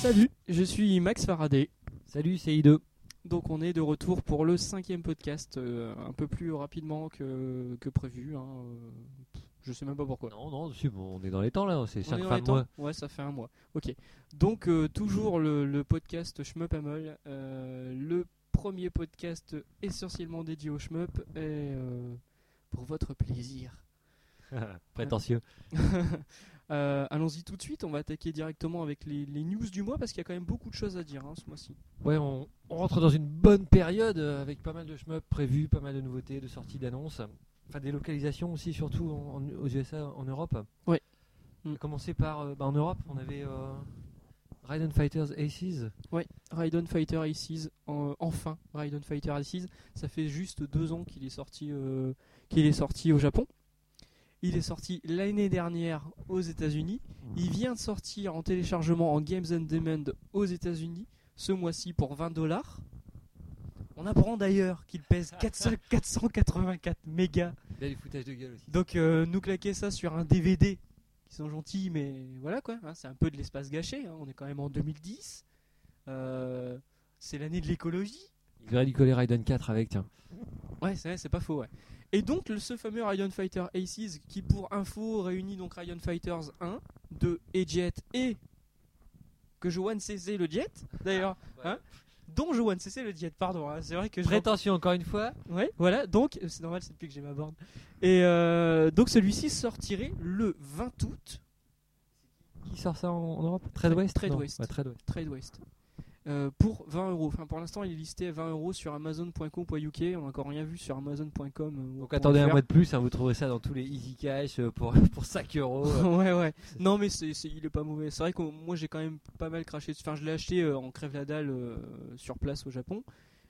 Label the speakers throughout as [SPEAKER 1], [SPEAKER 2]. [SPEAKER 1] Salut, je suis Max Faraday.
[SPEAKER 2] Salut, c'est I2.
[SPEAKER 1] Donc on est de retour pour le cinquième podcast, euh, un peu plus rapidement que, que prévu. hein, euh, pff, je sais même pas pourquoi.
[SPEAKER 2] Non, non, si, bon, on est dans les temps là, c'est
[SPEAKER 1] On est
[SPEAKER 2] 5
[SPEAKER 1] dans
[SPEAKER 2] fins
[SPEAKER 1] les
[SPEAKER 2] de
[SPEAKER 1] temps
[SPEAKER 2] mois.
[SPEAKER 1] Ouais, ça fait un mois. Ok. Donc, euh, toujours le, le podcast Shmup à Molle, euh, le premier podcast essentiellement dédié au Shmup et euh, pour votre plaisir.
[SPEAKER 2] Prétentieux.
[SPEAKER 1] Euh, Allons-y tout de suite, on va attaquer directement avec les, les news du mois parce qu'il y a quand même beaucoup de choses à dire hein, ce mois-ci.
[SPEAKER 2] Ouais, on, on rentre dans une bonne période euh, avec pas mal de shmup prévus, pas mal de nouveautés, de sorties, d'annonces. Enfin, des localisations aussi, surtout en- en- aux USA, en Europe.
[SPEAKER 1] Ouais.
[SPEAKER 2] On
[SPEAKER 1] Mm.
[SPEAKER 2] a commencé par. euh, bah, en Europe, on avait euh, Raiden Fighters Aces.
[SPEAKER 1] Raiden Fighter Aces, en- enfin Raiden Fighter Aces, ça fait juste deux ans qu'il est sorti, euh, qu'il est sorti au Japon. Il est sorti l'année dernière aux États-Unis. Il vient de sortir en téléchargement en Games and Demand aux États-Unis ce mois-ci pour 20 dollars. On apprend d'ailleurs qu'il pèse 400 484 mégas.
[SPEAKER 2] Il y a du foutage de gueule aussi.
[SPEAKER 1] Donc euh, nous claquer ça sur un DVD, qui sont gentils, mais voilà quoi, hein, c'est un peu de l'espace gâché, hein, on est quand même en 2010, Euh, c'est l'année de l'écologie.
[SPEAKER 2] Il aurait dû coller Raiden 4 avec, tiens.
[SPEAKER 1] Ouais, c'est vrai, c'est pas faux, ouais. Et donc le, ce fameux Ryan Fighter Aces, qui pour info réunit donc Ryan Fighters 1, 2 et Jet, et que Johan CC le Jet, d'ailleurs, hein, dont Johan CC le Jet, pardon, hein, c'est vrai que je
[SPEAKER 2] Prétentieux encore une fois.
[SPEAKER 1] Ouais, voilà, donc euh, c'est normal, c'est depuis que j'ai ma borne. Et euh, donc celui-ci sortirait le 20 août,
[SPEAKER 2] Qui sort ça en, en Europe Trade West
[SPEAKER 1] Trade
[SPEAKER 2] Non,
[SPEAKER 1] West.
[SPEAKER 2] ouais, Trade West.
[SPEAKER 1] Trade West, euh, pour 20 euros. Enfin, pour l'instant, il est listé à 20 euros sur Amazon.com.uk. On n'a encore rien vu sur Amazon.com. euh,
[SPEAKER 2] Donc
[SPEAKER 1] point
[SPEAKER 2] attendez un
[SPEAKER 1] fr.
[SPEAKER 2] mois de plus, hein, vous trouverez ça dans tous les Easy Cash euh, pour, pour 5 euros. euh.
[SPEAKER 1] ouais, ouais. Non, mais c'est c'est- il est pas mauvais. C'est vrai que moi, j'ai quand même pas mal craché. dessus. Enfin, je l'ai acheté euh, en crève la dalle euh, sur place au Japon.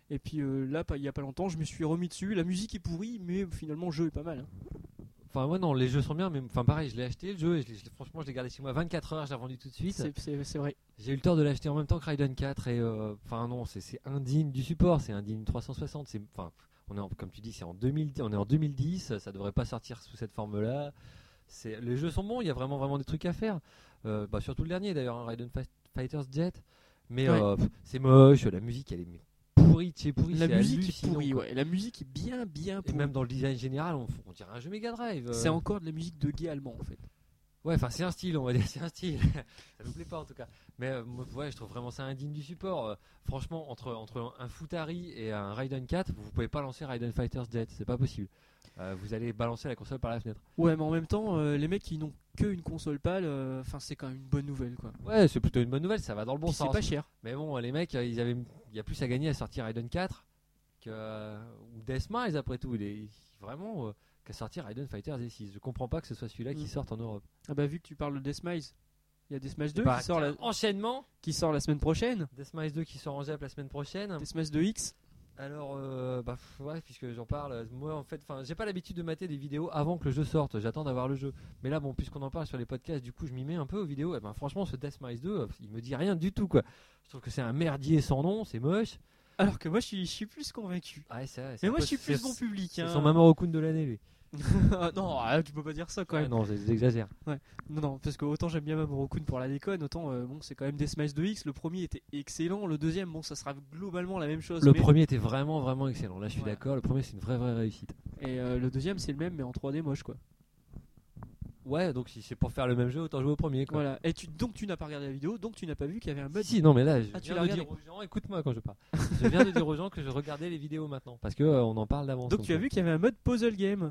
[SPEAKER 1] Et puis euh, là, pas- il y a pas longtemps, je me suis remis dessus. La musique est pourrie, mais finalement, le jeu est pas mal. hein.
[SPEAKER 2] Enfin, ouais, non, les jeux sont bien, mais enfin, pareil, je l'ai acheté le jeu, et je l'ai- je l'ai- franchement, je l'ai gardé chez moi 24 heures, je l'ai vendu tout de suite.
[SPEAKER 1] C'est c'est- c'est vrai.
[SPEAKER 2] J'ai eu le tort de l'acheter en même temps que Raiden 4, et euh, enfin, non, c'est- c'est indigne du support, c'est indigne 360, c'est enfin, on est en- comme tu dis, c'est en 2000, on est en 2010, ça devrait pas sortir sous cette forme-là. C'est- Les jeux sont bons, il y a vraiment, vraiment des trucs à faire. Euh, bah, surtout le dernier d'ailleurs, hein, Raiden Fa- Fighters Jet. Mais
[SPEAKER 1] Ouais.
[SPEAKER 2] euh, pff, c'est moche, la musique elle est mais pourrie, de chez pourrie,
[SPEAKER 1] La
[SPEAKER 2] c'est
[SPEAKER 1] musique est
[SPEAKER 2] hallucinant,
[SPEAKER 1] pourrie,
[SPEAKER 2] quoi.
[SPEAKER 1] ouais. La musique est bien, bien
[SPEAKER 2] Et
[SPEAKER 1] pourrie.
[SPEAKER 2] même dans le design général, on, on dirait un jeu Mega Drive. euh.
[SPEAKER 1] C'est encore de la musique de gay allemand, en fait.
[SPEAKER 2] Ouais, enfin, c'est un style, on va dire, c'est un style. ça nous plaît pas en tout cas. Mais euh, moi, ouais, je trouve vraiment ça indigne du support. Euh, franchement, entre, entre un Futari et un Raiden 4, vous pouvez pas lancer Raiden Fighters Jet, c'est pas possible. Euh, vous allez balancer la console par la fenêtre.
[SPEAKER 1] Ouais, mais en même temps, euh, les mecs qui n'ont qu'une console pâle, euh, enfin, c'est quand même une bonne nouvelle, quoi.
[SPEAKER 2] Ouais, c'est plutôt une bonne nouvelle, ça va dans le bon
[SPEAKER 1] Puis c'est
[SPEAKER 2] sens.
[SPEAKER 1] pas cher.
[SPEAKER 2] Mais bon, les mecs, euh, ils avaient, il y a plus à gagner à sortir Raiden 4 que euh, ou Death Miles après tout. Les, vraiment, euh, qu'à sortir Raiden Fighters 6. Je comprends pas que ce soit celui-là
[SPEAKER 1] Mm.
[SPEAKER 2] qui sorte en Europe.
[SPEAKER 1] Ah bah, vu que tu parles de Deathmise, il y a Deathmise 2
[SPEAKER 2] Bah,
[SPEAKER 1] qui, sort la,
[SPEAKER 2] Enchaînement,
[SPEAKER 1] qui sort la semaine prochaine.
[SPEAKER 2] Death Miles 2 qui sort en Jap la semaine prochaine.
[SPEAKER 1] Deathmise 2X.
[SPEAKER 2] Alors, euh, bah, pff, ouais, puisque j'en parle, euh, moi en fait, enfin, j'ai pas l'habitude de mater des vidéos avant que le jeu sorte. J'attends d'avoir le jeu. Mais là, bon, puisqu'on en parle sur les podcasts, du coup, je m'y mets un peu aux vidéos. Et ben, franchement, ce Death Miles 2, euh, il me dit rien du tout, quoi. Je trouve que c'est un merdier sans nom, c'est moche.
[SPEAKER 1] Alors que moi, je suis, je suis plus convaincu.
[SPEAKER 2] Ah, ouais, c'est vrai, c'est
[SPEAKER 1] Mais
[SPEAKER 2] un
[SPEAKER 1] moi,
[SPEAKER 2] peu-
[SPEAKER 1] je suis
[SPEAKER 2] c'est-
[SPEAKER 1] plus bon public.
[SPEAKER 2] C'est
[SPEAKER 1] Hein.
[SPEAKER 2] son Mamoru Kun de l'année, lui.
[SPEAKER 1] Ah, non, ah, tu peux pas dire ça quand
[SPEAKER 2] Ouais,
[SPEAKER 1] même.
[SPEAKER 2] non, c'est- j'exagère.
[SPEAKER 1] Non, non, parce que autant j'aime bien Mamoru Kun pour la déconne, autant euh, bon, c'est quand même Deathmise 2X. Le premier était excellent, le deuxième, bon, ça sera globalement la même chose.
[SPEAKER 2] Le
[SPEAKER 1] mais-
[SPEAKER 2] premier était vraiment, vraiment excellent. Là, je suis
[SPEAKER 1] Voilà.
[SPEAKER 2] d'accord. Le premier, c'est une vraie, vraie réussite.
[SPEAKER 1] Et euh, le deuxième, c'est le même, mais en 3D moche, quoi.
[SPEAKER 2] Ouais, donc si c'est pour faire le même jeu, autant jouer au premier, quoi.
[SPEAKER 1] Voilà. Et tu, donc tu n'as pas regardé la vidéo, donc tu n'as pas vu qu'il y avait un mode.
[SPEAKER 2] bah Si, si, non, mais là, je
[SPEAKER 1] Ah, tu l'as
[SPEAKER 2] viens de dire
[SPEAKER 1] regardé.
[SPEAKER 2] aux gens, écoute-moi quand je parle. je viens de dire aux gens que je regardais les vidéos maintenant, parce que euh, on en parle d'avance.
[SPEAKER 1] Donc tu as vu qu'il y avait un mode puzzle game.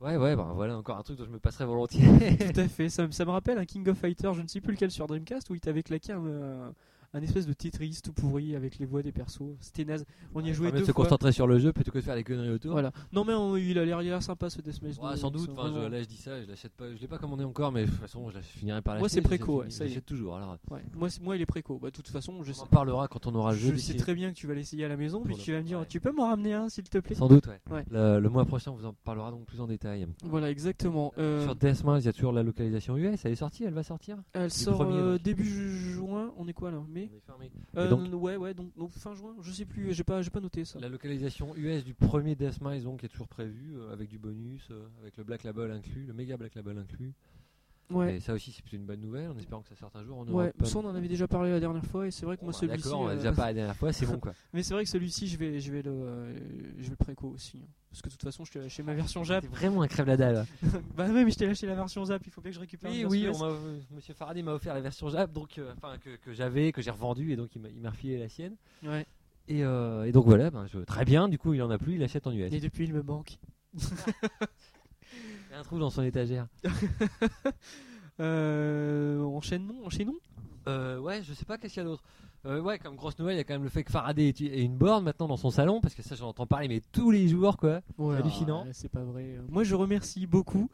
[SPEAKER 2] Ouais, ouais, bah, voilà encore un truc dont je me passerai volontiers.
[SPEAKER 1] Tout à fait. Ça, me- ça me rappelle un King of Fighters, je ne sais plus lequel sur Dreamcast, où il t'avait claqué un, un- un espèce de Tetris tout pourri avec les voix des persos. C'était naze. On y a joué
[SPEAKER 2] Permet de
[SPEAKER 1] deux
[SPEAKER 2] se
[SPEAKER 1] fois.
[SPEAKER 2] concentrer sur le jeu plutôt que de faire les conneries autour.
[SPEAKER 1] Voilà. Non mais on- il a l'air il a l'air sympa ce Deathmatch.
[SPEAKER 2] Ouais, sans doute, enfin, je, là je dis ça, je l'achète pas, je l'ai pas commandé encore, mais de toute façon je finirai par l'acheter.
[SPEAKER 1] Moi, c'est
[SPEAKER 2] je l'ai
[SPEAKER 1] préco,
[SPEAKER 2] fini-
[SPEAKER 1] ouais,
[SPEAKER 2] je
[SPEAKER 1] ça y est.
[SPEAKER 2] l'achète toujours. Alors,
[SPEAKER 1] Moi, c'est- moi, il est préco. Bah, de toute façon, je
[SPEAKER 2] on
[SPEAKER 1] sais,
[SPEAKER 2] en parlera quand on aura le jeu.
[SPEAKER 1] je sais
[SPEAKER 2] d'ici-
[SPEAKER 1] très bien que tu vas l'essayer à la maison,
[SPEAKER 2] Pour
[SPEAKER 1] puis
[SPEAKER 2] le-
[SPEAKER 1] tu vas me dire,
[SPEAKER 2] ouais.
[SPEAKER 1] tu peux m'en ramener un, s'il te plaît.
[SPEAKER 2] Sans doute, ouais.
[SPEAKER 1] Ouais.
[SPEAKER 2] Le, le mois prochain on vous en parlera donc plus en détail.
[SPEAKER 1] Voilà, exactement. Euh,
[SPEAKER 2] Sur Deathmatch, il y a toujours la localisation US, elle est sortie, elle va sortir
[SPEAKER 1] elle sort
[SPEAKER 2] premier,
[SPEAKER 1] euh,
[SPEAKER 2] donc.
[SPEAKER 1] début ju- juin. On est quoi là Mais
[SPEAKER 2] Et
[SPEAKER 1] Euh,
[SPEAKER 2] donc-
[SPEAKER 1] non, non, ouais, ouais, donc, donc fin juin, je sais plus, j'ai pas, j'ai pas noté ça.
[SPEAKER 2] La localisation US du premier Deathmatch donc est toujours prévue euh, avec du bonus, euh, avec le Black Label inclus, le méga Black Label inclus.
[SPEAKER 1] Ouais.
[SPEAKER 2] Et ça aussi, c'est plutôt une bonne nouvelle, en espérant que ça sorte un jour en
[SPEAKER 1] Ouais,
[SPEAKER 2] Europe.
[SPEAKER 1] ça on en avait déjà parlé la dernière fois et c'est vrai que
[SPEAKER 2] Bon,
[SPEAKER 1] moi
[SPEAKER 2] bah,
[SPEAKER 1] celui-ci.
[SPEAKER 2] D'accord, on a
[SPEAKER 1] euh,
[SPEAKER 2] déjà parlé la dernière fois, c'est bon quoi.
[SPEAKER 1] Mais c'est vrai que celui-ci je vais, je vais le, euh, je vais le préco aussi. hein. Parce que de toute façon je t'ai lâché ma version Jap.
[SPEAKER 2] C'est vraiment un crève la dalle.
[SPEAKER 1] bah ouais mais je t'ai lâché la version Jap, il faut bien que je récupère.
[SPEAKER 2] Oui,
[SPEAKER 1] une
[SPEAKER 2] oui,
[SPEAKER 1] version
[SPEAKER 2] on m'a- euh, Monsieur Faraday m'a offert la version Jap, donc euh, enfin que, que j'avais, que j'ai revendue, et donc il m'a- il m'a refilé la sienne.
[SPEAKER 1] S. Ouais.
[SPEAKER 2] Et, euh, et donc voilà, ben, je- très bien. Du coup, il en a plus, il l'achète en US.
[SPEAKER 1] Et depuis il me manque.
[SPEAKER 2] Il y a un trou dans son étagère.
[SPEAKER 1] Euh, enchaînons, enchaînons.
[SPEAKER 2] Euh, ouais, je sais pas qu'est-ce qu'il y a d'autre. Euh, ouais, comme grosse nouvelle, il y a quand même le fait que Faraday ait- ait une borne maintenant dans son salon, parce que ça, j'en entends parler, mais tous les jours quoi.
[SPEAKER 1] Ouais,
[SPEAKER 2] hallucinant.
[SPEAKER 1] alors, euh, C'est pas vrai.
[SPEAKER 2] hein.
[SPEAKER 1] Euh, Moi je remercie beaucoup.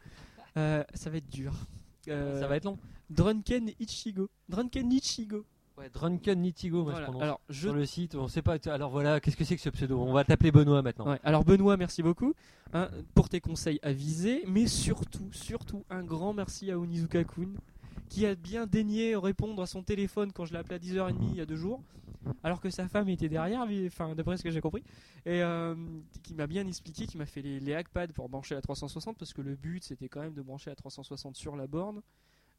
[SPEAKER 1] Euh, ça va être dur. Euh,
[SPEAKER 2] Ça va être long.
[SPEAKER 1] Drunken Ichigo. Drunken Ichigo.
[SPEAKER 2] Ouais, Drunken Nitigo, moi
[SPEAKER 1] Voilà.
[SPEAKER 2] je prononce.
[SPEAKER 1] Alors je
[SPEAKER 2] Sur le site, on sait pas. Alors voilà, qu'est-ce que c'est que ce pseudo On va t'appeler Benoît maintenant.
[SPEAKER 1] Ouais. Alors Benoît, merci beaucoup hein, pour tes conseils avisés, mais surtout, surtout un grand merci à Onizuka Kun qui a bien daigné répondre à son téléphone quand je l'ai appelé à 10h30 il y a deux jours, alors que sa femme était derrière, mais- enfin d'après ce que j'ai compris, et euh, qui m'a bien expliqué, qui m'a fait les, les hackpads pour brancher la 360 parce que le but c'était quand même de brancher la 360 sur la borne.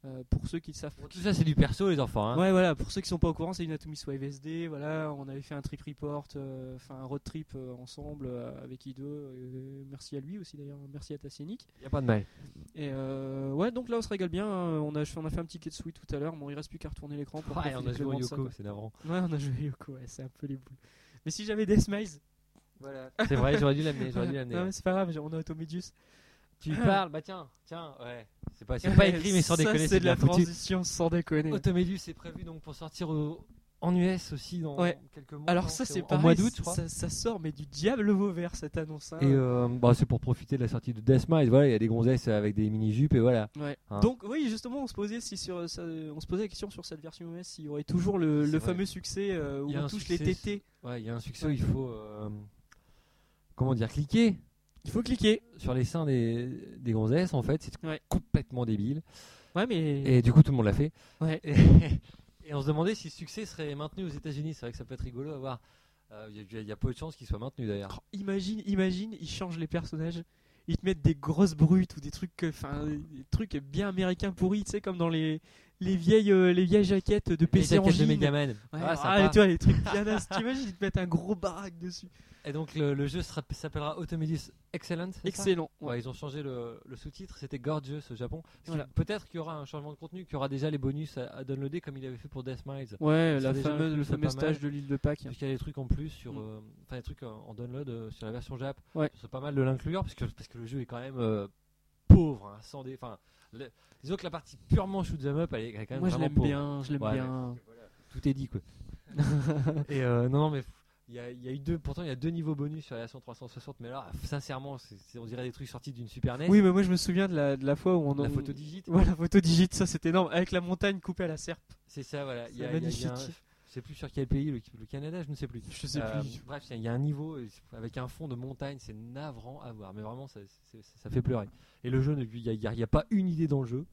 [SPEAKER 1] euh, pour ceux qui le savent
[SPEAKER 2] Bon, tout ça, c'est du perso, les enfants. Hein.
[SPEAKER 1] Ouais, voilà, pour ceux qui sont pas au courant, c'est une Atomic Wave SD. Voilà, on avait fait un trip report, euh, enfin un road trip euh, ensemble euh, avec I2. euh, merci à lui aussi d'ailleurs, merci à Tassienic.
[SPEAKER 2] Y a pas de mal.
[SPEAKER 1] Et euh, ouais, donc là on se régale bien. hein, On a, on a fait un petit Ketsui tout à l'heure. Bon, il reste plus qu'à retourner l'écran pour
[SPEAKER 2] Ouais,
[SPEAKER 1] profiter
[SPEAKER 2] on a joué
[SPEAKER 1] pleinement
[SPEAKER 2] au
[SPEAKER 1] de ça,
[SPEAKER 2] Yoko, c'est navrant.
[SPEAKER 1] quoi. Ouais, on a joué au Yoko, ouais, c'est un peu les boules. Mais si j'avais Death Maze,
[SPEAKER 2] C'est vrai, j'aurais dû l'amener, j'aurais dû
[SPEAKER 1] non,
[SPEAKER 2] l'amener. hein.
[SPEAKER 1] mais c'est pas grave, j'ai- on a Automedius.
[SPEAKER 2] Tu parles, bah tiens, tiens, ouais. C'est pas, c'est pas écrit, mais sans
[SPEAKER 1] Ça,
[SPEAKER 2] déconner,
[SPEAKER 1] c'est de la
[SPEAKER 2] bien foutu.
[SPEAKER 1] transition, sans déconner.
[SPEAKER 2] Automédus c'est prévu donc pour sortir au- en US aussi dans
[SPEAKER 1] Ouais.
[SPEAKER 2] quelques mois. non,
[SPEAKER 1] Alors ça c'est
[SPEAKER 2] en-
[SPEAKER 1] pas
[SPEAKER 2] en mois d'août, je crois.
[SPEAKER 1] Ça, ça sort mais du diable vauvert cette annonce. hein.
[SPEAKER 2] Et euh, bah, c'est pour profiter de la sortie de Deathmise. Voilà, il y a des gonzesses avec des mini jupes et voilà.
[SPEAKER 1] Ouais.
[SPEAKER 2] Hein.
[SPEAKER 1] Donc oui, justement, on se posait si sur, euh, ça- on se posait la question sur cette version OS s'il y aurait toujours le,
[SPEAKER 2] C'est
[SPEAKER 1] le
[SPEAKER 2] vrai.
[SPEAKER 1] fameux succès euh, où
[SPEAKER 2] Il y a
[SPEAKER 1] on
[SPEAKER 2] un
[SPEAKER 1] touche
[SPEAKER 2] succès,
[SPEAKER 1] les TT.
[SPEAKER 2] Ouais, il y a un succès où il faut euh, comment dire cliquer
[SPEAKER 1] Il faut cliquer.
[SPEAKER 2] sur les seins des, des gonzesses. En fait, c'est
[SPEAKER 1] Ouais.
[SPEAKER 2] complètement débile.
[SPEAKER 1] Ouais, mais
[SPEAKER 2] Et du coup, tout le monde l'a fait.
[SPEAKER 1] ouais.
[SPEAKER 2] Et, et on se demandait si le succès serait maintenu aux États-Unis. C'est vrai que ça peut être rigolo à voir. Euh, Il y, a- il y a peu de chances qu'il soit maintenu d'ailleurs.
[SPEAKER 1] Oh, imagine, imagine, ils changent les personnages. Ils te mettent des grosses brutes ou des trucs, que- enfin, des trucs bien américains pourris, tu sais, comme dans les les vieilles euh, les vieilles jaquettes de
[SPEAKER 2] Les
[SPEAKER 1] PC en
[SPEAKER 2] jaquettes de
[SPEAKER 1] jean.
[SPEAKER 2] Megaman.
[SPEAKER 1] Ouais,
[SPEAKER 2] Ah,
[SPEAKER 1] ah,
[SPEAKER 2] sympa.
[SPEAKER 1] tu vois les trucs bien nasty. T'imagines, ils te mettent un gros baraque dessus.
[SPEAKER 2] Et donc le, le jeu sera- s'appellera Automedis Excellent. c'est ça
[SPEAKER 1] Excellent.
[SPEAKER 2] Ouais,
[SPEAKER 1] Ouais.
[SPEAKER 2] ils ont changé le, le sous-titre, c'était Gorgeous au Japon. Parce que
[SPEAKER 1] Voilà.
[SPEAKER 2] Peut-être qu'il y aura un changement de contenu, qu'il y aura déjà les bonus à, à downloader comme il avait fait pour Death Miles.
[SPEAKER 1] Ouais,
[SPEAKER 2] Ça,
[SPEAKER 1] la
[SPEAKER 2] déjà,
[SPEAKER 1] fameuse, le
[SPEAKER 2] c'est pas
[SPEAKER 1] fameux
[SPEAKER 2] mal.
[SPEAKER 1] stage de l'île de Pâques.
[SPEAKER 2] Parce qu'il y a des trucs en plus sur.
[SPEAKER 1] Mm.
[SPEAKER 2] euh, Enfin, des trucs en, en download euh, sur la version Jap.
[SPEAKER 1] Ouais.
[SPEAKER 2] Ce serait pas mal de l'inclure parce que, parce que le jeu est quand même euh, pauvre. hein, sans des, enfin, le- disons que la partie purement shoot 'em up, elle est elle est quand même
[SPEAKER 1] Moi, je
[SPEAKER 2] vraiment
[SPEAKER 1] l'aime
[SPEAKER 2] pauvre.
[SPEAKER 1] bien, je l'aime
[SPEAKER 2] Ouais,
[SPEAKER 1] bien.
[SPEAKER 2] Tout est dit quoi. Et euh, non, non, mais. pff, Il y, a, il y a eu deux, pourtant il y a deux niveaux bonus sur la version 360, mais là, sincèrement, c'est- c'est- on dirait des trucs sortis d'une Super NES.
[SPEAKER 1] Oui, mais moi je me souviens de la, de la fois où on
[SPEAKER 2] la
[SPEAKER 1] on-
[SPEAKER 2] photo digite.
[SPEAKER 1] Ouais, la photo digite, ça c'était énorme. Avec la montagne coupée à la serpe.
[SPEAKER 2] C'est ça, voilà. Il y a,
[SPEAKER 1] C'est
[SPEAKER 2] il y a- il y a un-
[SPEAKER 1] magnifique.
[SPEAKER 2] je sais plus sur quel pays, le, le Canada, je ne sais plus.
[SPEAKER 1] Je sais
[SPEAKER 2] Euh,
[SPEAKER 1] plus.
[SPEAKER 2] Bref, il y a un niveau euh, avec un fond de montagne, c'est navrant à voir, mais vraiment ça, c'est- ça- ça fait pleurer. Et le jeu, ne- il n'y a, il y a- il y a pas une idée dans le jeu,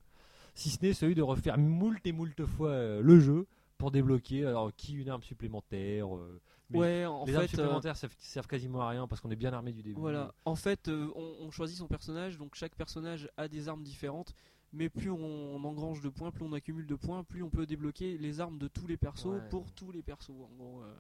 [SPEAKER 2] si ce n'est celui de refaire moult et moult fois euh, le jeu pour débloquer, alors qui une arme supplémentaire. euh, mais
[SPEAKER 1] Ouais, en
[SPEAKER 2] les armes
[SPEAKER 1] fait, euh,
[SPEAKER 2] supplémentaires servent, servent quasiment à rien parce qu'on est bien armé du début.
[SPEAKER 1] voilà. En fait, euh, on, on choisit son personnage, donc chaque personnage a des armes différentes. Mais plus on, on engrange de points, plus on accumule de points, plus on peut débloquer les armes de tous les persos
[SPEAKER 2] Ouais.
[SPEAKER 1] pour tous les persos. En gros, euh,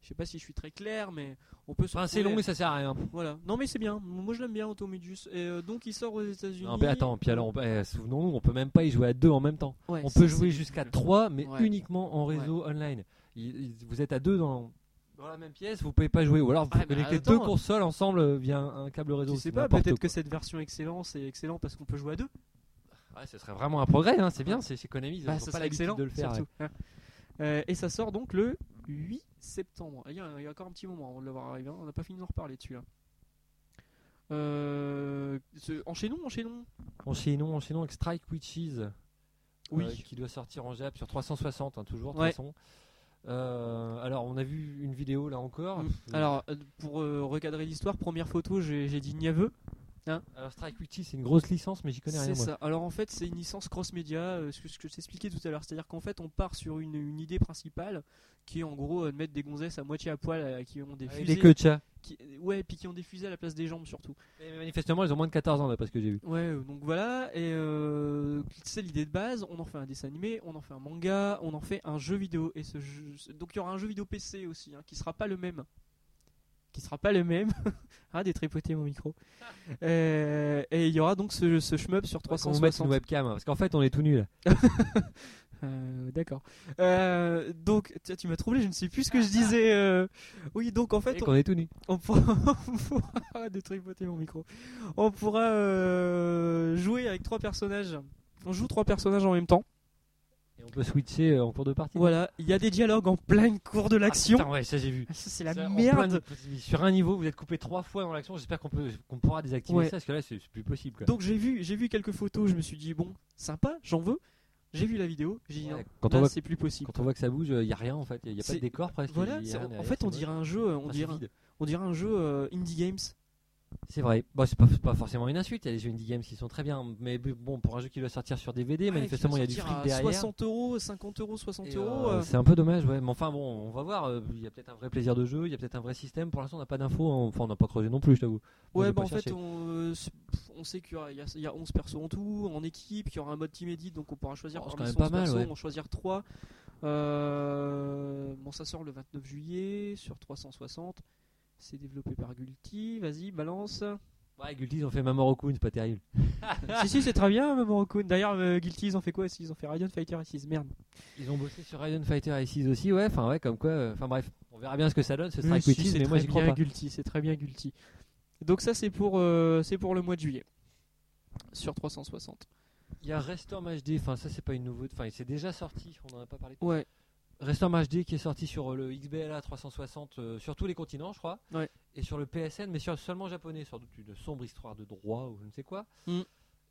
[SPEAKER 1] je sais pas si je suis très clair, mais on peut. se
[SPEAKER 2] Enfin, c'est long,
[SPEAKER 1] retrouver-
[SPEAKER 2] mais ça sert à rien.
[SPEAKER 1] Voilà. Non, mais c'est bien. Moi, je l'aime bien, Automedius. Et euh, donc, il sort aux États-Unis.
[SPEAKER 2] Non, mais attends, puis alors, on- eh, souvenons-nous, on peut même pas y jouer à deux en même temps.
[SPEAKER 1] Ouais,
[SPEAKER 2] On
[SPEAKER 1] ça,
[SPEAKER 2] peut
[SPEAKER 1] c'est
[SPEAKER 2] jouer
[SPEAKER 1] nul.
[SPEAKER 2] jusqu'à 3, mais
[SPEAKER 1] Ouais.
[SPEAKER 2] uniquement en réseau online. Il- il- vous êtes à deux dans, dans la même pièce, vous pouvez pas jouer. Ou alors vous
[SPEAKER 1] Ah, mais
[SPEAKER 2] connectez
[SPEAKER 1] attends.
[SPEAKER 2] deux consoles ensemble euh, via un, un câble réseau.
[SPEAKER 1] Je
[SPEAKER 2] c'est
[SPEAKER 1] sais pas,
[SPEAKER 2] n'importe
[SPEAKER 1] peut-être
[SPEAKER 2] quoi.
[SPEAKER 1] que cette version excellent, c'est excellent parce qu'on peut jouer à deux.
[SPEAKER 2] Ouais, ce serait vraiment un progrès, hein, c'est bien, c'est chez Konami, ils
[SPEAKER 1] Bah,
[SPEAKER 2] ont
[SPEAKER 1] ça
[SPEAKER 2] pas
[SPEAKER 1] serait
[SPEAKER 2] l'habitude
[SPEAKER 1] excellent
[SPEAKER 2] de le faire.
[SPEAKER 1] surtout, hein. Euh, et ça sort donc le 8 septembre. Il y a, il y a encore un petit moment avant de l'avoir arrivé. hein. On n'a pas fini d'en reparler dessus là. Euh, ce- enchaînons, enchaînons.
[SPEAKER 2] ouais. Enchaînons, enchaînons avec Strike Witches, euh,
[SPEAKER 1] Oui.
[SPEAKER 2] qui doit sortir en Jap sur 360, hein, toujours, de
[SPEAKER 1] Ouais.
[SPEAKER 2] toute façon. Euh, alors, on a vu une vidéo là encore.
[SPEAKER 1] Mm. Alors, euh, pour euh, recadrer l'histoire, première photo, j'ai j'ai dit Niaveux. Hein
[SPEAKER 2] Alors Strike Witchy, c'est une grosse licence, mais j'y connais rien.
[SPEAKER 1] C'est
[SPEAKER 2] moi.
[SPEAKER 1] ça. Alors en fait, c'est une licence cross-média, euh, ce que, ce que je t'expliquais tout à l'heure. C'est-à-dire qu'en fait, on part sur une, une idée principale qui est en gros euh, de mettre des gonzesses à moitié à poil euh, qui ont des
[SPEAKER 2] Avec
[SPEAKER 1] fusées.
[SPEAKER 2] des queues de chat.
[SPEAKER 1] qui- ouais, puis qui ont des fusées à la place des jambes surtout.
[SPEAKER 2] Mais manifestement, ils ont moins de 14 ans, d'après ce que j'ai vu.
[SPEAKER 1] Ouais, euh, donc voilà, et euh, c'est l'idée de base, on en fait un dessin animé, on en fait un manga, on en fait un jeu vidéo, et ce jeu- ce- donc il y aura un jeu vidéo PC aussi, hein, qui sera pas le même. Qui sera pas le même. ah, des tripotés mon micro. Euh, et il y aura donc ce, ce shmup sur
[SPEAKER 2] On va mettre
[SPEAKER 1] 360.
[SPEAKER 2] une webcam, hein, parce qu'en fait, on est tout nus là.
[SPEAKER 1] Euh, D'accord. Euh, donc, tiens, tu m'as troublé, je ne sais plus ce que je disais. euh. Oui, donc en fait,
[SPEAKER 2] Et qu'on est tout nus.
[SPEAKER 1] on pourra, on pourra- arrête de tripoter mon micro. On pourra euh, jouer avec trois personnages. On joue trois personnages en même temps.
[SPEAKER 2] Et on peut switcher euh, en cours de partie.
[SPEAKER 1] Voilà, il y a des dialogues en plein cours de
[SPEAKER 2] Ah,
[SPEAKER 1] l'action.
[SPEAKER 2] putain, ouais, ça j'ai vu.
[SPEAKER 1] Ah, ça c'est la
[SPEAKER 2] Ça, en
[SPEAKER 1] merde.
[SPEAKER 2] plein de- sur un niveau, vous êtes coupé trois fois dans l'action. J'espère qu'on peut- qu'on pourra désactiver
[SPEAKER 1] Ouais.
[SPEAKER 2] ça, parce que là, c'est c'est plus possible. Quoi.
[SPEAKER 1] Donc j'ai vu, j'ai vu quelques photos, je me suis dit bon, sympa, j'en veux. J'ai vu la vidéo, j'ai dit
[SPEAKER 2] Ouais,
[SPEAKER 1] non,
[SPEAKER 2] quand,
[SPEAKER 1] là,
[SPEAKER 2] on voit,
[SPEAKER 1] c'est plus possible.
[SPEAKER 2] quand on voit que ça bouge, il n'y a rien en fait. Il n'y a pas
[SPEAKER 1] C'est-
[SPEAKER 2] de décor presque.
[SPEAKER 1] Voilà,
[SPEAKER 2] y a
[SPEAKER 1] c'est-
[SPEAKER 2] rien
[SPEAKER 1] en
[SPEAKER 2] derrière,
[SPEAKER 1] fait on
[SPEAKER 2] c'est
[SPEAKER 1] dirait
[SPEAKER 2] moche.
[SPEAKER 1] un jeu, euh, on
[SPEAKER 2] Enfin, c'est
[SPEAKER 1] dirait,
[SPEAKER 2] vide.
[SPEAKER 1] on dirait un jeu euh, indie games.
[SPEAKER 2] C'est vrai. Bon, c'est pas, c'est pas forcément une insulte. Il y a des jeux indie games qui sont très bien. Mais bon, pour un jeu qui doit sortir sur DVD,
[SPEAKER 1] Ouais,
[SPEAKER 2] manifestement, il y a du
[SPEAKER 1] qui va
[SPEAKER 2] fric
[SPEAKER 1] sortir à
[SPEAKER 2] derrière.
[SPEAKER 1] 60 euros, 50 euros, 60
[SPEAKER 2] Et,
[SPEAKER 1] euros.
[SPEAKER 2] euh,
[SPEAKER 1] euh,
[SPEAKER 2] C'est un peu dommage, ouais. Mais enfin, bon, on va voir. euh, Il y a peut-être un vrai plaisir de jeu, il y a peut-être un vrai système. Pour l'instant, on n'a pas d'infos. hein. Enfin, on n'a pas creusé non plus, je t'avoue. On
[SPEAKER 1] Ouais,
[SPEAKER 2] n'a
[SPEAKER 1] bah
[SPEAKER 2] pas
[SPEAKER 1] en fait,
[SPEAKER 2] cherché.
[SPEAKER 1] on, euh, s- pff, on sait qu'il y, aura- il y a- il y a 11 persos en tout, en équipe, il y aura un mode team edit, donc on pourra choisir
[SPEAKER 2] Oh, c'est
[SPEAKER 1] parmi ces
[SPEAKER 2] quand même
[SPEAKER 1] 11
[SPEAKER 2] pas mal,
[SPEAKER 1] persos,
[SPEAKER 2] ouais.
[SPEAKER 1] on choisir 3. Euh, bon, ça sort le 29 juillet sur 360. C'est développé par Gulti, vas-y, balance.
[SPEAKER 2] Ouais, Guilty, ils ont fait Mamoru Kun, c'est pas terrible.
[SPEAKER 1] si, si, c'est très bien, Mamoru-kun. D'ailleurs, euh, Guilty, ils ont fait quoi aussi Ils ont fait Radiant Fighter 6, merde.
[SPEAKER 2] Ils ont bossé sur Radiant Fighter i6 aussi, ouais. Enfin, ouais, comme quoi. euh, Enfin, bref, on verra bien ce que ça donne. Ce
[SPEAKER 1] Oui,
[SPEAKER 2] sera
[SPEAKER 1] si,
[SPEAKER 2] Quitties,
[SPEAKER 1] c'est
[SPEAKER 2] mais moi,
[SPEAKER 1] très
[SPEAKER 2] j'y crois
[SPEAKER 1] bien
[SPEAKER 2] pas.
[SPEAKER 1] Guilty, c'est très bien Guilty. Donc, ça, c'est pour, euh, c'est pour le mois de juillet sur 360.
[SPEAKER 2] Il y a Restorm HD, enfin, ça, c'est pas une nouveauté. Enfin, c'est déjà sorti, on en a pas parlé.
[SPEAKER 1] Ouais,
[SPEAKER 2] Restorm HD qui est sorti sur euh, le XBLA 360 euh, sur tous les continents, je crois,
[SPEAKER 1] Ouais.
[SPEAKER 2] et sur le PSN, mais sur, seulement japonais, sans doute une sombre histoire de droit ou je ne sais quoi.
[SPEAKER 1] Mm.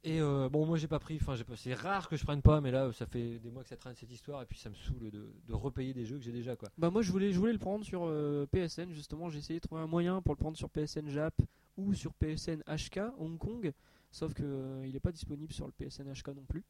[SPEAKER 2] Et euh, bon, moi j'ai pas pris, enfin j'ai pas- c'est rare que je prenne pas, mais là euh, ça fait des mois que ça traîne cette histoire et puis ça me saoule de, de repayer des jeux que j'ai déjà quoi.
[SPEAKER 1] Bah moi je voulais, je voulais le prendre sur euh, PSN justement, j'ai essayé de trouver un moyen pour le prendre sur PSN Jap ou sur PSN HK Hong Kong, sauf que euh, il n'est pas disponible sur le PSN HK non plus.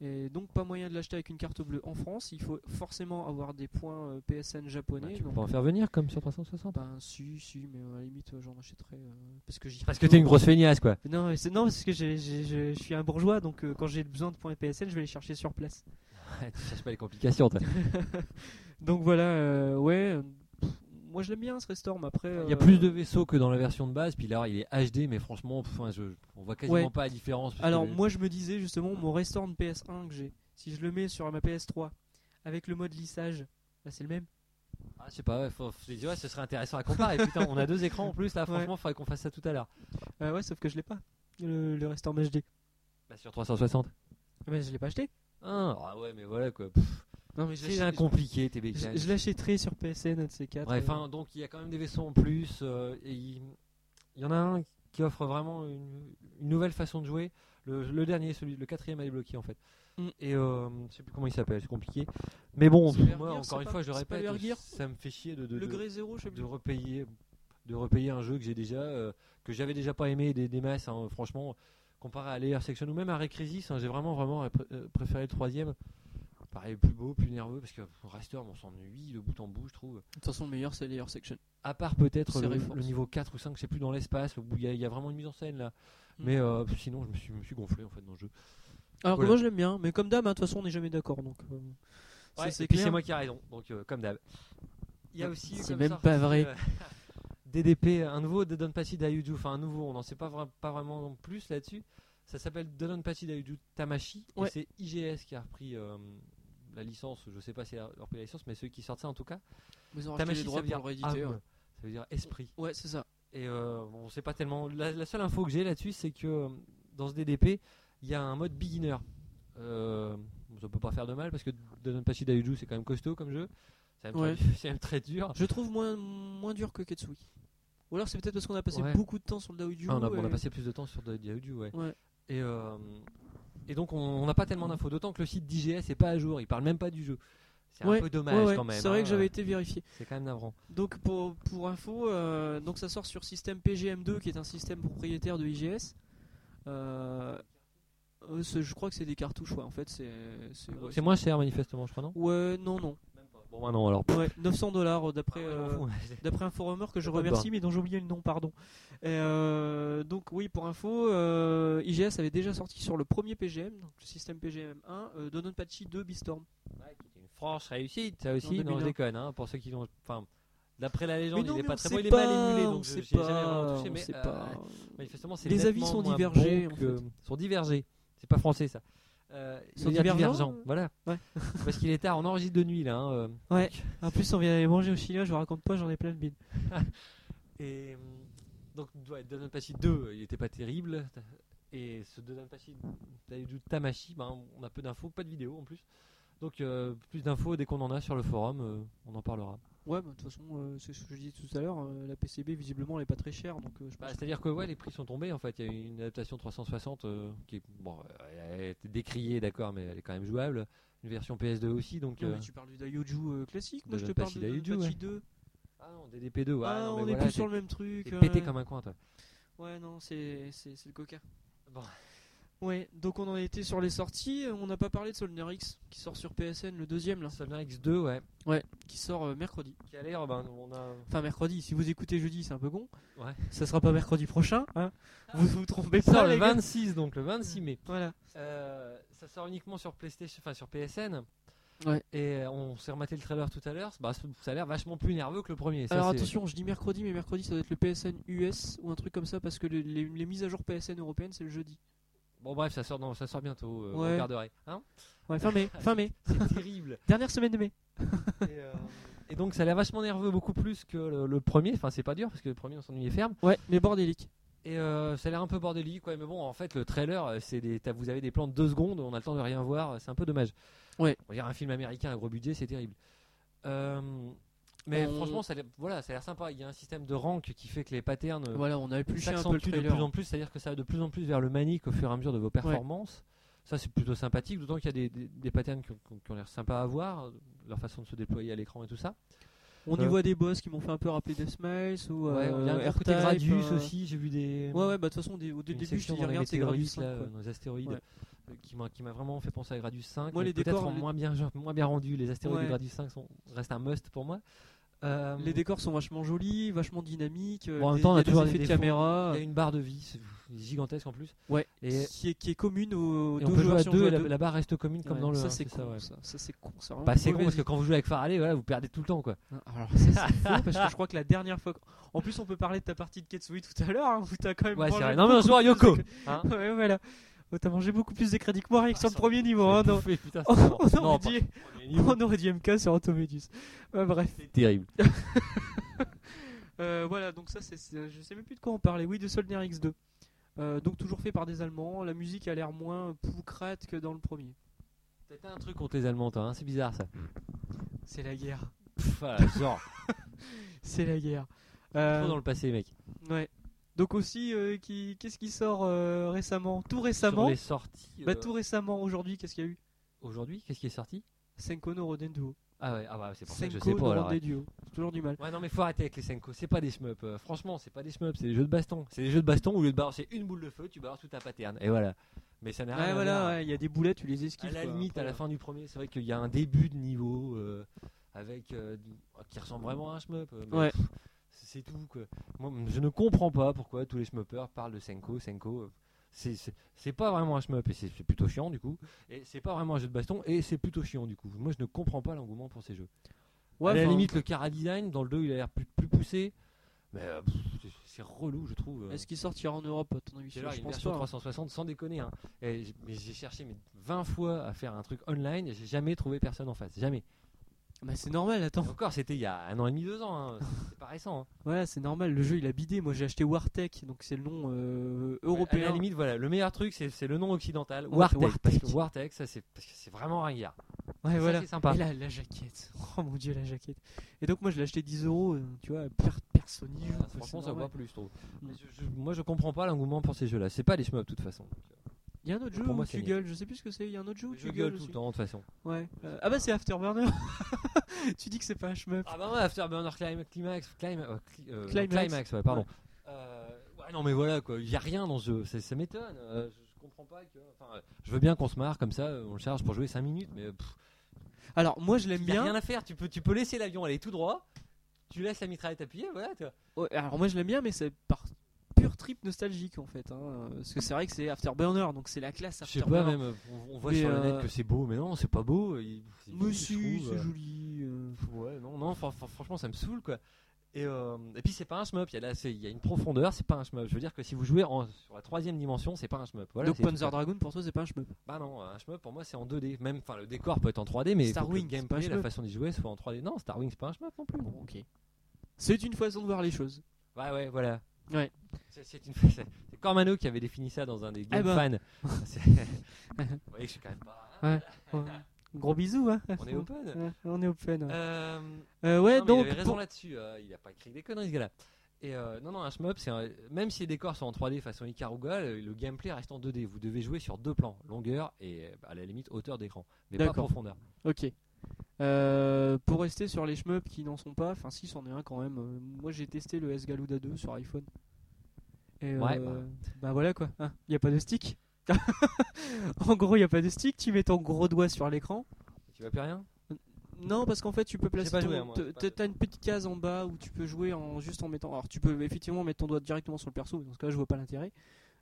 [SPEAKER 1] Et donc pas moyen de l'acheter avec une carte bleue en France, il faut forcément avoir des points euh, PSN
[SPEAKER 2] Bah,
[SPEAKER 1] japonais.
[SPEAKER 2] tu peux
[SPEAKER 1] donc,
[SPEAKER 2] pas en faire venir comme sur 360.
[SPEAKER 1] ben si si mais à la limite euh, j'en achèterai euh, parce que j'y
[SPEAKER 2] Parce que t'es une grosse feignasse quoi.
[SPEAKER 1] non, mais c'est- non, parce que j'ai- j'ai- je je suis un bourgeois, donc euh, quand j'ai besoin de points PSN, je vais les chercher sur place.
[SPEAKER 2] tu cherches pas les complications toi.
[SPEAKER 1] Donc voilà, euh, ouais. euh, pff, moi je l'aime bien ce Restorm. Après,
[SPEAKER 2] Il y
[SPEAKER 1] euh,
[SPEAKER 2] a plus de vaisseaux que dans la version de base, puis là il est HD, mais franchement, pff, enfin, je- on voit quasiment
[SPEAKER 1] Ouais.
[SPEAKER 2] pas la différence. parce que
[SPEAKER 1] Alors
[SPEAKER 2] le-
[SPEAKER 1] moi je me disais justement mon Restorm PS1 que j'ai, si je le mets sur ma PS3 avec le mode lissage, là c'est le même.
[SPEAKER 2] Ah, je sais pas, ouais, faut- faut- ouais, ce serait intéressant à comparer. Putain, on a deux écrans en plus là, franchement, faudrait qu'on fasse ça tout à l'heure.
[SPEAKER 1] Euh, ouais, sauf que je l'ai pas. Le, le Restorm HD.
[SPEAKER 2] Bah, sur 360.
[SPEAKER 1] Ah, Mais je l'ai pas acheté.
[SPEAKER 2] Ah, ah ouais, mais voilà quoi.
[SPEAKER 1] Non mais
[SPEAKER 2] C'est incompliqué, tes
[SPEAKER 1] Je,
[SPEAKER 2] bécanes.
[SPEAKER 1] je l'achèterai sur PSN un de ces quatre.
[SPEAKER 2] Bref,
[SPEAKER 1] euh.
[SPEAKER 2] hein, donc il y a quand même des vaisseaux en plus. euh, et il il y en a un qui offre vraiment une, une nouvelle façon de jouer. Le, le dernier, celui, le quatrième, elle est bloquée en fait.
[SPEAKER 1] Mm.
[SPEAKER 2] Et euh, je sais plus comment il s'appelle, c'est compliqué. Mais bon,
[SPEAKER 1] C'est le Air
[SPEAKER 2] moi,
[SPEAKER 1] Gear,
[SPEAKER 2] encore
[SPEAKER 1] c'est
[SPEAKER 2] une
[SPEAKER 1] pas-
[SPEAKER 2] fois, je le
[SPEAKER 1] c'est pas
[SPEAKER 2] répète,
[SPEAKER 1] le Air Gear
[SPEAKER 2] ça me fait chier de, de,
[SPEAKER 1] le
[SPEAKER 2] de-
[SPEAKER 1] gré zéro, je sais
[SPEAKER 2] de
[SPEAKER 1] plus.
[SPEAKER 2] repayer de repayer un jeu que j'ai déjà euh, que j'avais déjà pas aimé des, des masses hein, franchement comparé à Layer Section ou même à Recresis hein, j'ai vraiment vraiment pré- euh, préféré le troisième pareil plus beau plus nerveux parce que Raster on s'ennuie de bout en bout je trouve
[SPEAKER 1] De toute façon, le meilleur c'est Layer Section.
[SPEAKER 2] à part peut-être
[SPEAKER 1] C'est
[SPEAKER 2] le,
[SPEAKER 1] Reforce.
[SPEAKER 2] le niveau 4 ou 5 je sais plus dans l'espace où il y, a- il y a vraiment une mise en scène là
[SPEAKER 1] Mm.
[SPEAKER 2] mais euh, sinon je me suis, je me suis gonflé en fait dans le jeu
[SPEAKER 1] Alors que
[SPEAKER 2] Voilà.
[SPEAKER 1] moi je l'aime bien, mais comme dame, hein, de toute façon on n'est jamais d'accord donc. euh, ça,
[SPEAKER 2] Ouais,
[SPEAKER 1] c'est
[SPEAKER 2] et puis
[SPEAKER 1] clair.
[SPEAKER 2] c'est moi qui ai raison donc euh, comme d'hab il y a aussi
[SPEAKER 1] C'est
[SPEAKER 2] comme
[SPEAKER 1] même
[SPEAKER 2] sortie,
[SPEAKER 1] pas vrai.
[SPEAKER 2] euh, DDP, un nouveau Dodon Pachi Dayuju, enfin un nouveau, on n'en sait pas, vra- pas vraiment non plus là-dessus. Ça s'appelle Dodon Pachi Dayuju Tamashi,
[SPEAKER 1] Ouais.
[SPEAKER 2] et c'est IGS qui a repris euh, la licence, je sais pas si elle a repris la licence, mais ceux qui sortent ça en tout cas.
[SPEAKER 1] Ils ont racheté les
[SPEAKER 2] Tamashi, ça Ah,
[SPEAKER 1] droits
[SPEAKER 2] veut
[SPEAKER 1] pour le
[SPEAKER 2] dire
[SPEAKER 1] rééditer.
[SPEAKER 2] âme,
[SPEAKER 1] ouais.
[SPEAKER 2] ça veut dire esprit.
[SPEAKER 1] Ouais, c'est ça.
[SPEAKER 2] Et euh, bon, on sait pas tellement. La, la seule info que j'ai là-dessus, c'est que euh, dans ce DDP, il y a un mode beginner. Euh, bon, ça peut pas faire de mal parce que Dodon Pachi Dayuju, c'est quand même costaud comme jeu. C'est quand même très- c'est quand même très dur.
[SPEAKER 1] Je trouve moins, moins dur que Ketsui. Ou alors c'est peut-être parce qu'on a passé
[SPEAKER 2] Ouais.
[SPEAKER 1] beaucoup de temps sur le Daoju.
[SPEAKER 2] Ah, on, a, on a
[SPEAKER 1] et-
[SPEAKER 2] passé plus de temps sur Daily Audio, ouais.
[SPEAKER 1] Ouais.
[SPEAKER 2] Et, euh, et donc on on n'a pas tellement d'infos, d'autant que le site d'IGS n'est pas à jour, il parle même pas du jeu. C'est un peu dommage quand même.
[SPEAKER 1] C'est vrai
[SPEAKER 2] hein,
[SPEAKER 1] que j'avais
[SPEAKER 2] euh,
[SPEAKER 1] été vérifié.
[SPEAKER 2] C'est quand même navrant.
[SPEAKER 1] Donc pour, pour info, euh, donc ça sort sur système PGM2 qui est un système propriétaire de IGS. Euh, euh, c'est- je crois que c'est des cartouches, ouais. En fait, c'est. C'est ouais,
[SPEAKER 2] C'est moins cher manifestement, je crois, non
[SPEAKER 1] c'est- ouais, non, non.
[SPEAKER 2] Bon, bah non, alors.
[SPEAKER 1] Ouais, 900 dollars d'après.
[SPEAKER 2] Ah, je m'en
[SPEAKER 1] euh,
[SPEAKER 2] fous. hein.
[SPEAKER 1] D'après un forumer que je
[SPEAKER 2] Pas de
[SPEAKER 1] remercie, mais dont j'ai oublié le nom, pardon. Et, euh, donc, oui, pour info, euh, IGS avait déjà sorti sur le premier PGM, donc le système PGM1, euh, Dononpachi 2 Beastorm.
[SPEAKER 2] C'est une franche réussite, ça aussi.
[SPEAKER 1] En
[SPEAKER 2] Non,
[SPEAKER 1] 2001.
[SPEAKER 2] je déconne, hein, pour ceux qui l'ont. Enfin, d'après la légende,
[SPEAKER 1] non,
[SPEAKER 2] il est
[SPEAKER 1] mais
[SPEAKER 2] pas
[SPEAKER 1] on
[SPEAKER 2] très
[SPEAKER 1] sait
[SPEAKER 2] bon, il est
[SPEAKER 1] pas,
[SPEAKER 2] mal émulé,
[SPEAKER 1] on
[SPEAKER 2] donc
[SPEAKER 1] sait
[SPEAKER 2] je- j'ai jamais
[SPEAKER 1] pas,
[SPEAKER 2] vraiment touché,
[SPEAKER 1] on
[SPEAKER 2] mais.
[SPEAKER 1] sait
[SPEAKER 2] euh,
[SPEAKER 1] pas.
[SPEAKER 2] Manifestement, c'est
[SPEAKER 1] Les avis
[SPEAKER 2] nettement
[SPEAKER 1] sont
[SPEAKER 2] moins
[SPEAKER 1] divergés,
[SPEAKER 2] bon
[SPEAKER 1] en
[SPEAKER 2] que- sont divergés. C'est pas français ça. Euh,
[SPEAKER 1] Ils
[SPEAKER 2] ils
[SPEAKER 1] sont
[SPEAKER 2] sont divergents.
[SPEAKER 1] divergents,
[SPEAKER 2] Voilà.
[SPEAKER 1] ouais.
[SPEAKER 2] Parce qu'il est tard. On enregistre de nuit là. hein, euh.
[SPEAKER 1] Ouais. En plus, on vient d'aller manger au Chili, je vous raconte pas, j'en ai plein de bide.
[SPEAKER 2] Et euh, donc ouais, Donald Pachi 2, il était pas terrible. Et ce Donald Pachi du Tamashi, ben, on a peu d'infos, pas de vidéo en plus. Donc euh, plus d'infos dès qu'on en a sur le forum, euh, on en parlera.
[SPEAKER 1] Ouais, bah, de toute façon, euh, c'est ce que je disais tout à l'heure, euh, la PCB, visiblement, elle est pas très chère, donc euh, je
[SPEAKER 2] Bah,
[SPEAKER 1] pense
[SPEAKER 2] C'est-à-dire que ouais, les prix sont tombés en fait. Il y a eu une adaptation 360 euh, qui est bon, elle a été décriée d'accord, mais elle est quand même jouable. Une version PS2 aussi, donc.
[SPEAKER 1] que- Non,
[SPEAKER 2] euh,
[SPEAKER 1] mais tu parles du Daioju euh, classique, moi
[SPEAKER 2] de
[SPEAKER 1] je te parle
[SPEAKER 2] Donpachi
[SPEAKER 1] de
[SPEAKER 2] Daioju,
[SPEAKER 1] Donpachi
[SPEAKER 2] ouais.
[SPEAKER 1] 2.
[SPEAKER 2] Ah non, DDP2, ouais,
[SPEAKER 1] ah,
[SPEAKER 2] non, mais
[SPEAKER 1] on est
[SPEAKER 2] voilà,
[SPEAKER 1] plus sur
[SPEAKER 2] t'es-
[SPEAKER 1] le même truc.
[SPEAKER 2] t'es
[SPEAKER 1] euh,
[SPEAKER 2] pété comme un coin, toi.
[SPEAKER 1] Ouais, non, c'est c'est- c'est le coca.
[SPEAKER 2] Bon.
[SPEAKER 1] Ouais, donc on en était sur les sorties, euh, on n'a pas parlé de Solner X, qui sort sur PSN le deuxième, là,
[SPEAKER 2] Soldier X2, ouais,
[SPEAKER 1] qui sort euh, mercredi.
[SPEAKER 2] qui a l'air, ben, on a.
[SPEAKER 1] Enfin, mercredi, si vous écoutez jeudi, c'est un peu con.
[SPEAKER 2] Ouais.
[SPEAKER 1] Ça sera pas mercredi prochain, hein. Vous vous trompez
[SPEAKER 2] Ça
[SPEAKER 1] pas,
[SPEAKER 2] sort le
[SPEAKER 1] les gars. Mm.
[SPEAKER 2] 26, donc le 26 mai.
[SPEAKER 1] Voilà.
[SPEAKER 2] Euh, ça sort uniquement sur PlayStation, enfin sur PSN.
[SPEAKER 1] Ouais.
[SPEAKER 2] Et euh, on s'est rematé le trailer tout à l'heure. Bah, ça- ça a l'air vachement plus nerveux que le premier. Ça,
[SPEAKER 1] Alors
[SPEAKER 2] c'est-
[SPEAKER 1] attention, je dis mercredi, mais mercredi ça doit être le PSN US ou un truc comme ça parce que les, les- les mises à jour PSN européennes c'est le jeudi.
[SPEAKER 2] Bon bref, ça sort, non, ça sort bientôt. euh,
[SPEAKER 1] Ouais.
[SPEAKER 2] Vous regarderez. Hein
[SPEAKER 1] Ouais, fin mai, fin mai,
[SPEAKER 2] c'est terrible.
[SPEAKER 1] dernière semaine de mai.
[SPEAKER 2] et, euh, et donc ça a l'air vachement nerveux, beaucoup plus que le, le premier. Enfin, c'est pas dur parce que le premier on s'ennuyait ferme.
[SPEAKER 1] Ouais, mais bordélique.
[SPEAKER 2] Et euh, ça a l'air un peu bordélique, quoi. Mais bon, en fait, le trailer, euh, c'est des, t'as- vous avez des plans de deux secondes, on a le temps de rien voir. euh, C'est un peu dommage.
[SPEAKER 1] Ouais.
[SPEAKER 2] On dirait un film américain à gros budget, c'est terrible. Euh, mais
[SPEAKER 1] On-
[SPEAKER 2] franchement, ça, a l'air- voilà, ça a l'air sympa. Il y a un système de rank qui fait que les patterns euh,
[SPEAKER 1] Voilà, on a épluché un peu le
[SPEAKER 2] s'accentuent de plus
[SPEAKER 1] trailer.
[SPEAKER 2] en plus. C'est-à-dire que ça va de plus en plus vers le manique au fur et à mesure de vos performances. Ça, c'est plutôt sympathique. D'autant qu'il y a des, des- des patterns qui ont, qui ont l'air sympas à voir, leur façon de se déployer à l'écran et tout ça.
[SPEAKER 1] On y
[SPEAKER 2] Euh.
[SPEAKER 1] voit des boss qui m'ont fait un peu rappeler Deathmails ou
[SPEAKER 2] Ouais,
[SPEAKER 1] euh,
[SPEAKER 2] il y a un
[SPEAKER 1] R-Type,
[SPEAKER 2] côté Gradius
[SPEAKER 1] euh,
[SPEAKER 2] aussi. J'ai vu des.
[SPEAKER 1] Ouais, ouais, bah de toute façon, dès- au dès le
[SPEAKER 2] une
[SPEAKER 1] début, je te
[SPEAKER 2] section
[SPEAKER 1] dis,
[SPEAKER 2] dans les
[SPEAKER 1] regarde, c'est Gradius
[SPEAKER 2] météorites,
[SPEAKER 1] 5.
[SPEAKER 2] là,
[SPEAKER 1] quoi.
[SPEAKER 2] euh, dans les astéroïdes,
[SPEAKER 1] Ouais.
[SPEAKER 2] euh, qui m'a qui m'a vraiment fait penser à Gradius 5.
[SPEAKER 1] Moi,
[SPEAKER 2] mais
[SPEAKER 1] les
[SPEAKER 2] peut-être
[SPEAKER 1] décors,
[SPEAKER 2] en
[SPEAKER 1] les-
[SPEAKER 2] moins bien, moins bien rendus. Les astéroïdes
[SPEAKER 1] Ouais.
[SPEAKER 2] de Gradius 5 sont, restent un must pour moi. Euh,
[SPEAKER 1] Les décors sont vachement jolis, vachement dynamiques. euh,
[SPEAKER 2] Bon, en même
[SPEAKER 1] des-
[SPEAKER 2] temps, on
[SPEAKER 1] il y
[SPEAKER 2] a
[SPEAKER 1] a des
[SPEAKER 2] toujours
[SPEAKER 1] effets
[SPEAKER 2] des
[SPEAKER 1] de
[SPEAKER 2] défauts.
[SPEAKER 1] caméra.
[SPEAKER 2] Il y a une barre de vie c'est gigantesque en plus.
[SPEAKER 1] Ouais.
[SPEAKER 2] Et,
[SPEAKER 1] Qui est, qui est commune aux
[SPEAKER 2] et
[SPEAKER 1] deux
[SPEAKER 2] on peut jouer à
[SPEAKER 1] versions, on joue
[SPEAKER 2] deux, et
[SPEAKER 1] à
[SPEAKER 2] la,
[SPEAKER 1] deux.
[SPEAKER 2] la barre reste commune comme
[SPEAKER 1] Ouais,
[SPEAKER 2] dans le
[SPEAKER 1] Ça,
[SPEAKER 2] 1,
[SPEAKER 1] c'est
[SPEAKER 2] ça,
[SPEAKER 1] con,
[SPEAKER 2] ouais.
[SPEAKER 1] ça. Ça, hein. c'est con. c'est vraiment
[SPEAKER 2] Bah, c'est con
[SPEAKER 1] mauvaise
[SPEAKER 2] parce que quand vous jouez avec Farley, voilà, vous perdez tout le temps quoi.
[SPEAKER 1] Non, Hein, Alors ça c'est faux parce que je crois que la dernière fois. qu'- En plus on peut parler de ta partie de Ketsui tout à l'heure hein, où t'as quand même.
[SPEAKER 2] Ouais, c'est
[SPEAKER 1] mangé
[SPEAKER 2] vrai. Non, mais on
[SPEAKER 1] beaucoup
[SPEAKER 2] joue à
[SPEAKER 1] plus
[SPEAKER 2] Yoko.
[SPEAKER 1] de-
[SPEAKER 2] Hein
[SPEAKER 1] ouais voilà. Oh, T'as mangé beaucoup plus de crédits que moi rien que
[SPEAKER 2] Ah,
[SPEAKER 1] sur le
[SPEAKER 2] sans-
[SPEAKER 1] premier niveau. Hein, non. Oh,
[SPEAKER 2] Bouffé, putain,
[SPEAKER 1] On,
[SPEAKER 2] c'est mort.
[SPEAKER 1] aurait
[SPEAKER 2] Non, pas-
[SPEAKER 1] dit, on aurait dit MK sur Automedus. Ouais, bref.
[SPEAKER 2] C'est terrible.
[SPEAKER 1] Euh, voilà donc ça c'est c'est- je sais même plus de quoi on parlait. Oui de Soldier X2. Euh, donc toujours fait par des Allemands. La musique a l'air moins poucrate que dans le premier.
[SPEAKER 2] T'as un truc contre les Allemands, toi, hein, c'est bizarre ça.
[SPEAKER 1] C'est la guerre.
[SPEAKER 2] Pff, voilà, genre,
[SPEAKER 1] C'est la guerre.
[SPEAKER 2] trop
[SPEAKER 1] Euh,
[SPEAKER 2] dans le passé, mec.
[SPEAKER 1] ouais. Donc aussi euh, qui qu'est-ce qui sort euh, récemment Tout récemment.
[SPEAKER 2] Sur les sorties.
[SPEAKER 1] Bah
[SPEAKER 2] euh,
[SPEAKER 1] tout récemment, aujourd'hui, qu'est-ce qu'il y a eu
[SPEAKER 2] Aujourd'hui, qu'est-ce qui est sorti
[SPEAKER 1] Senko no Roden Duo.
[SPEAKER 2] Ah ouais, ah bah c'est pour ça que je
[SPEAKER 1] Senko
[SPEAKER 2] sais
[SPEAKER 1] no
[SPEAKER 2] pas alors.
[SPEAKER 1] Roden
[SPEAKER 2] Ouais.
[SPEAKER 1] Duo. J'ai Toujours du mal.
[SPEAKER 2] Ouais, non mais faut arrêter avec les Senko, c'est pas des shmups. euh, franchement, c'est pas des shmups, c'est des jeux de baston. C'est des jeux de baston où au lieu de balancer une boule de feu, tu balances tout un pattern. Et voilà. Mais ça n'a rien
[SPEAKER 1] Ouais,
[SPEAKER 2] à
[SPEAKER 1] voilà,
[SPEAKER 2] voir.
[SPEAKER 1] ouais, il y a des boulettes, tu les esquives.
[SPEAKER 2] Ah, À la
[SPEAKER 1] quoi.
[SPEAKER 2] limite, à la fin du premier, c'est vrai qu'il y a un début de niveau euh, avec euh, du- qui ressemble vraiment à un shmup. euh, mais
[SPEAKER 1] Ouais.
[SPEAKER 2] pff, c'est c'est tout quoi. Moi, m- je ne comprends pas pourquoi tous les shmuppers parlent de Senko, Senko. euh, c'est- c'est c'est pas vraiment un shmup et c'est c'est plutôt chiant du coup. Et c'est pas vraiment un jeu de baston et c'est plutôt chiant du coup. Moi, je ne comprends pas l'engouement pour ces jeux.
[SPEAKER 1] Ouais,
[SPEAKER 2] à la
[SPEAKER 1] enfin, euh,
[SPEAKER 2] limite, le Cara Design dans le 2, il a l'air plus, plus poussé. Mais euh, pff, c'est- c'est relou, je trouve. euh.
[SPEAKER 1] Est-ce qu'il sortira en Europe, à ton avis
[SPEAKER 2] Taylor, il y
[SPEAKER 1] Je
[SPEAKER 2] a une
[SPEAKER 1] pense
[SPEAKER 2] version
[SPEAKER 1] pas. hein.
[SPEAKER 2] 360 sans déconner. hein. Et j- mais j'ai cherché mais 20 fois à faire un truc online et j'ai jamais trouvé personne en face. Jamais.
[SPEAKER 1] Bah, c'est normal, attends.
[SPEAKER 2] Et encore, c'était il y a un an et demi, deux ans. hein. C'est pas récent. hein.
[SPEAKER 1] Voilà, c'est normal, le jeu il a bidé. Moi j'ai acheté Wartech, donc c'est le nom euh, européen.
[SPEAKER 2] À la limite, voilà, le meilleur truc, c'est c'est le nom occidental.
[SPEAKER 1] Ouais,
[SPEAKER 2] Wartech.
[SPEAKER 1] Wartech.
[SPEAKER 2] Parce que Wartech, ça, c'est parce que c'est vraiment ringard.
[SPEAKER 1] ouais,
[SPEAKER 2] Ça,
[SPEAKER 1] voilà.
[SPEAKER 2] c'est sympa.
[SPEAKER 1] Et là, la jaquette. Oh mon dieu, la jaquette. Et donc moi je l'ai acheté 10 euros, euh, tu vois, per- personne n'y
[SPEAKER 2] Ouais,
[SPEAKER 1] joue. quoi,
[SPEAKER 2] franchement,
[SPEAKER 1] c'est
[SPEAKER 2] ça
[SPEAKER 1] normal.
[SPEAKER 2] voit plus, je trouve.
[SPEAKER 1] Mm.
[SPEAKER 2] Mais je- je- moi, je comprends pas l'engouement pour ces jeux-là. C'est pas des shmups, de toute façon. Donc, euh,
[SPEAKER 1] Il y a un autre jeu
[SPEAKER 2] Pour
[SPEAKER 1] où
[SPEAKER 2] moi,
[SPEAKER 1] tu
[SPEAKER 2] c'est
[SPEAKER 1] gueules, je sais plus ce que c'est. Il y a un autre jeu où
[SPEAKER 2] Je
[SPEAKER 1] tu
[SPEAKER 2] gueule
[SPEAKER 1] gueules
[SPEAKER 2] tout le
[SPEAKER 1] aussi.
[SPEAKER 2] temps de toute façon.
[SPEAKER 1] Ouais. Euh, ah bah c'est Afterburner. tu dis que c'est pas un shmup.
[SPEAKER 2] Ah bah ouais, Afterburner Climax, Climax, Climax, euh, cli- euh,
[SPEAKER 1] Climax.
[SPEAKER 2] Climax, ouais, pardon. Euh, ouais, non mais voilà quoi, il y a rien dans ce jeu, C'est- ça m'étonne. euh, je, je comprends pas que. Enfin, euh, je veux bien qu'on se marre comme ça, euh, on le charge pour jouer 5 minutes, mais pff,
[SPEAKER 1] Alors moi je l'aime
[SPEAKER 2] y a rien
[SPEAKER 1] bien.
[SPEAKER 2] à faire. Tu peux, tu peux laisser l'avion aller tout droit, tu laisses la mitraillette appuyée, voilà. Toi.
[SPEAKER 1] Ouais, alors moi je l'aime bien, mais c'est par pur trip nostalgique en fait. hein. Parce que c'est vrai que c'est Afterburner, donc c'est la classe
[SPEAKER 2] Je sais pas
[SPEAKER 1] Afterburner.
[SPEAKER 2] même. euh, On, on voit
[SPEAKER 1] Mais,
[SPEAKER 2] sur le
[SPEAKER 1] euh,
[SPEAKER 2] net que c'est beau, mais non, c'est pas beau. il- c'est
[SPEAKER 1] Mais
[SPEAKER 2] nul,
[SPEAKER 1] si,
[SPEAKER 2] je trouve,
[SPEAKER 1] c'est
[SPEAKER 2] euh.
[SPEAKER 1] joli. euh.
[SPEAKER 2] Pff, Ouais, non, non, fran- fran- franchement, ça me saoule quoi. Et, euh, et puis c'est pas un shmup, il y, a là, c'est- il y a une profondeur, c'est pas un shmup. Je veux dire que si vous jouez en- sur la troisième dimension, c'est pas un shmup. Voilà,
[SPEAKER 1] donc
[SPEAKER 2] c'est tout,
[SPEAKER 1] Panzer
[SPEAKER 2] quoi.
[SPEAKER 1] Dragoon pour toi c'est pas un shmup.
[SPEAKER 2] Bah non, un shmup pour moi c'est en 2D. Même, enfin, le décor peut être en 3D, mais
[SPEAKER 1] Star
[SPEAKER 2] faut que le
[SPEAKER 1] Wing, c'est pas un
[SPEAKER 2] gameplay, la
[SPEAKER 1] shmup.
[SPEAKER 2] façon d'y jouer soit en 3D. Non, Star Wing c'est pas un shmup non plus.
[SPEAKER 1] Bon, ok. C'est une façon de voir les choses.
[SPEAKER 2] Ouais, ouais, voilà.
[SPEAKER 1] Ouais.
[SPEAKER 2] C'est c'est une... c'est- c'est Cormano qui avait défini ça dans un des game
[SPEAKER 1] ben.
[SPEAKER 2] fans. C'est- Vous voyez que je suis quand même pas. hein,
[SPEAKER 1] Ouais. Gros bisous hein.
[SPEAKER 2] On est open.
[SPEAKER 1] Ouais, on est open. Ouais,
[SPEAKER 2] Euh,
[SPEAKER 1] Euh, ouais,
[SPEAKER 2] Non, mais
[SPEAKER 1] donc
[SPEAKER 2] il avait raison
[SPEAKER 1] pour-
[SPEAKER 2] là-dessus. euh, il a pas écrit des conneries, ce gars-là. Et euh, non, non, un shmup, c'est un- même si les décors sont en 3D façon Ikaruga, le, le gameplay reste en 2D. Vous devez jouer sur deux plans, longueur et bah, à la limite hauteur d'écran, mais pas
[SPEAKER 1] D'accord.
[SPEAKER 2] profondeur.
[SPEAKER 1] Ok. Euh, pour rester sur les shmups qui n'en sont pas, enfin si c'en est un quand même. euh, moi j'ai testé le S-Galuda 2 sur iPhone. Et, euh,
[SPEAKER 2] Ouais,
[SPEAKER 1] bah.
[SPEAKER 2] bah.
[SPEAKER 1] voilà quoi. Il n'y a pas de stick. en gros, il n'y a pas de stick. Tu mets ton gros doigt sur l'écran.
[SPEAKER 2] Tu vois plus rien
[SPEAKER 1] Non, parce qu'en fait, tu peux placer.
[SPEAKER 2] pas
[SPEAKER 1] ton-
[SPEAKER 2] joué, moi,
[SPEAKER 1] te-
[SPEAKER 2] j'ai pas
[SPEAKER 1] te-
[SPEAKER 2] de-
[SPEAKER 1] T'as une petite case en bas où tu peux jouer en juste en mettant. Alors, tu peux effectivement mettre ton doigt directement sur le perso. Dans ce cas-là, je vois pas l'intérêt.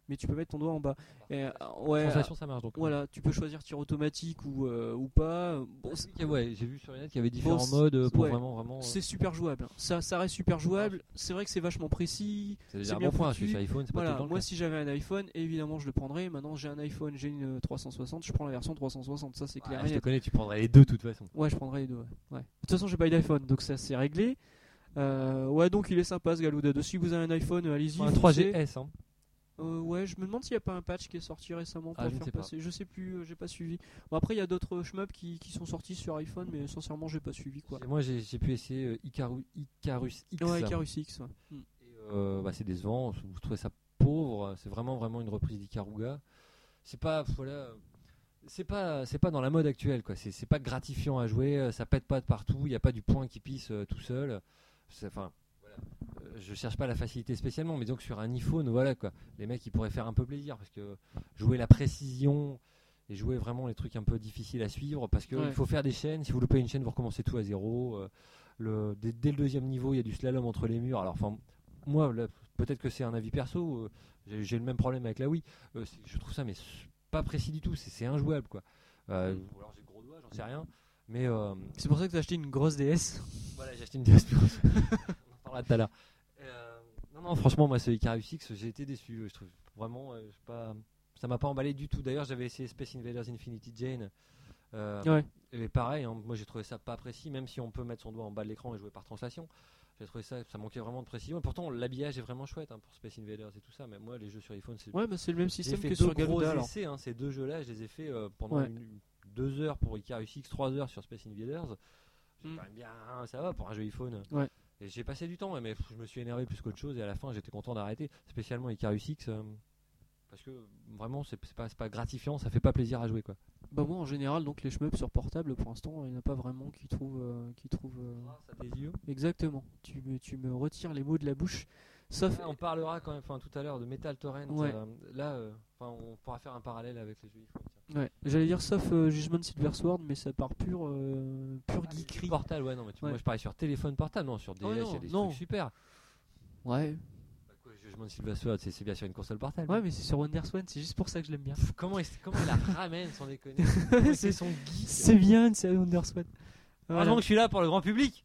[SPEAKER 1] Mais tu peux mettre ton doigt en bas. Et, euh, ouais.
[SPEAKER 2] Sensation, ça marche donc. euh,
[SPEAKER 1] Voilà, tu peux choisir tir automatique ou, euh, ou pas. Bon, c'est-
[SPEAKER 2] Ok, ouais, j'ai vu sur les net qu'il y avait différents
[SPEAKER 1] c'est-
[SPEAKER 2] modes euh, pour
[SPEAKER 1] ouais.
[SPEAKER 2] vraiment, vraiment. euh,
[SPEAKER 1] C'est super jouable. hein. Ça, ça reste super jouable. C'est vrai que c'est vachement précis.
[SPEAKER 2] C'est déjà
[SPEAKER 1] c'est
[SPEAKER 2] un
[SPEAKER 1] bien
[SPEAKER 2] bon point.
[SPEAKER 1] foutu.
[SPEAKER 2] Je suis sur iPhone, c'est pas tout
[SPEAKER 1] Voilà,
[SPEAKER 2] le temps.
[SPEAKER 1] moi
[SPEAKER 2] le
[SPEAKER 1] si j'avais un iPhone, évidemment je le prendrais. Maintenant j'ai un iPhone, j'ai une euh, 360, je prends la version 360. Ça c'est
[SPEAKER 2] cas.
[SPEAKER 1] clair.
[SPEAKER 2] Ouais,
[SPEAKER 1] et
[SPEAKER 2] Ah, je te
[SPEAKER 1] net.
[SPEAKER 2] connais, tu prendrais les deux de toute façon.
[SPEAKER 1] Ouais, je prendrais les deux. Ouais. Ouais. De toute façon, j'ai pas eu d'iPhone, donc ça c'est réglé. Euh, ouais, donc il est sympa ce Galouda. De si vous avez un iPhone, euh, allez-y.
[SPEAKER 2] Un
[SPEAKER 1] foncez.
[SPEAKER 2] 3GS, hein.
[SPEAKER 1] Euh, ouais, je me demande s'il n'y a pas un patch qui est sorti récemment pour
[SPEAKER 2] Ah,
[SPEAKER 1] le
[SPEAKER 2] je ne
[SPEAKER 1] faire
[SPEAKER 2] sais pas.
[SPEAKER 1] passer. Je sais plus, euh, j'ai pas suivi. Bon, après, il y a d'autres euh, shmups qui, qui sont sortis sur iPhone, mais sincèrement, j'ai pas suivi quoi.
[SPEAKER 2] Et Moi, j'ai j'ai pu essayer euh, Icaru- Icarus X.
[SPEAKER 1] Ouais, Icarus X. ouais. Hmm.
[SPEAKER 2] Et, euh, bah, c'est décevant. Vous trouvez ça pauvre. C'est vraiment, vraiment une reprise d'Ikaruga. C'est pas, voilà, c'est pas, c'est pas dans la mode actuelle, quoi. C'est, c'est pas gratifiant à jouer. euh, Ça pète pas de partout. Il n'y a pas du point qui pisse euh, tout seul. C'est- Enfin, voilà. Euh, je cherche pas la facilité spécialement, mais donc sur un iPhone, voilà, quoi. Les mecs, ils pourraient faire un peu plaisir parce que jouer la précision. Et jouer vraiment les trucs un peu difficiles à suivre parce qu'il
[SPEAKER 1] Ouais.
[SPEAKER 2] faut faire des chaînes. Si vous loupez une chaîne, vous recommencez tout à zéro. euh, le, dès, dès le deuxième niveau, il y a du slalom entre les murs. Alors, enfin, moi, là, peut-être que c'est un avis perso, euh, j'ai j'ai le même problème avec la Wii. Euh, c'est- je trouve ça, mais s- pas précis du tout, c'est c'est injouable quoi. Euh, ou alors j'ai le gros doigt, j'en sais rien. Mais euh,
[SPEAKER 1] C'est pour ça que t'as acheté une grosse DS.
[SPEAKER 2] voilà, j'ai acheté une DS Plus. On en parlera tout à l'heure. Euh, non, non, franchement, moi, ce Icarus X, j'ai été déçu. euh, Je trouve vraiment, euh, je sais pas, ça m'a pas emballé du tout. D'ailleurs, j'avais essayé Space Invaders Infinity Jane. Euh,
[SPEAKER 1] Ouais.
[SPEAKER 2] et pareil, hein, moi j'ai trouvé ça pas précis, même si on peut mettre son doigt en bas de l'écran et jouer par translation. J'ai trouvé ça, ça manquait vraiment de précision. Et pourtant, l'habillage est vraiment chouette hein, pour Space Invaders et tout ça. Mais moi, les jeux sur iPhone, c'est.
[SPEAKER 1] Ouais, bah c'est le même
[SPEAKER 2] J'ai
[SPEAKER 1] système
[SPEAKER 2] fait
[SPEAKER 1] que
[SPEAKER 2] deux
[SPEAKER 1] sur
[SPEAKER 2] gros
[SPEAKER 1] Galuda alors.
[SPEAKER 2] essais, hein, ces deux jeux-là, je les ai fait euh, pendant
[SPEAKER 1] Ouais.
[SPEAKER 2] une- deux heures pour Icarus X, trois heures sur Space Invaders. J'ai
[SPEAKER 1] Mm.
[SPEAKER 2] quand même bien, hein, ça va pour un jeu iPhone.
[SPEAKER 1] Ouais.
[SPEAKER 2] Et j'ai passé du temps, ouais, mais pff, je me suis énervé plus qu'autre chose et à la fin j'étais content d'arrêter, spécialement Icarus X, euh, parce que vraiment c'est c'est pas, c'est pas gratifiant, ça fait pas plaisir à jouer quoi.
[SPEAKER 1] Bah moi en général donc les shmups sur portable pour l'instant il n'y en a pas vraiment qui trouve qui trouve
[SPEAKER 2] Grâce à tes yeux.
[SPEAKER 1] exactement. Tu me tu me retires les mots de la bouche sauf
[SPEAKER 2] Ouais, Ah, on parlera quand même enfin, tout à l'heure de Metal Torrent.
[SPEAKER 1] Ouais.
[SPEAKER 2] euh, là, euh, enfin, on pourra faire un parallèle avec les jeux iPhone. tiens.
[SPEAKER 1] ouais, j'allais dire sauf euh, Judgment Silver Sword mais ça part pur euh, pur
[SPEAKER 2] Ah,
[SPEAKER 1] geekerie.
[SPEAKER 2] Portable, ouais, non, mais tu-
[SPEAKER 1] Ouais.
[SPEAKER 2] moi je parlais sur téléphone portable, non, sur DS,
[SPEAKER 1] Oh
[SPEAKER 2] il y
[SPEAKER 1] non,
[SPEAKER 2] a des
[SPEAKER 1] non.
[SPEAKER 2] trucs super.
[SPEAKER 1] Ouais.
[SPEAKER 2] Bah quoi, Judgment Silver Sword, c'est c'est bien sur une console portable.
[SPEAKER 1] Ouais mais c'est sur WonderSwan, c'est juste pour ça que je l'aime bien.
[SPEAKER 2] Pff, comment, est comment il la ramène sans déconner Comment
[SPEAKER 1] C'est-
[SPEAKER 2] C'est son geek.
[SPEAKER 1] C'est bien une série WonderSwan.
[SPEAKER 2] Heureusement que je suis là pour le grand public.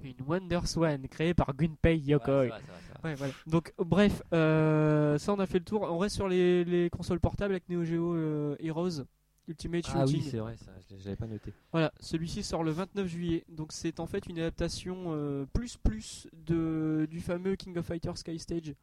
[SPEAKER 1] Une WonderSwan créée par Gunpei
[SPEAKER 2] Ouais,
[SPEAKER 1] Yokoi.
[SPEAKER 2] ça va, ça va, ça va.
[SPEAKER 1] Ouais, voilà. Donc, euh, bref, euh, ça on a fait le tour. On reste sur les, les consoles portables avec Neo Geo euh, Heroes Ultimate
[SPEAKER 2] Ah oui,
[SPEAKER 1] Shooting.
[SPEAKER 2] c'est vrai, ça, je l'ai- je l'avais pas noté.
[SPEAKER 1] voilà, celui-ci sort le 29 juillet. Donc, c'est en fait une adaptation euh, plus plus de, du fameux King of Fighters Sky Stage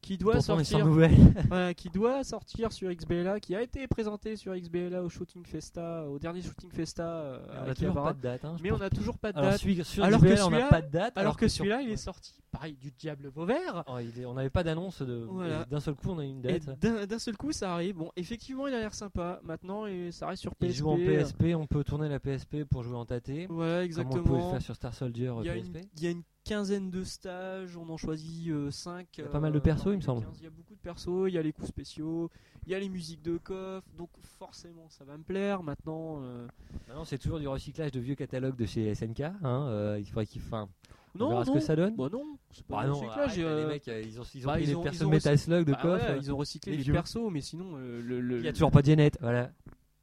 [SPEAKER 1] qui doit
[SPEAKER 2] Pourtant, on est sans
[SPEAKER 1] sortir
[SPEAKER 2] nouvelles.
[SPEAKER 1] voilà, qui doit sortir sur XBLA, qui a été présenté sur XBLA au Shooting Festa, au dernier Shooting Festa euh,
[SPEAKER 2] on
[SPEAKER 1] à
[SPEAKER 2] a toujours
[SPEAKER 1] Akihabara.
[SPEAKER 2] pas de date. Hein, je
[SPEAKER 1] Mais on
[SPEAKER 2] pense.
[SPEAKER 1] n'a toujours pas de
[SPEAKER 2] Alors,
[SPEAKER 1] date.
[SPEAKER 2] celui- sur
[SPEAKER 1] Alors que
[SPEAKER 2] XBL, on n'a
[SPEAKER 1] celui-là-
[SPEAKER 2] pas de date.
[SPEAKER 1] Alors que
[SPEAKER 2] sur-
[SPEAKER 1] celui-là, il est
[SPEAKER 2] Ouais.
[SPEAKER 1] sorti pareil, du Diable Vauvert.
[SPEAKER 2] Oh, il est- on n'avait pas d'annonce de.
[SPEAKER 1] Voilà.
[SPEAKER 2] et D'un seul coup, on a une
[SPEAKER 1] Et
[SPEAKER 2] date.
[SPEAKER 1] d'un d'un seul coup, ça arrive. Bon, effectivement, il a l'air sympa maintenant et ça reste sur PSP.
[SPEAKER 2] Il joue en PSP, on peut tourner la PSP pour jouer en tâté.
[SPEAKER 1] Voilà,
[SPEAKER 2] Comme on pouvait le
[SPEAKER 1] exactement.
[SPEAKER 2] faire sur Star Soldier euh,
[SPEAKER 1] Il y, a
[SPEAKER 2] PSP.
[SPEAKER 1] une, il y a une quinzaine de stages, on en choisit euh, 5.
[SPEAKER 2] y a pas mal de persos, il me semble.
[SPEAKER 1] Il y a beaucoup de persos, il y a les coups spéciaux, il y a les musiques de coffre, donc forcément ça va me plaire. Maintenant, euh,
[SPEAKER 2] Maintenant, c'est toujours du recyclage de vieux catalogues de chez SNK. hein, euh, il faudrait qu'ils fassent.
[SPEAKER 1] non,
[SPEAKER 2] on verra
[SPEAKER 1] non,
[SPEAKER 2] ce que ça donne.
[SPEAKER 1] bah non, c'est pas
[SPEAKER 2] Bah
[SPEAKER 1] un
[SPEAKER 2] non,
[SPEAKER 1] recyclage,
[SPEAKER 2] arrête,
[SPEAKER 1] euh,
[SPEAKER 2] les mecs, euh, ils ont, ils ont
[SPEAKER 1] bah,
[SPEAKER 2] pris
[SPEAKER 1] ils
[SPEAKER 2] les
[SPEAKER 1] ont-
[SPEAKER 2] persos
[SPEAKER 1] ils ont
[SPEAKER 2] Metal Slug de
[SPEAKER 1] bah
[SPEAKER 2] coffre.
[SPEAKER 1] ouais,
[SPEAKER 2] euh,
[SPEAKER 1] ils ont recyclé
[SPEAKER 2] les
[SPEAKER 1] les,
[SPEAKER 2] vieux.
[SPEAKER 1] persos, mais sinon euh, le, le-
[SPEAKER 2] Il y a toujours pas de Janet. Voilà.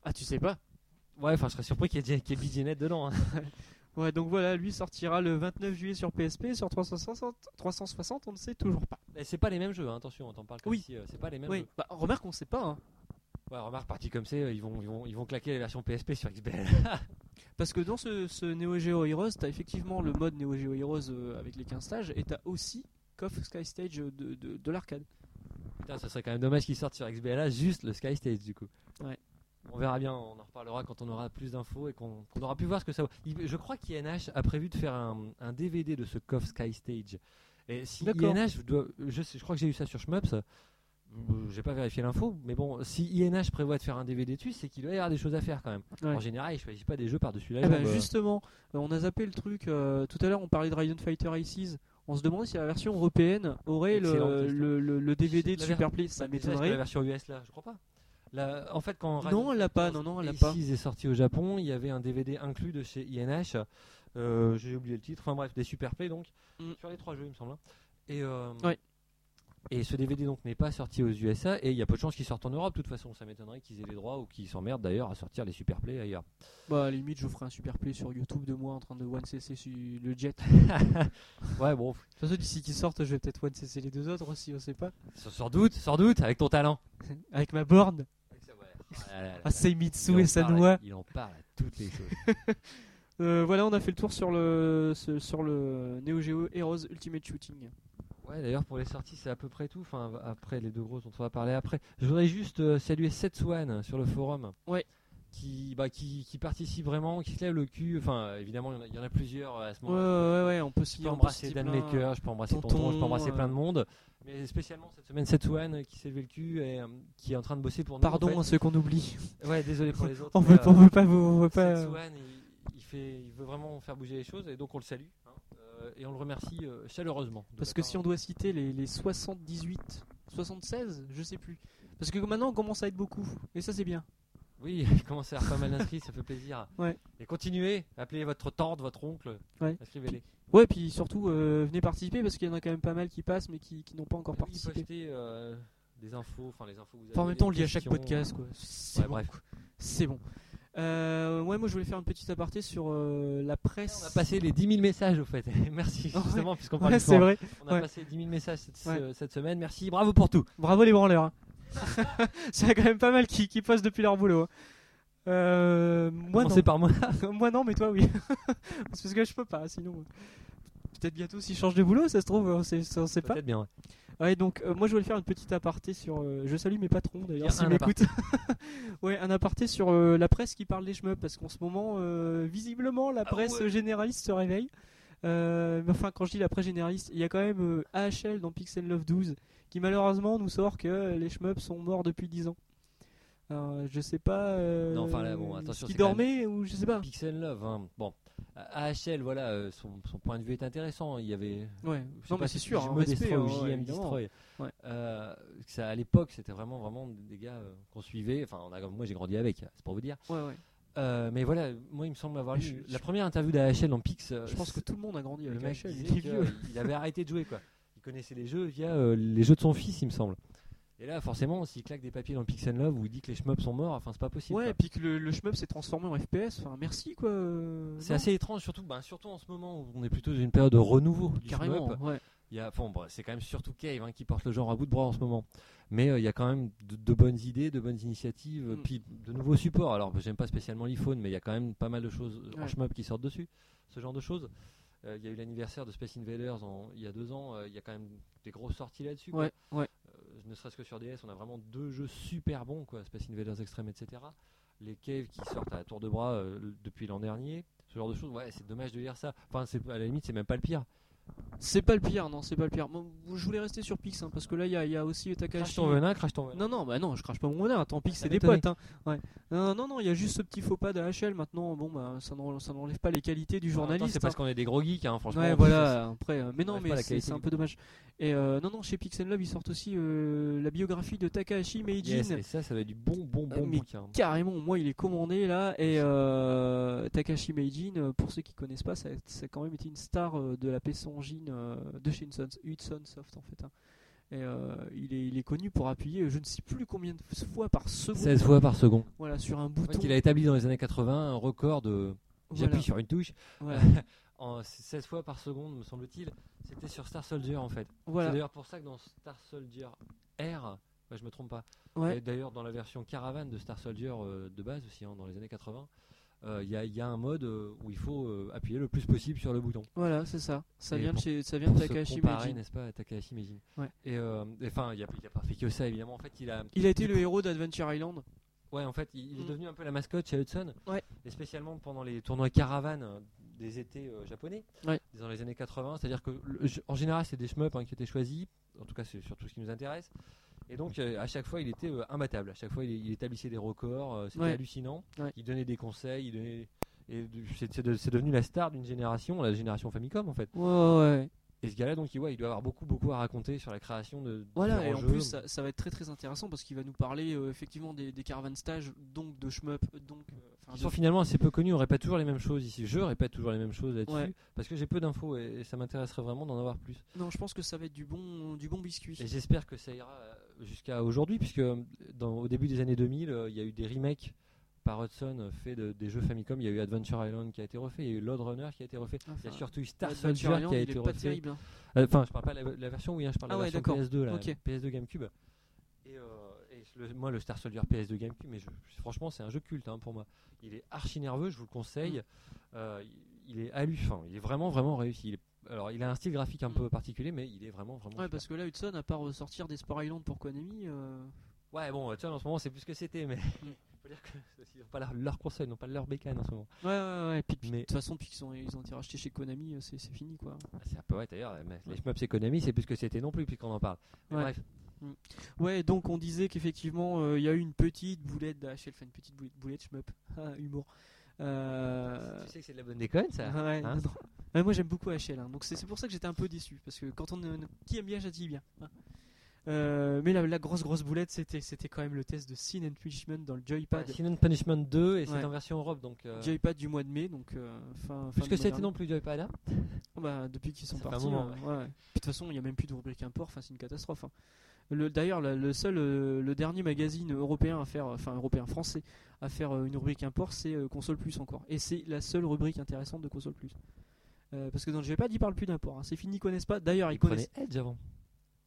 [SPEAKER 1] ah tu sais pas.
[SPEAKER 2] Ouais, enfin, je serais surpris qu'il y ait qu'il y ait Bill Janet dedans. hein.
[SPEAKER 1] Ouais, donc voilà, lui sortira le 29 juillet sur PSP, sur 360, 360 on ne sait toujours pas.
[SPEAKER 2] Mais c'est pas les mêmes jeux, hein, attention, on t'en parle comme
[SPEAKER 1] Oui.
[SPEAKER 2] si, euh, c'est pas les mêmes
[SPEAKER 1] Oui,
[SPEAKER 2] jeux.
[SPEAKER 1] bah, remarque, on sait pas. hein.
[SPEAKER 2] Ouais, remarque, parti comme c'est, euh, ils vont, ils, vont, ils vont claquer la version PSP sur XBL.
[SPEAKER 1] Parce que dans ce, ce Neo Geo Heroes, t'as effectivement le mode Neo Geo Heroes euh, avec les 15 stages et t'as aussi KOF Sky Stage de, de, de l'arcade.
[SPEAKER 2] Putain, ça serait quand même dommage qu'ils sortent sur XBLA juste le Sky Stage du coup.
[SPEAKER 1] Ouais.
[SPEAKER 2] On verra bien, on en reparlera quand on aura plus d'infos et qu'on qu'on aura pu voir ce que ça vaut. Il- Je crois qu'INH a prévu de faire un, un DVD de ce KOF Sky Stage. Et si
[SPEAKER 1] D'accord.
[SPEAKER 2] INH, doit- je, sais- je crois que j'ai eu ça sur Shmups, euh, j'ai pas vérifié l'info, mais bon, si INH prévoit de faire un DVD dessus, c'est qu'il doit y avoir des choses à faire quand même.
[SPEAKER 1] Ouais.
[SPEAKER 2] En général, ils choisissent pas des jeux par-dessus la
[SPEAKER 1] Eh ben,
[SPEAKER 2] jambe.
[SPEAKER 1] justement, euh, on a zappé le truc. euh, tout à l'heure, on parlait de Raiden Fighter Aces. On se demandait si la version européenne aurait
[SPEAKER 2] Excellente
[SPEAKER 1] le,
[SPEAKER 2] question.
[SPEAKER 1] le, le- le DVD de
[SPEAKER 2] La ver-
[SPEAKER 1] Super Play. Ça
[SPEAKER 2] Bah, déjà, est-ce que La
[SPEAKER 1] m'étonnerait.
[SPEAKER 2] version US là, je crois pas. La- en fait, quand
[SPEAKER 1] Non, elle l'a pas. Non, non, elle l'a pas.
[SPEAKER 2] Isis est sorti au Japon, il y avait un DVD inclus de chez INH. euh, J'ai oublié le titre. Enfin bref, des super play donc
[SPEAKER 1] Mm.
[SPEAKER 2] sur les trois jeux, il me semble. hein. Et euh,
[SPEAKER 1] Ouais.
[SPEAKER 2] Et ce DVD donc n'est pas sorti aux USA et il y a peu de chances qu'il sorte en Europe. De toute façon, ça m'étonnerait qu'ils aient les droits ou qu'ils s'emmerdent d'ailleurs à sortir les super play ailleurs.
[SPEAKER 1] Bah, à la limite, je ferai un Super Play sur YouTube de moi en train de one cc sur le jet. De
[SPEAKER 2] ouais, bon,
[SPEAKER 1] toute façon, d'ici qu'ils sortent, je vais peut-être one cc les deux autres aussi, on sait pas.
[SPEAKER 2] sans, sans doute, sans doute, avec ton talent.
[SPEAKER 1] Avec ma borne,
[SPEAKER 2] Ah là là là là.
[SPEAKER 1] à Seimitsu et
[SPEAKER 2] Il en parle à-
[SPEAKER 1] Sanoa.
[SPEAKER 2] Il en parle à toutes les choses.
[SPEAKER 1] Euh, voilà, on a fait le tour sur le ce- sur le Neo Geo Heroes Ultimate Shooting.
[SPEAKER 2] Ouais, d'ailleurs, pour les sorties, c'est à peu près tout. Enfin, av- après les deux grosses dont on va parler après. Je voudrais juste euh, saluer Setsuan sur le forum.
[SPEAKER 1] Ouais.
[SPEAKER 2] Qui, bah, qui, qui participe vraiment, qui se lève le cul. Enfin, euh, évidemment, il y en a- il y, en a plusieurs euh, à ce
[SPEAKER 1] Ouais, ouais,
[SPEAKER 2] moment-là.
[SPEAKER 1] ouais, on peut
[SPEAKER 2] Je
[SPEAKER 1] s'y
[SPEAKER 2] peux
[SPEAKER 1] on peut
[SPEAKER 2] embrasser
[SPEAKER 1] s'y
[SPEAKER 2] Dan
[SPEAKER 1] plaindre.
[SPEAKER 2] Maker, je peux embrasser Tonton,
[SPEAKER 1] Tonton,
[SPEAKER 2] je peux embrasser
[SPEAKER 1] euh,
[SPEAKER 2] plein de monde. Mais spécialement cette semaine, Setsuan euh, qui s'est levé le cul et euh, qui est en train de bosser pour nous.
[SPEAKER 1] Pardon
[SPEAKER 2] en
[SPEAKER 1] à ceux qu'on oublie.
[SPEAKER 2] fait. Ouais, désolé pour les autres.
[SPEAKER 1] On
[SPEAKER 2] mais,
[SPEAKER 1] veut,
[SPEAKER 2] euh,
[SPEAKER 1] on veut pas, vous- on veut pas.
[SPEAKER 2] Setsuan, il, il fait, il veut vraiment faire bouger les choses et donc on le salue. hein, euh, et on le remercie euh, chaleureusement. de
[SPEAKER 1] Parce
[SPEAKER 2] la
[SPEAKER 1] que
[SPEAKER 2] part
[SPEAKER 1] si on doit citer les, les 78, 76, je sais plus. Parce que maintenant on commence à être beaucoup. Et ça c'est bien.
[SPEAKER 2] Oui, il commence à avoir pas mal d'inscrits, ça fait plaisir.
[SPEAKER 1] Ouais.
[SPEAKER 2] Et continuez, appelez votre tante, votre oncle,
[SPEAKER 1] Ouais.
[SPEAKER 2] inscrivez-les.
[SPEAKER 1] Ouais, puis surtout euh, venez participer parce qu'il y en a quand même pas mal qui passent mais qui, qui n'ont pas encore
[SPEAKER 2] Bah Oui, il peut
[SPEAKER 1] participé.
[SPEAKER 2] acheter euh, des infos, enfin les infos que vous avez.
[SPEAKER 1] Enfin, en même
[SPEAKER 2] les
[SPEAKER 1] temps on le dit à chaque
[SPEAKER 2] questions. euh,
[SPEAKER 1] podcast quoi. C'est
[SPEAKER 2] Ouais,
[SPEAKER 1] bon.
[SPEAKER 2] bref.
[SPEAKER 1] C'est bon. Euh, ouais, moi je voulais faire une petite aparté sur euh, la presse.
[SPEAKER 2] On a passé les 10 000 messages au fait. Merci
[SPEAKER 1] Ouais.
[SPEAKER 2] justement, puisqu'on parle
[SPEAKER 1] Ouais,
[SPEAKER 2] du
[SPEAKER 1] c'est
[SPEAKER 2] forum.
[SPEAKER 1] vrai.
[SPEAKER 2] On a
[SPEAKER 1] ouais.
[SPEAKER 2] passé 10 000 messages cette,
[SPEAKER 1] Ouais.
[SPEAKER 2] ce- cette semaine. Merci, bravo pour tout.
[SPEAKER 1] Bravo les branleurs. hein. C'est quand même pas mal qui, qui postent depuis leur boulot. hein. Euh, moi non.
[SPEAKER 2] Commencez par moi.
[SPEAKER 1] moi non, mais toi oui. Parce que je peux pas, sinon. euh, Peut-être bientôt s'ils changent de boulot, ça se trouve, on sait, ça, on sait pas.
[SPEAKER 2] Peut-être bien. ouais.
[SPEAKER 1] Ouais, donc euh, moi je voulais faire une petite aparté sur. euh, je salue mes patrons
[SPEAKER 2] Il y a
[SPEAKER 1] d'ailleurs s'ils
[SPEAKER 2] un
[SPEAKER 1] m'écoutent. ouais, un aparté sur euh, la presse qui parle des shmups parce qu'en ce moment, euh, visiblement, la
[SPEAKER 2] Ah
[SPEAKER 1] presse
[SPEAKER 2] ouais.
[SPEAKER 1] généraliste se réveille. Euh, mais enfin, quand je dis la presse généraliste, il y a quand même euh, AHL dans Pixel Love 12 qui malheureusement nous sort que euh, les shmups sont morts depuis 10 ans. Alors, je sais pas. euh,
[SPEAKER 2] Non, enfin, là, bon, attention,
[SPEAKER 1] Qui
[SPEAKER 2] c'est quand
[SPEAKER 1] dormait ou je sais pas.
[SPEAKER 2] Pixel Love. hein. Bon, À- AHL, voilà, euh, son, son point de vue est intéressant. Il y avait
[SPEAKER 1] Ouais.
[SPEAKER 2] Je sais
[SPEAKER 1] Non,
[SPEAKER 2] pas
[SPEAKER 1] mais c'est
[SPEAKER 2] si
[SPEAKER 1] sûr.
[SPEAKER 2] je
[SPEAKER 1] hein,
[SPEAKER 2] me
[SPEAKER 1] respect,
[SPEAKER 2] destroy ou
[SPEAKER 1] hein,
[SPEAKER 2] JM
[SPEAKER 1] ouais, évidemment.
[SPEAKER 2] destroy.
[SPEAKER 1] Ouais.
[SPEAKER 2] Euh, que ça, à l'époque, c'était vraiment vraiment des gars euh, qu'on suivait. Enfin, on a- moi j'ai grandi avec, c'est pour vous dire.
[SPEAKER 1] Ouais, ouais.
[SPEAKER 2] Euh, mais voilà, moi il me semble avoir
[SPEAKER 1] Mais
[SPEAKER 2] lu
[SPEAKER 1] je-
[SPEAKER 2] la première interview d'AHL en Pix. euh,
[SPEAKER 1] Je pense que
[SPEAKER 2] c'est-
[SPEAKER 1] tout le monde a grandi
[SPEAKER 2] le
[SPEAKER 1] avec
[SPEAKER 2] mec
[SPEAKER 1] AHL.
[SPEAKER 2] disait
[SPEAKER 1] Il est
[SPEAKER 2] que,
[SPEAKER 1] vieux.
[SPEAKER 2] euh, il avait arrêté de jouer quoi. Il connaissait les jeux via euh, les jeux de son fils, il me semble. Et là, forcément, s'il claque des papiers dans le Pixel Love ou dit que les shmups sont morts, enfin c'est pas possible.
[SPEAKER 1] Ouais, euh,
[SPEAKER 2] quoi.
[SPEAKER 1] et puis que le, le shmup s'est transformé en FPS. Enfin, merci quoi. euh,
[SPEAKER 2] C'est
[SPEAKER 1] non,
[SPEAKER 2] assez étrange, surtout, ben, surtout en ce moment où on est plutôt dans une période de renouveau du
[SPEAKER 1] carrément.
[SPEAKER 2] shmup.
[SPEAKER 1] Ouais.
[SPEAKER 2] Il y a, bon, bah, c'est quand même surtout Cave hein, qui porte le genre à bout de bras en ce moment. Mais euh, il y a quand même de, de bonnes idées, de bonnes initiatives,
[SPEAKER 1] Mm.
[SPEAKER 2] puis de nouveaux supports. Alors, bah, j'aime pas spécialement l'iPhone, mais il y a quand même pas mal de choses euh, en
[SPEAKER 1] Ouais.
[SPEAKER 2] shmup qui sortent dessus, ce genre de choses. Euh, Il y a eu l'anniversaire de Space Invaders en- il y a deux ans. euh, Il y a quand même des grosses sorties là-dessus. quoi.
[SPEAKER 1] Ouais, ouais.
[SPEAKER 2] Euh, ne serait-ce que sur DS, on a vraiment deux jeux super bons, quoi, Space Invaders Extreme, etc. Les caves qui sortent à tour de bras euh, depuis l'an dernier, ce genre de choses, ouais, c'est dommage de lire ça. Enfin, c'est, à la limite, c'est même pas le pire.
[SPEAKER 1] C'est pas le pire, non, c'est pas le pire. Moi, je voulais rester sur Pix, hein, parce que là, il y a- il y, a aussi
[SPEAKER 2] Crache
[SPEAKER 1] Takahashi.
[SPEAKER 2] ton venin, crache ton venin.
[SPEAKER 1] Non, non, bah non, je crache pas mon honneur. Tant pis, que
[SPEAKER 2] ça
[SPEAKER 1] c'est des
[SPEAKER 2] m'étonnait.
[SPEAKER 1] potes. hein. Ouais. Non, non, non, il y a juste ce petit faux pas d'AHL. Maintenant, bon, bah, ça n'en- ça n'enlève pas les qualités du
[SPEAKER 2] En même temps,
[SPEAKER 1] journaliste.
[SPEAKER 2] C'est parce
[SPEAKER 1] hein.
[SPEAKER 2] qu'on est des gros geeks, hein, franchement.
[SPEAKER 1] Ouais, voilà, après. euh, mais
[SPEAKER 2] on
[SPEAKER 1] non,
[SPEAKER 2] enlève
[SPEAKER 1] mais
[SPEAKER 2] pas la
[SPEAKER 1] c'est
[SPEAKER 2] qualité
[SPEAKER 1] c'est un
[SPEAKER 2] du-
[SPEAKER 1] peu dommage. Et euh, non, non, chez Pixel Love, ils sortent aussi euh, la biographie de Takahashi Meijin.
[SPEAKER 2] Yes, et ça, ça va être du bon, bon,
[SPEAKER 1] Euh,
[SPEAKER 2] bon
[SPEAKER 1] mais
[SPEAKER 2] bouquin.
[SPEAKER 1] Carrément, moi il est commandé là et euh, Takashi Meijin, euh, pour ceux qui connaissent pas, ça, ça a quand même été une star euh, de la PC Engine euh, de chez Hudson, Hudson Soft en fait. hein. Et euh, il, est, il est connu pour appuyer, euh, je ne sais plus combien de fois par seconde,
[SPEAKER 2] 16 fois par seconde.
[SPEAKER 1] voilà, sur un bouton.
[SPEAKER 2] Il a établi dans les années 80 un record de.
[SPEAKER 1] Voilà,
[SPEAKER 2] J'appuie sur une touche.
[SPEAKER 1] voilà,
[SPEAKER 2] En 16 fois par seconde, me semble-t-il. C'était sur Star Soldier en fait.
[SPEAKER 1] voilà,
[SPEAKER 2] C'est d'ailleurs pour ça que dans Star Soldier R, bah, je me trompe pas,
[SPEAKER 1] ouais.
[SPEAKER 2] et d'ailleurs dans la version Caravan de Star Soldier euh, de base aussi, hein, dans les années 80, euh, il y, a- il y a un mode euh, où il faut euh, appuyer le plus possible sur le bouton.
[SPEAKER 1] Voilà, c'est ça. Ça
[SPEAKER 2] Et
[SPEAKER 1] vient de
[SPEAKER 2] pour-
[SPEAKER 1] chez, ça vient
[SPEAKER 2] Pour
[SPEAKER 1] de
[SPEAKER 2] se
[SPEAKER 1] Takashi
[SPEAKER 2] comparer,
[SPEAKER 1] Meijin.
[SPEAKER 2] n'est-ce pas, à Takahashi Meijin.
[SPEAKER 1] Ouais.
[SPEAKER 2] Et euh, et, enfin, il n'y a, il y a pas fait que ça évidemment. En fait, il a,
[SPEAKER 1] Il a été le héros d'Adventure Island.
[SPEAKER 2] Ouais, en fait, il il est
[SPEAKER 1] Mm.
[SPEAKER 2] devenu un peu la mascotte chez Hudson.
[SPEAKER 1] Ouais.
[SPEAKER 2] Et spécialement pendant les tournois caravanes euh, des étés euh, japonais,
[SPEAKER 1] Ouais.
[SPEAKER 2] dans les années 80. C'est-à-dire que, le- je- en général, c'est des shmups hein, qui étaient choisis. En tout cas, c'est surtout ce qui nous intéresse. Et donc, euh, à chaque fois, il était euh, imbattable. À chaque fois, il, il établissait des records. euh, C'était
[SPEAKER 1] Ouais.
[SPEAKER 2] hallucinant.
[SPEAKER 1] Ouais.
[SPEAKER 2] Il donnait des conseils. Il donnait. Et du- c'est c'est de- c'est devenu la star d'une génération, la génération Famicom en fait.
[SPEAKER 1] Ouais, ouais, ouais.
[SPEAKER 2] Et ce gars-là, donc, il, ouais, il doit avoir beaucoup, beaucoup à raconter sur la création de.
[SPEAKER 1] Voilà, et
[SPEAKER 2] différents
[SPEAKER 1] en
[SPEAKER 2] jeux.
[SPEAKER 1] plus, ça, ça va être très très intéressant parce qu'il va nous parler euh, effectivement des, des caravans stages, donc de shmup, donc. euh, enfin,
[SPEAKER 2] Ils
[SPEAKER 1] de-
[SPEAKER 2] sont finalement assez peu connus, on répète toujours les mêmes choses ici. Je répète toujours les mêmes choses là-dessus.
[SPEAKER 1] Ouais.
[SPEAKER 2] Parce que j'ai peu d'infos et, et ça m'intéresserait vraiment d'en avoir plus.
[SPEAKER 1] Non, je pense que ça va être du bon, du bon biscuit.
[SPEAKER 2] Et j'espère que ça ira euh, jusqu'à aujourd'hui, puisque euh, dans- au début des années 2000, euh, il y a eu des remakes par Hudson euh, faits de- des jeux Famicom. Il y a eu Adventure Island qui a été refait, il y a eu Lord Runner qui a été refait. Il y a
[SPEAKER 1] Enfin,
[SPEAKER 2] surtout eu
[SPEAKER 1] Ah,
[SPEAKER 2] Star
[SPEAKER 1] Adventure
[SPEAKER 2] Soldier
[SPEAKER 1] Island,
[SPEAKER 2] qui a
[SPEAKER 1] il
[SPEAKER 2] été
[SPEAKER 1] est pas
[SPEAKER 2] refait.
[SPEAKER 1] terrible. hein.
[SPEAKER 2] Euh, Enfin, je parle pas de la, la version Wii, hein, je parle
[SPEAKER 1] Ah
[SPEAKER 2] de
[SPEAKER 1] ouais,
[SPEAKER 2] la version
[SPEAKER 1] d'accord.
[SPEAKER 2] PS2, la
[SPEAKER 1] Ok.
[SPEAKER 2] PS2 GameCube. Et, euh, et le- moi, le Star Soldier PS2 GameCube, mais je- je- franchement, c'est un jeu culte hein, pour moi. Il est archi nerveux, je vous le
[SPEAKER 1] Mm.
[SPEAKER 2] conseille. Euh, il- il est hallucinant, il est vraiment, vraiment réussi. Il est- alors, il a un style graphique un
[SPEAKER 1] Mm.
[SPEAKER 2] peu particulier, mais il est vraiment, vraiment.
[SPEAKER 1] Ouais,
[SPEAKER 2] super.
[SPEAKER 1] parce que là, Hudson, à part ressortir des Sport Island pour Konami, euh,
[SPEAKER 2] Ouais, bon, tu vois, en ce moment, c'est plus ce que c'était,
[SPEAKER 1] Mm.
[SPEAKER 2] mais faut dire que ils n'ont pas leur, leur console, ils n'ont pas leur bécane en ce moment.
[SPEAKER 1] ouais, ouais, ouais. et puis, puis, de
[SPEAKER 2] Mais-
[SPEAKER 1] toute façon, puis qu'ils ont, ils ont été rachetés chez Konami, euh, c'est c'est fini quoi.
[SPEAKER 2] Ah, C'est un peu ouais, d'ailleurs, mais les shmups économies, c'est plus ce que c'était non plus, puisqu'on en parle. Mais
[SPEAKER 1] Ouais.
[SPEAKER 2] Bref,
[SPEAKER 1] Ouais, donc on disait qu'effectivement, euh, il y a eu une petite boulette d'HL, enfin une petite boulette, boulette shmup, Ah, humour. Euh,
[SPEAKER 2] tu sais que c'est de la bonne déconne, ça.
[SPEAKER 1] Ouais,
[SPEAKER 2] hein.
[SPEAKER 1] non, non. Ouais, moi j'aime beaucoup HL, hein. donc c'est c'est pour ça que j'étais un peu déçu, parce que quand on euh, qui aime bien, j'attire bien. hein. Euh, mais la, la grosse grosse boulette, c'était c'était quand même le test de Sin and Punishment dans le
[SPEAKER 2] Ouais,
[SPEAKER 1] Joypad,
[SPEAKER 2] Sin and Punishment 2, et
[SPEAKER 1] Ouais.
[SPEAKER 2] c'est en version Europe, donc. euh,
[SPEAKER 1] Joypad du mois de mai, donc euh, fin. fin
[SPEAKER 2] Parce que
[SPEAKER 1] du mois
[SPEAKER 2] c'était non plus Joypad hein
[SPEAKER 1] dernier. Bah, depuis qu'ils sont
[SPEAKER 2] Ça fait un
[SPEAKER 1] partis.
[SPEAKER 2] moment,
[SPEAKER 1] euh, ouais, ouais. Puis de toute façon, il n'y a même plus de rubrique import, enfin c'est une catastrophe. hein. Le- D'ailleurs, la- le seul, euh, le dernier magazine européen à faire, enfin européen français à faire euh, une rubrique import, c'est euh, Console Plus encore. Et c'est la seule rubrique intéressante de Console Plus. Euh, parce que dans le Joypad, ils parlent plus d'import. hein. C'est fini, ils connaissent pas. D'ailleurs, ils,
[SPEAKER 2] Ils
[SPEAKER 1] connaissent.
[SPEAKER 2] prenaient Edge avant.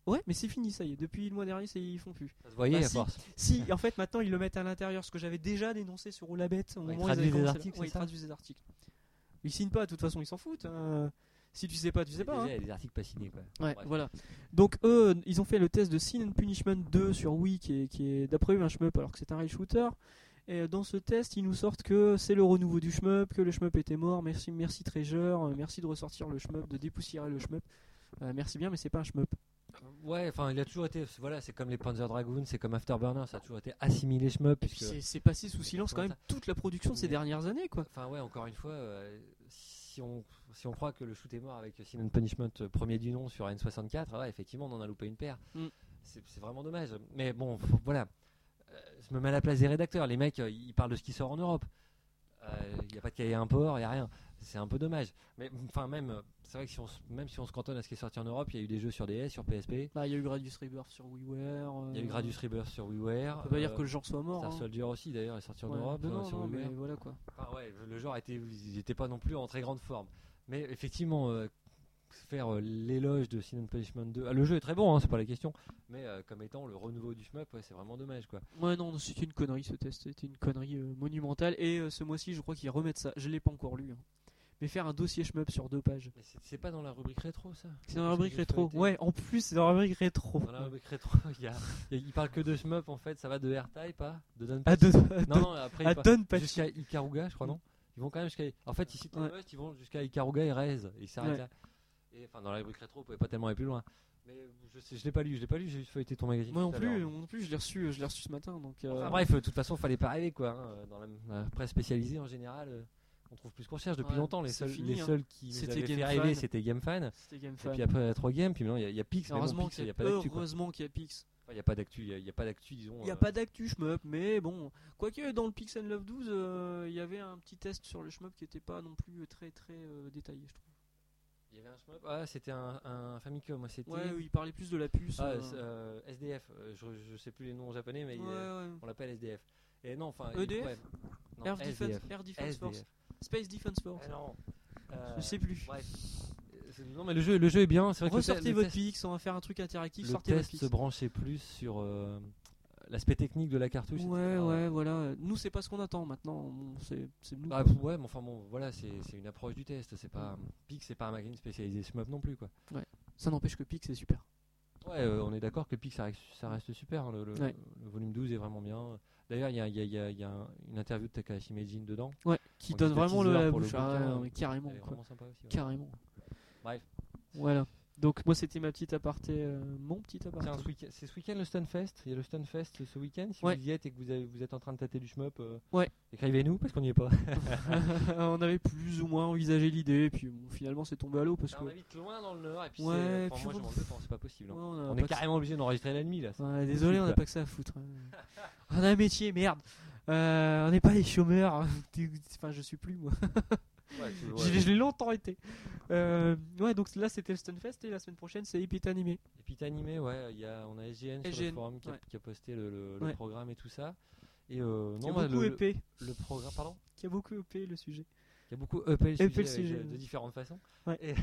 [SPEAKER 1] Ouais, mais c'est fini, ça y est. Depuis le mois dernier, c'est- ils font plus.
[SPEAKER 2] Ça se voyait
[SPEAKER 1] Bah,
[SPEAKER 2] à
[SPEAKER 1] si.
[SPEAKER 2] force.
[SPEAKER 1] Si, en fait, maintenant, ils le mettent à l'intérieur, ce que j'avais déjà dénoncé sur Oulabette. au
[SPEAKER 2] Ouais, ils
[SPEAKER 1] moment où avaient
[SPEAKER 2] traduisent des
[SPEAKER 1] commencé la-
[SPEAKER 2] articles,
[SPEAKER 1] Ouais,
[SPEAKER 2] c'est
[SPEAKER 1] ils
[SPEAKER 2] ça
[SPEAKER 1] traduisent des articles. Ils signent pas, de toute façon, ils s'en foutent. hein. Si tu sais pas, tu sais pas. hein.
[SPEAKER 2] Déjà, il y a des articles pas signés quoi.
[SPEAKER 1] Ouais,
[SPEAKER 2] Bref.
[SPEAKER 1] voilà. Donc eux, ils ont fait le test de Sin and Punishment 2 sur Wii, qui est, qui est d'après eux un shmup, alors que c'est un rail shooter. Et euh, dans ce test, ils nous sortent que c'est le renouveau du shmup, que le shmup était mort. Merci, merci Treasure, euh, merci de ressortir le shmup, de dépoussiérer le shmup. Euh, merci bien, mais c'est pas un shmup.
[SPEAKER 2] Ouais, enfin, il a toujours été. Voilà, c'est comme les Panzer Dragoon, c'est comme Afterburner, ça a toujours été assimilé shmup.
[SPEAKER 1] Et puis
[SPEAKER 2] puisque-
[SPEAKER 1] c'est- c'est passé sous silence quand même toute la production de ces
[SPEAKER 2] Mais-
[SPEAKER 1] dernières années, quoi.
[SPEAKER 2] Enfin, ouais, encore une fois, euh, si, on, si on croit que le shoot est mort avec Sin and Punishment euh, premier du nom sur N64, ouais, effectivement, on en a loupé une paire.
[SPEAKER 1] Mm.
[SPEAKER 2] C'est c'est vraiment dommage. Mais bon, faut- voilà. Euh, je me mets à la place des rédacteurs. Les mecs, euh, ils parlent de ce qui sort en Europe. Il n'y a pas de cahier import, il n'y a rien. C'est un peu dommage. Mais enfin, même, euh, c'est vrai que si on, se- même si on se cantonne à ce qui est sorti en Europe, il y a eu des jeux sur DS, sur PSP.
[SPEAKER 1] Bah, Il y a eu Gradius Rebirth sur WiiWare.
[SPEAKER 2] Il y a eu
[SPEAKER 1] euh,
[SPEAKER 2] Gradus Rebirth sur WiiWare.
[SPEAKER 1] On peut pas
[SPEAKER 2] euh,
[SPEAKER 1] dire que le genre soit mort.
[SPEAKER 2] Star
[SPEAKER 1] hein.
[SPEAKER 2] Soldier aussi d'ailleurs est sorti en
[SPEAKER 1] Ouais.
[SPEAKER 2] Europe.
[SPEAKER 1] Non,
[SPEAKER 2] euh,
[SPEAKER 1] non,
[SPEAKER 2] sur
[SPEAKER 1] non, mais
[SPEAKER 2] WiiWare.
[SPEAKER 1] voilà quoi.
[SPEAKER 2] Enfin, Ah ouais, le genre était, ils n'étaient pas non plus en très grande forme. Mais effectivement, euh, faire euh, l'éloge de Sin and Punishment 2. ah, le jeu est très bon, hein, c'est pas la question. Mais euh, comme étant le renouveau du shmup, ouais, c'est vraiment dommage quoi.
[SPEAKER 1] Ouais, non, non, c'était une connerie ce test, c'était une connerie euh, monumentale. Et euh, ce mois-ci, je crois qu'ils remettent ça. Je l'ai pas encore lu. hein. Mais faire un dossier shmup sur deux pages.
[SPEAKER 2] Mais c'est- c'est pas dans la rubrique rétro ça.
[SPEAKER 1] C'est dans la rubrique
[SPEAKER 2] Parce que
[SPEAKER 1] rétro.
[SPEAKER 2] j'ai
[SPEAKER 1] Ouais, en plus, c'est dans la rubrique rétro.
[SPEAKER 2] Dans la rubrique rétro, il, y a, il y a- il parle que de shmup en fait. Ça va de R-Type à de
[SPEAKER 1] À
[SPEAKER 2] Dunpatch.
[SPEAKER 1] Don, à
[SPEAKER 2] Non,
[SPEAKER 1] Don-
[SPEAKER 2] non, après
[SPEAKER 1] à
[SPEAKER 2] il part
[SPEAKER 1] Don Pachi.
[SPEAKER 2] jusqu'à Ikaruga, je crois non. Ils vont quand même jusqu'à. En fait, ils citent les
[SPEAKER 1] Mm. Ouais.
[SPEAKER 2] Must, ils vont jusqu'à Ikaruga et Rez. Ils s'arrêtent
[SPEAKER 1] Ouais.
[SPEAKER 2] là. Et enfin, dans la rubrique rétro, on pouvait pas tellement aller plus loin. Mais je, sais- je l'ai pas lu, je l'ai pas lu, j'ai juste feuilleté ton magazine.
[SPEAKER 1] Moi non
[SPEAKER 2] tout à l'heure.
[SPEAKER 1] plus, moi non plus, je l'ai reçu, je l'ai reçu ce matin. Donc, euh,
[SPEAKER 2] Enfin, bref, de toute façon, fallait pas rêver quoi. hein. Dans la, la presse spécialisée en général, euh, on trouve plus qu'on cherche depuis
[SPEAKER 1] Ouais,
[SPEAKER 2] longtemps. Les
[SPEAKER 1] c'est
[SPEAKER 2] seuls,
[SPEAKER 1] fini,
[SPEAKER 2] les
[SPEAKER 1] hein.
[SPEAKER 2] seuls qui nous
[SPEAKER 1] C'était
[SPEAKER 2] avaient fait
[SPEAKER 1] Game
[SPEAKER 2] rêver,
[SPEAKER 1] Fan.
[SPEAKER 2] c'était GameFan.
[SPEAKER 1] c'était Game
[SPEAKER 2] Et
[SPEAKER 1] Fan.
[SPEAKER 2] puis après, il y a 3 games, puis maintenant, il y a- il y a Pix. mais bon,
[SPEAKER 1] heureusement
[SPEAKER 2] Pix, il
[SPEAKER 1] qu'il
[SPEAKER 2] n'y
[SPEAKER 1] y
[SPEAKER 2] a
[SPEAKER 1] a,
[SPEAKER 2] pas d'actu. quoi.
[SPEAKER 1] heureusement qu'il y a Pix.
[SPEAKER 2] Enfin, Il n'y a pas d'actu, il y a- il y a pas d'actu, disons.
[SPEAKER 1] Il n'y a
[SPEAKER 2] euh,
[SPEAKER 1] pas d'actu shmup, mais bon. Quoique dans le Pixel 9 12, euh, il y avait un petit test sur le shmup qui n'était pas non plus très très euh, détaillé, je trouve.
[SPEAKER 2] Il y avait un shmup. Ah, c'était un, un Famicom. C'était
[SPEAKER 1] Ouais, il parlait plus de la puce.
[SPEAKER 2] ah,
[SPEAKER 1] euh,
[SPEAKER 2] c'est, euh, SDF. euh, Je, je sais plus les noms japonais, mais il-
[SPEAKER 1] ouais,
[SPEAKER 2] on l'appelle SDF. Et non, enfin.
[SPEAKER 1] EDF?
[SPEAKER 2] ouais. Non,
[SPEAKER 1] ouais. Air Defense,
[SPEAKER 2] SDF.
[SPEAKER 1] Air Defense Force,
[SPEAKER 2] SDF.
[SPEAKER 1] Space Defense Force.
[SPEAKER 2] Ah, non.
[SPEAKER 1] je
[SPEAKER 2] Euh,
[SPEAKER 1] sais plus.
[SPEAKER 2] bref. Euh, c'est- Non, mais le jeu, le jeu est bien. C'est vrai que le te-
[SPEAKER 1] Ressortez
[SPEAKER 2] le
[SPEAKER 1] votre
[SPEAKER 2] test-
[SPEAKER 1] Pix, on va faire un truc interactif.
[SPEAKER 2] le
[SPEAKER 1] sortez votre
[SPEAKER 2] test
[SPEAKER 1] Pix.
[SPEAKER 2] se branchait plus sur euh, l'aspect technique de la cartouche.
[SPEAKER 1] Ouais,
[SPEAKER 2] etc.
[SPEAKER 1] ouais, voilà. Nous, c'est pas ce qu'on attend maintenant. Bon, c'est c'est nous.
[SPEAKER 2] Bah,
[SPEAKER 1] quoi.
[SPEAKER 2] ouais, mais enfin bon, voilà, c'est c'est une approche du test. C'est pas Pix, c'est pas un magazine spécialisé shmup non plus, quoi.
[SPEAKER 1] Ça n'empêche que Pix, c'est super.
[SPEAKER 2] Ouais, euh, on est d'accord que Pix, ça reste, ça reste super. hein, le, le-
[SPEAKER 1] Ouais.
[SPEAKER 2] le volume 12 est vraiment bien. D'ailleurs, il y a, il y a- il y a- il y a un- une interview de Takashi Meijin dedans.
[SPEAKER 1] Ouais, qui
[SPEAKER 2] On
[SPEAKER 1] donne
[SPEAKER 2] dit pas
[SPEAKER 1] vraiment le
[SPEAKER 2] teaser
[SPEAKER 1] la
[SPEAKER 2] pour le
[SPEAKER 1] bouche. Ah
[SPEAKER 2] bouquin,
[SPEAKER 1] ouais, non,
[SPEAKER 2] euh,
[SPEAKER 1] mais carrément,
[SPEAKER 2] Elle est
[SPEAKER 1] quoi.
[SPEAKER 2] vraiment sympa aussi. ouais.
[SPEAKER 1] Carrément.
[SPEAKER 2] Bref.
[SPEAKER 1] Voilà. Donc, moi, c'était ma petite aparté. euh, mon petit aparté.
[SPEAKER 2] Tiens, ce week- c'est ce week-end le Stunfest. Il y a le Stunfest ce week-end. Si
[SPEAKER 1] Ouais.
[SPEAKER 2] vous y êtes et que vous, avez- vous êtes en train de tâter du shmup, euh,
[SPEAKER 1] Ouais.
[SPEAKER 2] écrivez-nous parce qu'on n'y est pas.
[SPEAKER 1] on avait plus ou moins envisagé l'idée, et puis bon, finalement, c'est tombé à l'eau parce que.
[SPEAKER 2] on habite loin dans le nord et puis
[SPEAKER 1] Ouais,
[SPEAKER 2] c'est-
[SPEAKER 1] puis
[SPEAKER 2] moi, je
[SPEAKER 1] bon.
[SPEAKER 2] m'en veux pas, c'est pas possible. hein.
[SPEAKER 1] Ouais, on a
[SPEAKER 2] On
[SPEAKER 1] pas
[SPEAKER 2] est
[SPEAKER 1] que ça-
[SPEAKER 2] carrément obligé d'enregistrer la nuit là. c'est-
[SPEAKER 1] Ouais, désolé, on n'a
[SPEAKER 2] quoi.
[SPEAKER 1] pas que ça à foutre. hein. on a un métier, merde. Euh, on n'est pas les chômeurs. enfin, je suis plus, moi.
[SPEAKER 2] Ouais, tu-
[SPEAKER 1] Je
[SPEAKER 2] ouais.
[SPEAKER 1] l'ai- Je l'ai longtemps été. Euh, ouais, donc là c'était le Stunfest et la semaine prochaine c'est Epit Animé.
[SPEAKER 2] Et puis t'as animé, ouais, il y a, on a SGN, sur le
[SPEAKER 1] SGN,
[SPEAKER 2] forum qui a,
[SPEAKER 1] ouais.
[SPEAKER 2] qui a posté le, le- le
[SPEAKER 1] Ouais.
[SPEAKER 2] programme et tout ça. Et euh,
[SPEAKER 1] Qui a
[SPEAKER 2] non, bah,
[SPEAKER 1] beaucoup
[SPEAKER 2] le, le,
[SPEAKER 1] épais.
[SPEAKER 2] le programme, pardon
[SPEAKER 1] Qui a beaucoup épais le sujet.
[SPEAKER 2] Il y a beaucoup upé le sujet,
[SPEAKER 1] Upé le
[SPEAKER 2] avec,
[SPEAKER 1] sujet,
[SPEAKER 2] euh, de
[SPEAKER 1] ouais.
[SPEAKER 2] différentes façons.
[SPEAKER 1] Ouais.
[SPEAKER 2] Et,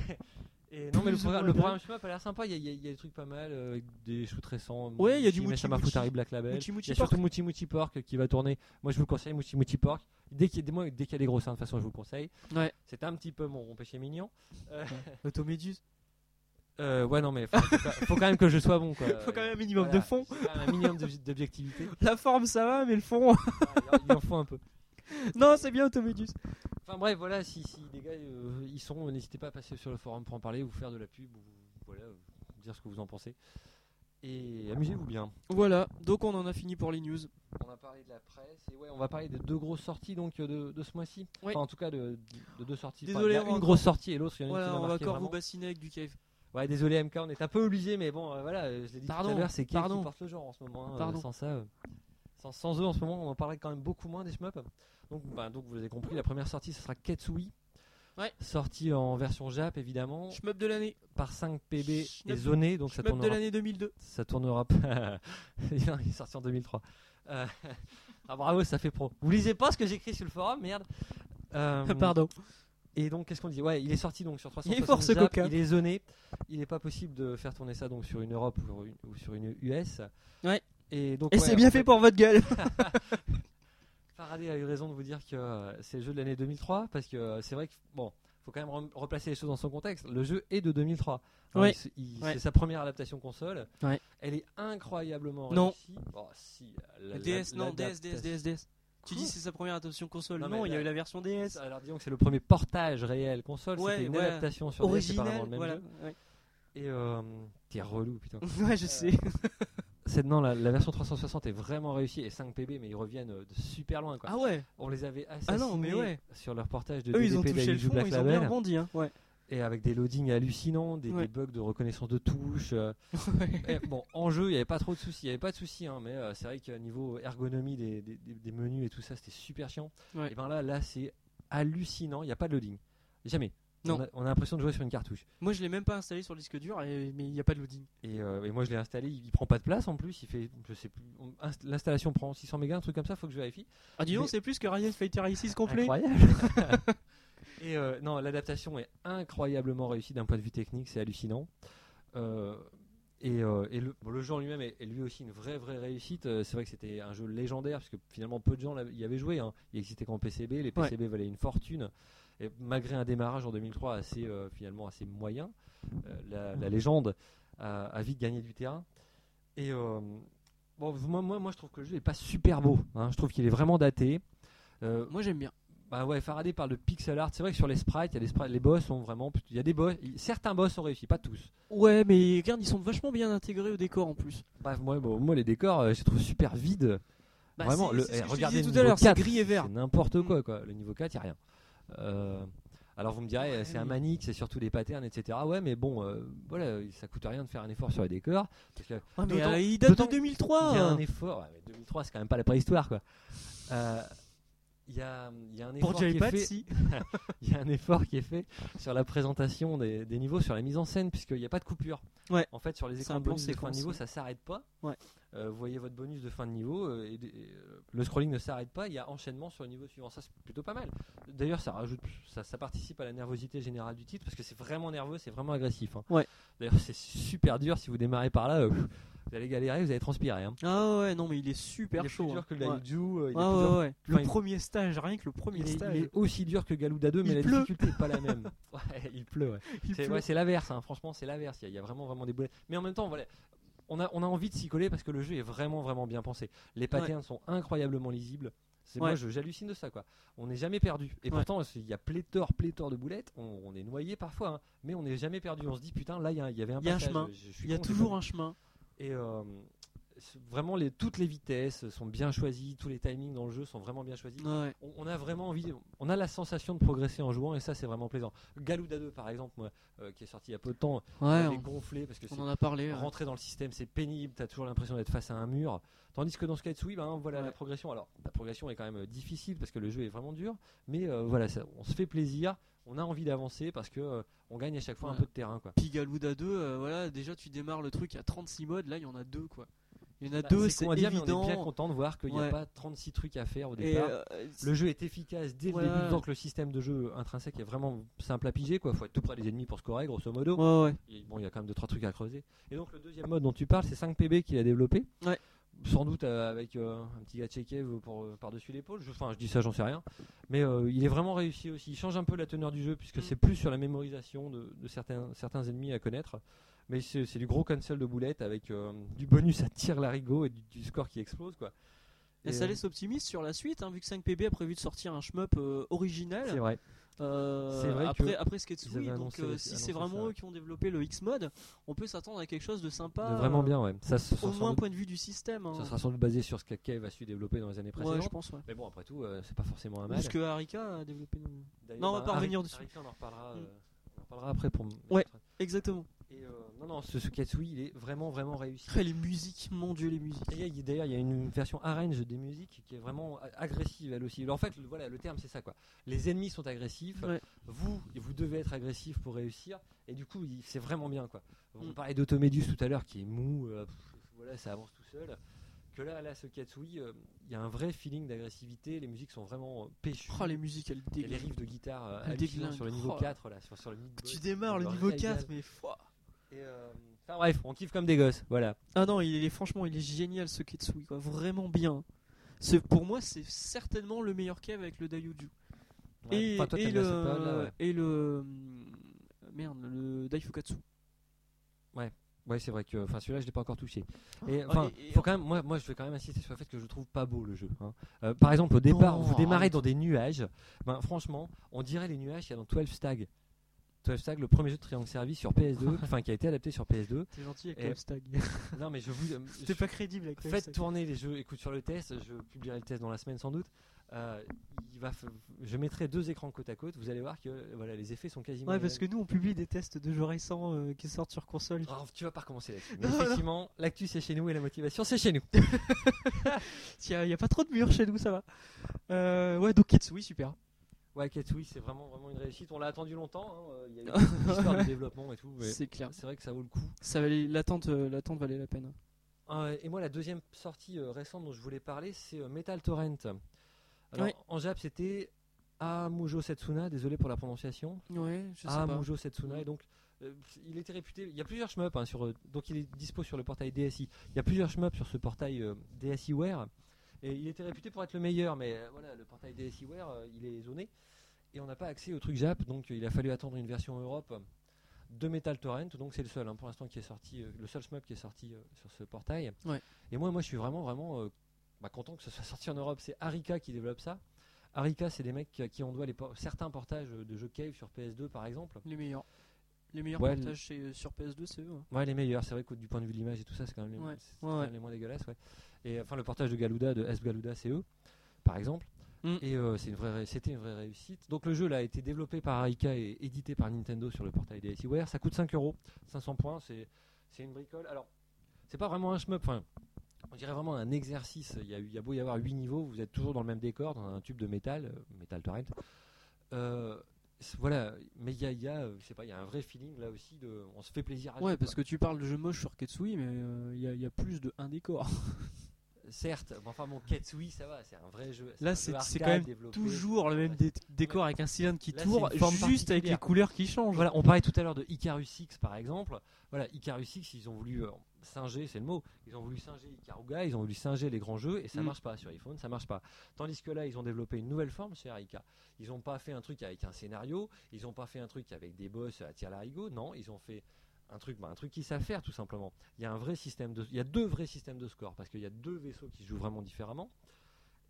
[SPEAKER 2] et non, mais le
[SPEAKER 1] Plus ou
[SPEAKER 2] programme,
[SPEAKER 1] moins
[SPEAKER 2] le
[SPEAKER 1] bien.
[SPEAKER 2] programme Shmup a l'air sympa. Il y, a- il y a- il y a des trucs pas mal, euh, avec des shoots récents.
[SPEAKER 1] Ouais, il y a du Mushi
[SPEAKER 2] Mushi, Meshama
[SPEAKER 1] Mushi.
[SPEAKER 2] Futari Black Label.
[SPEAKER 1] Mouchi
[SPEAKER 2] Il y
[SPEAKER 1] Mouchi
[SPEAKER 2] a surtout Mouchi Mouchi Pork euh, qui va tourner. Moi, je vous le conseille, Mouchi Mouchi Pork. Dès qu'il y, a- moi, dès qu'il y a des gros seins, de toute façon, je vous le conseille.
[SPEAKER 1] Ouais.
[SPEAKER 2] C'est un petit peu mon péché mignon.
[SPEAKER 1] Automéduse.
[SPEAKER 2] Euh, ouais, non, mais faut, faut pas- faut quand même que je sois bon. Quoi.
[SPEAKER 1] Faut quand même un minimum
[SPEAKER 2] Voilà,
[SPEAKER 1] de fond.
[SPEAKER 2] c'est quand même un minimum d'obje- d'objectivité.
[SPEAKER 1] La forme ça va, mais le fond.
[SPEAKER 2] Ah, il en faut un peu.
[SPEAKER 1] non, c'est bien Automéduse.
[SPEAKER 2] Enfin bref, voilà, si, si les gars euh, y sont, n'hésitez pas à passer sur le forum pour en parler, vous faire de la pub, ou voilà, vous dire ce que vous en pensez. Et amusez-vous bien.
[SPEAKER 1] Voilà, donc on en a fini pour les news.
[SPEAKER 2] On a parlé de la presse, et ouais, on va parler de deux grosses sorties donc euh, de, de ce mois-ci.
[SPEAKER 1] Oui.
[SPEAKER 2] Enfin, en tout cas, de, de deux sorties. Enfin,
[SPEAKER 1] Désolé,
[SPEAKER 2] il y a
[SPEAKER 1] on va
[SPEAKER 2] une
[SPEAKER 1] encore-
[SPEAKER 2] grosse sortie et l'autre, il y en a une
[SPEAKER 1] Voilà,
[SPEAKER 2] qui m'a
[SPEAKER 1] on va
[SPEAKER 2] marqué
[SPEAKER 1] encore vous
[SPEAKER 2] vraiment.
[SPEAKER 1] bassiner avec du cave.
[SPEAKER 2] Ouais, désolé MK, on est un peu obligé, mais bon, euh, voilà, euh, je l'ai dit tout
[SPEAKER 1] Pardon,
[SPEAKER 2] à l'heure, c'est Kev qui
[SPEAKER 1] pardon.
[SPEAKER 2] porte le genre en ce moment. hein, euh,
[SPEAKER 1] Pardon.
[SPEAKER 2] sans ça, euh, sans, sans eux en ce moment, on en parlerait quand même beaucoup moins des shmups. Donc, bah, donc vous avez compris, la première sortie, ce sera Ketsui.
[SPEAKER 1] Ouais.
[SPEAKER 2] Sortie en version Jap évidemment,
[SPEAKER 1] Shmup de l'année.
[SPEAKER 2] par 5 PB et
[SPEAKER 1] Shmup-
[SPEAKER 2] zoné, donc ça
[SPEAKER 1] Shmup de
[SPEAKER 2] tournera,
[SPEAKER 1] l'année 2002.
[SPEAKER 2] ça tournera pas. Il est sorti en 2003. Euh, ah bravo, ça fait pro. Vous lisez pas ce que j'écris sur le forum, merde. Euh,
[SPEAKER 1] Ah, Pardon.
[SPEAKER 2] et donc, qu'est-ce qu'on dit Ouais, il est sorti donc sur 360
[SPEAKER 1] Il est fort, ce
[SPEAKER 2] Zap,
[SPEAKER 1] coquin.
[SPEAKER 2] Il est zoné. Il n'est pas possible de faire tourner ça donc sur une Europe ou une- ou sur une US.
[SPEAKER 1] Ouais.
[SPEAKER 2] Et donc.
[SPEAKER 1] Et
[SPEAKER 2] ouais,
[SPEAKER 1] c'est
[SPEAKER 2] en
[SPEAKER 1] bien
[SPEAKER 2] fait,
[SPEAKER 1] fait pour votre gueule.
[SPEAKER 2] Faraday a eu raison de vous dire que euh, c'est le jeu de l'année 2003 parce que euh, c'est vrai que bon, faut quand même rem- replacer les choses dans son contexte. Le jeu est de 2003. Hein,
[SPEAKER 1] Ouais.
[SPEAKER 2] il se- il-
[SPEAKER 1] Ouais.
[SPEAKER 2] C'est sa première adaptation console.
[SPEAKER 1] Ouais.
[SPEAKER 2] Elle est incroyablement
[SPEAKER 1] Non.
[SPEAKER 2] réussie. Oh, si, la- la-
[SPEAKER 1] DS, non, DS, DS,
[SPEAKER 2] l'adaptation-
[SPEAKER 1] DS, DS. Tu
[SPEAKER 2] Quoi
[SPEAKER 1] dis c'est sa première adaptation console.
[SPEAKER 2] Non,
[SPEAKER 1] Non,
[SPEAKER 2] mais
[SPEAKER 1] il y
[SPEAKER 2] la-
[SPEAKER 1] a eu la version DS.
[SPEAKER 2] Alors disons que c'est le premier portage réel console.
[SPEAKER 1] Ouais,
[SPEAKER 2] C'était une
[SPEAKER 1] ouais.
[SPEAKER 2] adaptation sur DS, c'est pas vraiment
[SPEAKER 1] Original,
[SPEAKER 2] le même
[SPEAKER 1] voilà.
[SPEAKER 2] jeu. Et euh, t'es relou, putain.
[SPEAKER 1] Ouais, Ouais, je sais.
[SPEAKER 2] C'est non, la, la version 360 est vraiment réussie et 5 PB, mais ils reviennent euh, de super loin. Quoi.
[SPEAKER 1] Ah ouais.
[SPEAKER 2] On les avait assassinés
[SPEAKER 1] Ah non, mais ouais.
[SPEAKER 2] sur leur portage de
[SPEAKER 1] Eux, ils ont
[SPEAKER 2] DDP
[SPEAKER 1] touché le
[SPEAKER 2] d'Aiju
[SPEAKER 1] fond,
[SPEAKER 2] Black
[SPEAKER 1] ils ont bien
[SPEAKER 2] Label
[SPEAKER 1] rebondi. Hein. Ouais.
[SPEAKER 2] et avec des loadings hallucinants, des, des
[SPEAKER 1] Ouais.
[SPEAKER 2] bugs de reconnaissance de touches. euh, et bon, en jeu, il n'y avait pas trop de soucis, il n'y avait pas de soucis, hein, mais euh, c'est vrai qu'à niveau ergonomie des, des- des- des menus et tout ça, c'était super chiant.
[SPEAKER 1] Ouais.
[SPEAKER 2] Et ben là, là, c'est hallucinant, il n'y a pas de loading. Jamais.
[SPEAKER 1] Non.
[SPEAKER 2] On a- on a l'impression de jouer sur une cartouche.
[SPEAKER 1] Moi, je l'ai même pas installé sur le disque dur, et- mais il n'y a pas de loading.
[SPEAKER 2] Et, euh, et moi je l'ai installé, il, il prend pas de place en plus, il fait, je sais plus, on- inst- l'installation prend 600 mégas, un truc comme ça, faut que je vérifie.
[SPEAKER 1] Ah, dis
[SPEAKER 2] Mais-
[SPEAKER 1] donc, c'est plus que Ryan Fighter i6 complet.
[SPEAKER 2] Incroyable. et euh, non, l'adaptation est incroyablement réussie d'un point de vue technique, c'est hallucinant. Euh, et euh, et le, bon, le jeu en lui-même est, est lui aussi une vraie vraie réussite. Euh, c'est vrai que c'était un jeu légendaire parce que finalement peu de gens l'avaient- y avaient joué. hein. Il existait qu'en PCB, les PCB valaient une fortune. Et malgré un démarrage en 2003 assez euh, finalement assez moyen, euh, la, la légende a, a vite gagné du terrain. Et euh, bon, moi, moi, moi, je trouve que le jeu n'est pas super beau. hein. Je trouve qu'il est vraiment daté. Euh,
[SPEAKER 1] Moi, j'aime bien.
[SPEAKER 2] Bah ouais, Faraday parle de pixel art. C'est vrai que sur les sprites, il y a des sprites, les boss sont vraiment. Il y a des boss. Certains boss ont réussi, pas tous.
[SPEAKER 1] Ouais, mais regarde, ils sont vachement bien intégrés au décor en plus.
[SPEAKER 2] Bah, moi, bon, moi, les décors, euh, je les trouve super vides.
[SPEAKER 1] Bah,
[SPEAKER 2] Vraiment,
[SPEAKER 1] c'est-
[SPEAKER 2] le,
[SPEAKER 1] c'est ce
[SPEAKER 2] eh,
[SPEAKER 1] que je te
[SPEAKER 2] regardez
[SPEAKER 1] disais
[SPEAKER 2] le
[SPEAKER 1] tout à l'heure,
[SPEAKER 2] niveau
[SPEAKER 1] c'est
[SPEAKER 2] 4,
[SPEAKER 1] gris et vert.
[SPEAKER 2] C'est n'importe
[SPEAKER 1] Mm.
[SPEAKER 2] quoi, quoi. Le niveau 4, il n'y a rien. Euh, alors vous me direz,
[SPEAKER 1] Ouais,
[SPEAKER 2] c'est un
[SPEAKER 1] mais-
[SPEAKER 2] manique, c'est surtout des patterns, etc. Ouais, mais bon, euh, voilà, ça coûte rien de faire un effort sur les décors. Parce que
[SPEAKER 1] Ouais, mais
[SPEAKER 2] D'autant-
[SPEAKER 1] euh, il date de
[SPEAKER 2] d'autant- il y a
[SPEAKER 1] 2003.
[SPEAKER 2] un effort. ouais, mais 2003, c'est quand même pas la préhistoire, quoi. Euh, Il y, a, il y a un effort
[SPEAKER 1] Pour
[SPEAKER 2] qui est
[SPEAKER 1] J-Pad,
[SPEAKER 2] fait-
[SPEAKER 1] si.
[SPEAKER 2] il y a un effort qui est fait sur la présentation des, des niveaux, sur la mise en scène, puisqu'il n'y a pas de coupure.
[SPEAKER 1] Ouais.
[SPEAKER 2] En fait, sur les
[SPEAKER 1] C'est
[SPEAKER 2] écrans
[SPEAKER 1] un
[SPEAKER 2] de
[SPEAKER 1] plan
[SPEAKER 2] bonus de fin de
[SPEAKER 1] séquence,
[SPEAKER 2] niveau,
[SPEAKER 1] ouais.
[SPEAKER 2] ça s'arrête pas.
[SPEAKER 1] Ouais.
[SPEAKER 2] Euh, vous voyez votre bonus de fin de niveau, euh, et, et, euh, le scrolling ne s'arrête pas, il y a enchaînement sur le niveau suivant. Ça, c'est plutôt pas mal. D'ailleurs, ça, rajoute, ça, ça participe à la nervosité générale du titre, parce que c'est vraiment nerveux, c'est vraiment agressif. hein.
[SPEAKER 1] Ouais.
[SPEAKER 2] D'ailleurs, c'est super dur si vous démarrez par là. euh, pff, vous allez galérer, vous allez transpirer. hein.
[SPEAKER 1] Ah ouais, non, mais il est
[SPEAKER 2] il
[SPEAKER 1] super
[SPEAKER 2] est
[SPEAKER 1] chaud.
[SPEAKER 2] plus
[SPEAKER 1] hein.
[SPEAKER 2] dur que le
[SPEAKER 1] Ouais.
[SPEAKER 2] Daiju, euh, il est
[SPEAKER 1] Ouais,
[SPEAKER 2] plus dur
[SPEAKER 1] ouais, ouais.
[SPEAKER 2] enfin,
[SPEAKER 1] Le
[SPEAKER 2] il-
[SPEAKER 1] premier stage, rien que le premier
[SPEAKER 2] il est,
[SPEAKER 1] stage.
[SPEAKER 2] il est aussi dur que Galouda 2, mais
[SPEAKER 1] Il
[SPEAKER 2] la
[SPEAKER 1] pleut.
[SPEAKER 2] difficulté n'est pas la même. Ouais, il pleut, ouais.
[SPEAKER 1] il
[SPEAKER 2] C'est
[SPEAKER 1] pleut.
[SPEAKER 2] ouais, c'est l'averse, hein. franchement, c'est l'averse. Il y, a- il y a vraiment, vraiment des boulets. Mais en même temps, voilà, on a, on a envie de s'y coller parce que le jeu est vraiment, vraiment bien pensé. Les patterns sont incroyablement lisibles. C'est
[SPEAKER 1] Ouais.
[SPEAKER 2] Moi, je- j'hallucine de ça, quoi. On n'est jamais perdu. Et
[SPEAKER 1] Ouais.
[SPEAKER 2] pourtant, il y a pléthore, pléthore de boulettes. On, on est noyé parfois, hein. mais on n'est jamais perdu. On se dit, putain, là, il y, a- il y avait un
[SPEAKER 1] Il y a un
[SPEAKER 2] passage.
[SPEAKER 1] chemin.
[SPEAKER 2] Je- je suis
[SPEAKER 1] Il y a
[SPEAKER 2] con, j'ai pas
[SPEAKER 1] toujours
[SPEAKER 2] vu.
[SPEAKER 1] un chemin.
[SPEAKER 2] Et euh, c'est vraiment, les, toutes les vitesses sont bien choisies. Tous les timings dans le jeu sont vraiment bien choisis
[SPEAKER 1] Ouais.
[SPEAKER 2] on, on a vraiment envie, on a la sensation de progresser en jouant et ça c'est vraiment plaisant. Galouda 2 par exemple, moi, euh, qui est sorti il y a peu de temps,
[SPEAKER 1] Ouais,
[SPEAKER 2] j'avais
[SPEAKER 1] on-
[SPEAKER 2] gonflé parce que c'est
[SPEAKER 1] on en a parlé. euh, ouais.
[SPEAKER 2] rentrer dans le système c'est pénible, t'as toujours l'impression d'être face à un mur. Tandis que dans Sketsui, ben, voilà
[SPEAKER 1] Ouais.
[SPEAKER 2] la progression. Alors la progression est quand même euh, difficile parce que le jeu est vraiment dur, mais euh, voilà, ça- on se fait plaisir, on a envie d'avancer parce que euh, on gagne à chaque fois un
[SPEAKER 1] Ouais.
[SPEAKER 2] peu de terrain quoi.
[SPEAKER 1] Pigalouda 2, euh, voilà, déjà tu démarres le truc, il y a 36 modes, là il y en a deux quoi. Il y en a
[SPEAKER 2] Bah,
[SPEAKER 1] deux,
[SPEAKER 2] c'est
[SPEAKER 1] c'est
[SPEAKER 2] con à dire, mais on est bien
[SPEAKER 1] évident.
[SPEAKER 2] content de voir qu'il n'y a
[SPEAKER 1] Ouais.
[SPEAKER 2] pas 36 trucs à faire au
[SPEAKER 1] Et,
[SPEAKER 2] départ.
[SPEAKER 1] euh,
[SPEAKER 2] Le jeu est efficace dès le
[SPEAKER 1] Ouais.
[SPEAKER 2] début, donc le système de jeu intrinsèque est vraiment simple à piger. Il faut être tout près des ennemis pour scorer, grosso modo.
[SPEAKER 1] Ouais, ouais.
[SPEAKER 2] Et bon, il y a quand même 2-3 trucs à creuser. Et donc, le deuxième mode dont tu parles, c'est 5PB qu'il a développé.
[SPEAKER 1] Ouais.
[SPEAKER 2] Sans doute euh, avec euh, un petit gars Tchekev pour, euh, par-dessus l'épaule. Je- Enfin, je dis ça, j'en sais rien. Mais euh, il est vraiment réussi aussi. Il change un peu la teneur du jeu, puisque
[SPEAKER 1] Mm.
[SPEAKER 2] c'est plus sur la mémorisation de, de certains, certains ennemis à connaître. Mais c'est c'est du gros cancel de boulettes avec euh, du bonus à tir larigot et du, du score qui explose. quoi.
[SPEAKER 1] Et
[SPEAKER 2] Et,
[SPEAKER 1] ça
[SPEAKER 2] euh,
[SPEAKER 1] laisse optimiste sur la suite, hein, vu que 5PB a prévu de sortir un shmup euh,
[SPEAKER 2] C'est
[SPEAKER 1] original.
[SPEAKER 2] vrai.
[SPEAKER 1] euh,
[SPEAKER 2] C'est vrai
[SPEAKER 1] après,
[SPEAKER 2] que
[SPEAKER 1] après
[SPEAKER 2] ils avaient
[SPEAKER 1] Sketsui, donc
[SPEAKER 2] annoncé-
[SPEAKER 1] euh, si
[SPEAKER 2] annoncé
[SPEAKER 1] c'est vraiment
[SPEAKER 2] ça, ouais.
[SPEAKER 1] eux qui ont développé le X-Mode, on peut s'attendre à quelque chose de sympa.
[SPEAKER 2] De vraiment
[SPEAKER 1] euh,
[SPEAKER 2] bien, ouais. Ça, ce sera
[SPEAKER 1] Au
[SPEAKER 2] sans
[SPEAKER 1] moins,
[SPEAKER 2] doute-
[SPEAKER 1] point de vue du système. hein.
[SPEAKER 2] Ça sera sans doute basé sur ce que Kev a su développer dans les années
[SPEAKER 1] Ouais,
[SPEAKER 2] précédentes.
[SPEAKER 1] je pense, ouais.
[SPEAKER 2] Mais bon, après tout, euh, c'est pas forcément un mal.
[SPEAKER 1] Parce que Harika a développé. une-
[SPEAKER 2] D'ailleurs,
[SPEAKER 1] Non, on va
[SPEAKER 2] bah,
[SPEAKER 1] pas
[SPEAKER 2] Harry-
[SPEAKER 1] revenir dessus.
[SPEAKER 2] Harry Kane, on en reparlera,
[SPEAKER 1] Mm.
[SPEAKER 2] euh, on en reparlera après pour. m-
[SPEAKER 1] Ouais. Exactement.
[SPEAKER 2] Et, euh, non, non, ce, ce Katsui, il est vraiment, vraiment réussi.
[SPEAKER 1] Ah, les musiques, mon dieu, les musiques.
[SPEAKER 2] Et il y a- il y a- D'ailleurs, il y a une version arrange des musiques qui est vraiment a- agressive elle aussi. Alors, en fait, le- voilà, le terme c'est ça quoi. Les ennemis sont agressifs,
[SPEAKER 1] Ouais.
[SPEAKER 2] vous, vous devez être agressif pour réussir, et du coup, il- c'est vraiment bien quoi. On
[SPEAKER 1] Mm.
[SPEAKER 2] parlait d'Automédus tout à l'heure qui est mou, euh, pff, voilà, ça avance tout seul. Que là, là, ce Katsui, euh, il y a un vrai feeling d'agressivité, les musiques sont vraiment euh, péchues.
[SPEAKER 1] Oh, les musiques, elles
[SPEAKER 2] Il y a les
[SPEAKER 1] déglinguent.
[SPEAKER 2] riffs de guitare euh,
[SPEAKER 1] Elles
[SPEAKER 2] hallucinants
[SPEAKER 1] déglinguent.
[SPEAKER 2] sur le niveau
[SPEAKER 1] Oh.
[SPEAKER 2] 4 là, sur, sur le mid-boss.
[SPEAKER 1] Tu démarres le
[SPEAKER 2] Je me
[SPEAKER 1] niveau
[SPEAKER 2] régale.
[SPEAKER 1] 4, mais. Fouah.
[SPEAKER 2] Et, euh, Enfin bref, on kiffe comme des gosses, voilà.
[SPEAKER 1] Ah non, il est franchement, il est génial ce Ketsui, quoi. Vraiment bien. C'est pour moi, c'est certainement le meilleur cave avec le Daiyuju.
[SPEAKER 2] Ouais,
[SPEAKER 1] et,
[SPEAKER 2] enfin, toi,
[SPEAKER 1] et
[SPEAKER 2] t'aimes
[SPEAKER 1] le
[SPEAKER 2] bien cette période-là, ouais.
[SPEAKER 1] et le hum, merde, le Daifukatsu.
[SPEAKER 2] Ouais, c'est vrai que enfin celui-là je l'ai pas encore touché.
[SPEAKER 1] Ah,
[SPEAKER 2] Et enfin,
[SPEAKER 1] et- et-
[SPEAKER 2] faut quand même moi moi je vais quand même insister sur le fait que je le trouve pas beau le jeu. hein. Euh, par exemple au départ
[SPEAKER 1] Non,
[SPEAKER 2] vous démarrez
[SPEAKER 1] arrête.
[SPEAKER 2] dans des nuages. Ben franchement on dirait les nuages qu'il y a dans 12 Stag. 12 Stag le premier jeu de Triangle Service sur PS2, enfin qui a été adapté sur PS2.
[SPEAKER 1] T'es gentil avec
[SPEAKER 2] et-
[SPEAKER 1] Lifestag.
[SPEAKER 2] Non mais je vous euh, je-
[SPEAKER 1] C'était pas crédible avec
[SPEAKER 2] Faites
[SPEAKER 1] Lifestag.
[SPEAKER 2] tourner les jeux, écoute sur le test, je publierai le test dans la semaine sans doute. Euh, il va f- je mettrai deux écrans côte à côte, vous allez voir que euh, voilà, les effets sont quasiment.
[SPEAKER 1] Ouais,
[SPEAKER 2] les
[SPEAKER 1] parce
[SPEAKER 2] mêmes.
[SPEAKER 1] que nous on publie des tests de jeux récents euh, qui sortent sur console.
[SPEAKER 2] Oh, tu vas pas recommencer l'actu.
[SPEAKER 1] Non, non.
[SPEAKER 2] Effectivement, l'actu c'est chez nous et la motivation c'est chez nous.
[SPEAKER 1] Il y, a- y a pas trop de murs chez nous, ça va. Euh, ouais, donc Ketsui, super.
[SPEAKER 2] Ouais, Ketsui, c'est vraiment, vraiment une réussite. On l'a attendu longtemps. hein, euh, Il y a eu une histoire de développement et tout. mais
[SPEAKER 1] C'est clair.
[SPEAKER 2] c'est vrai que ça vaut le coup.
[SPEAKER 1] Ça valait l'attente, euh, l'attente valait la peine.
[SPEAKER 2] Euh, et moi, la deuxième sortie euh, récente dont je voulais parler, c'est euh, Metal Torrent. Alors,
[SPEAKER 1] Ouais.
[SPEAKER 2] en Jap, c'était Amujo Setsuna. Désolé pour la prononciation.
[SPEAKER 1] Ouais, je sais pas.
[SPEAKER 2] Amujo Setsuna.
[SPEAKER 1] Mm.
[SPEAKER 2] Et donc, euh, il était réputé. Il y a plusieurs shmups. hein, sur, euh, donc, il est dispo sur le portail DSI. Il y a plusieurs shmups sur ce portail euh, DSIware. Et il était réputé pour être le meilleur. Mais euh, voilà, le portail DSIware, euh, il est zoné. Et on n'a pas accès au truc Jap. Donc, euh, il a fallu attendre une version Europe euh, de Metal Torrent. Donc, c'est le seul hein, pour l'instant qui est sorti. euh, le seul shmup qui est sorti euh, sur ce portail.
[SPEAKER 1] Ouais.
[SPEAKER 2] Et moi, moi, je suis vraiment, vraiment euh, bah, content que ce soit sorti en Europe. C'est Arika qui développe ça. Arika, c'est des mecs à qui on doit les por- certains portages de jeux cave sur PS2 par exemple.
[SPEAKER 1] Les meilleurs. Les meilleurs
[SPEAKER 2] Ouais,
[SPEAKER 1] portages chez- euh, sur PS2, c'est eux. hein.
[SPEAKER 2] Ouais, les meilleurs. C'est vrai que du point de vue de l'image et tout ça, c'est quand même les,
[SPEAKER 1] Ouais,
[SPEAKER 2] c'est
[SPEAKER 1] ouais,
[SPEAKER 2] quand même
[SPEAKER 1] ouais.
[SPEAKER 2] les moins dégueulasses. Ouais. Et enfin, le portage de Galuda, de S Galuda, c'est eux, par exemple.
[SPEAKER 1] Mm.
[SPEAKER 2] Et euh, c'est une vraie, ré- c'était une vraie réussite. Donc le jeu là, a été développé par Aika et édité par Nintendo sur le portail des SiWare. Ça coûte 5 euros, 500 points. C'est, c'est une bricole. Alors, c'est pas vraiment un shmup. Enfin, on dirait vraiment un exercice. Il y a, eu- il y a beau y avoir 8 niveaux, vous êtes toujours dans le même décor, dans un tube de métal, euh, métal torrent. Euh, c- voilà, mais il y a, il y a, euh, je sais pas, il y a un vrai feeling là aussi de, on se fait plaisir. À
[SPEAKER 1] Ouais,
[SPEAKER 2] jouer,
[SPEAKER 1] parce
[SPEAKER 2] quoi.
[SPEAKER 1] que tu parles de jeux moches sur Ketsui, mais euh, il y, a- il y a plus de un décor.
[SPEAKER 2] Certes, mais enfin mon Ketsui, ça va, c'est un vrai jeu.
[SPEAKER 1] Là,
[SPEAKER 2] un
[SPEAKER 1] c'est-
[SPEAKER 2] jeu
[SPEAKER 1] c'est
[SPEAKER 2] arcade
[SPEAKER 1] quand même
[SPEAKER 2] développé.
[SPEAKER 1] Toujours le même
[SPEAKER 2] Ouais.
[SPEAKER 1] dé- décor avec un cylindre qui
[SPEAKER 2] Là, c'est
[SPEAKER 1] tourne,
[SPEAKER 2] une forme
[SPEAKER 1] juste avec les
[SPEAKER 2] particulière.
[SPEAKER 1] couleurs qui changent.
[SPEAKER 2] Voilà, on parlait tout à l'heure de Icarus X par exemple. Voilà, Icarus X, ils ont voulu euh, singer, c'est le mot, ils ont voulu singer Icaruga, ils ont voulu singer les grands jeux et ça
[SPEAKER 1] Mm.
[SPEAKER 2] marche pas sur iPhone, ça marche pas. Tandis que là, ils ont développé une nouvelle forme chez Arika. Ils ont pas fait un truc avec un scénario, ils ont pas fait un truc avec des boss à tir larigot, non, ils ont fait un truc, bah, un truc qui savent faire tout simplement. Il y a un vrai système de, il y a deux vrais systèmes de score parce qu'il y a deux vaisseaux qui se jouent vraiment différemment.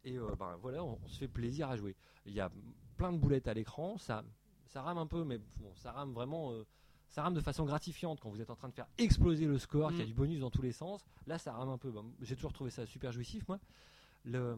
[SPEAKER 2] Et euh, ben voilà, on, on se fait plaisir à jouer. Il y a plein de boulettes à l'écran, ça, ça rame un peu, mais bon, ça rame vraiment, euh, ça rame de façon gratifiante quand vous êtes en train de faire exploser le score, qu'il y a
[SPEAKER 1] Mm.
[SPEAKER 2] du bonus dans tous les sens. Là, ça rame un peu. Ben, J'ai toujours trouvé ça super jouissif, moi. Le,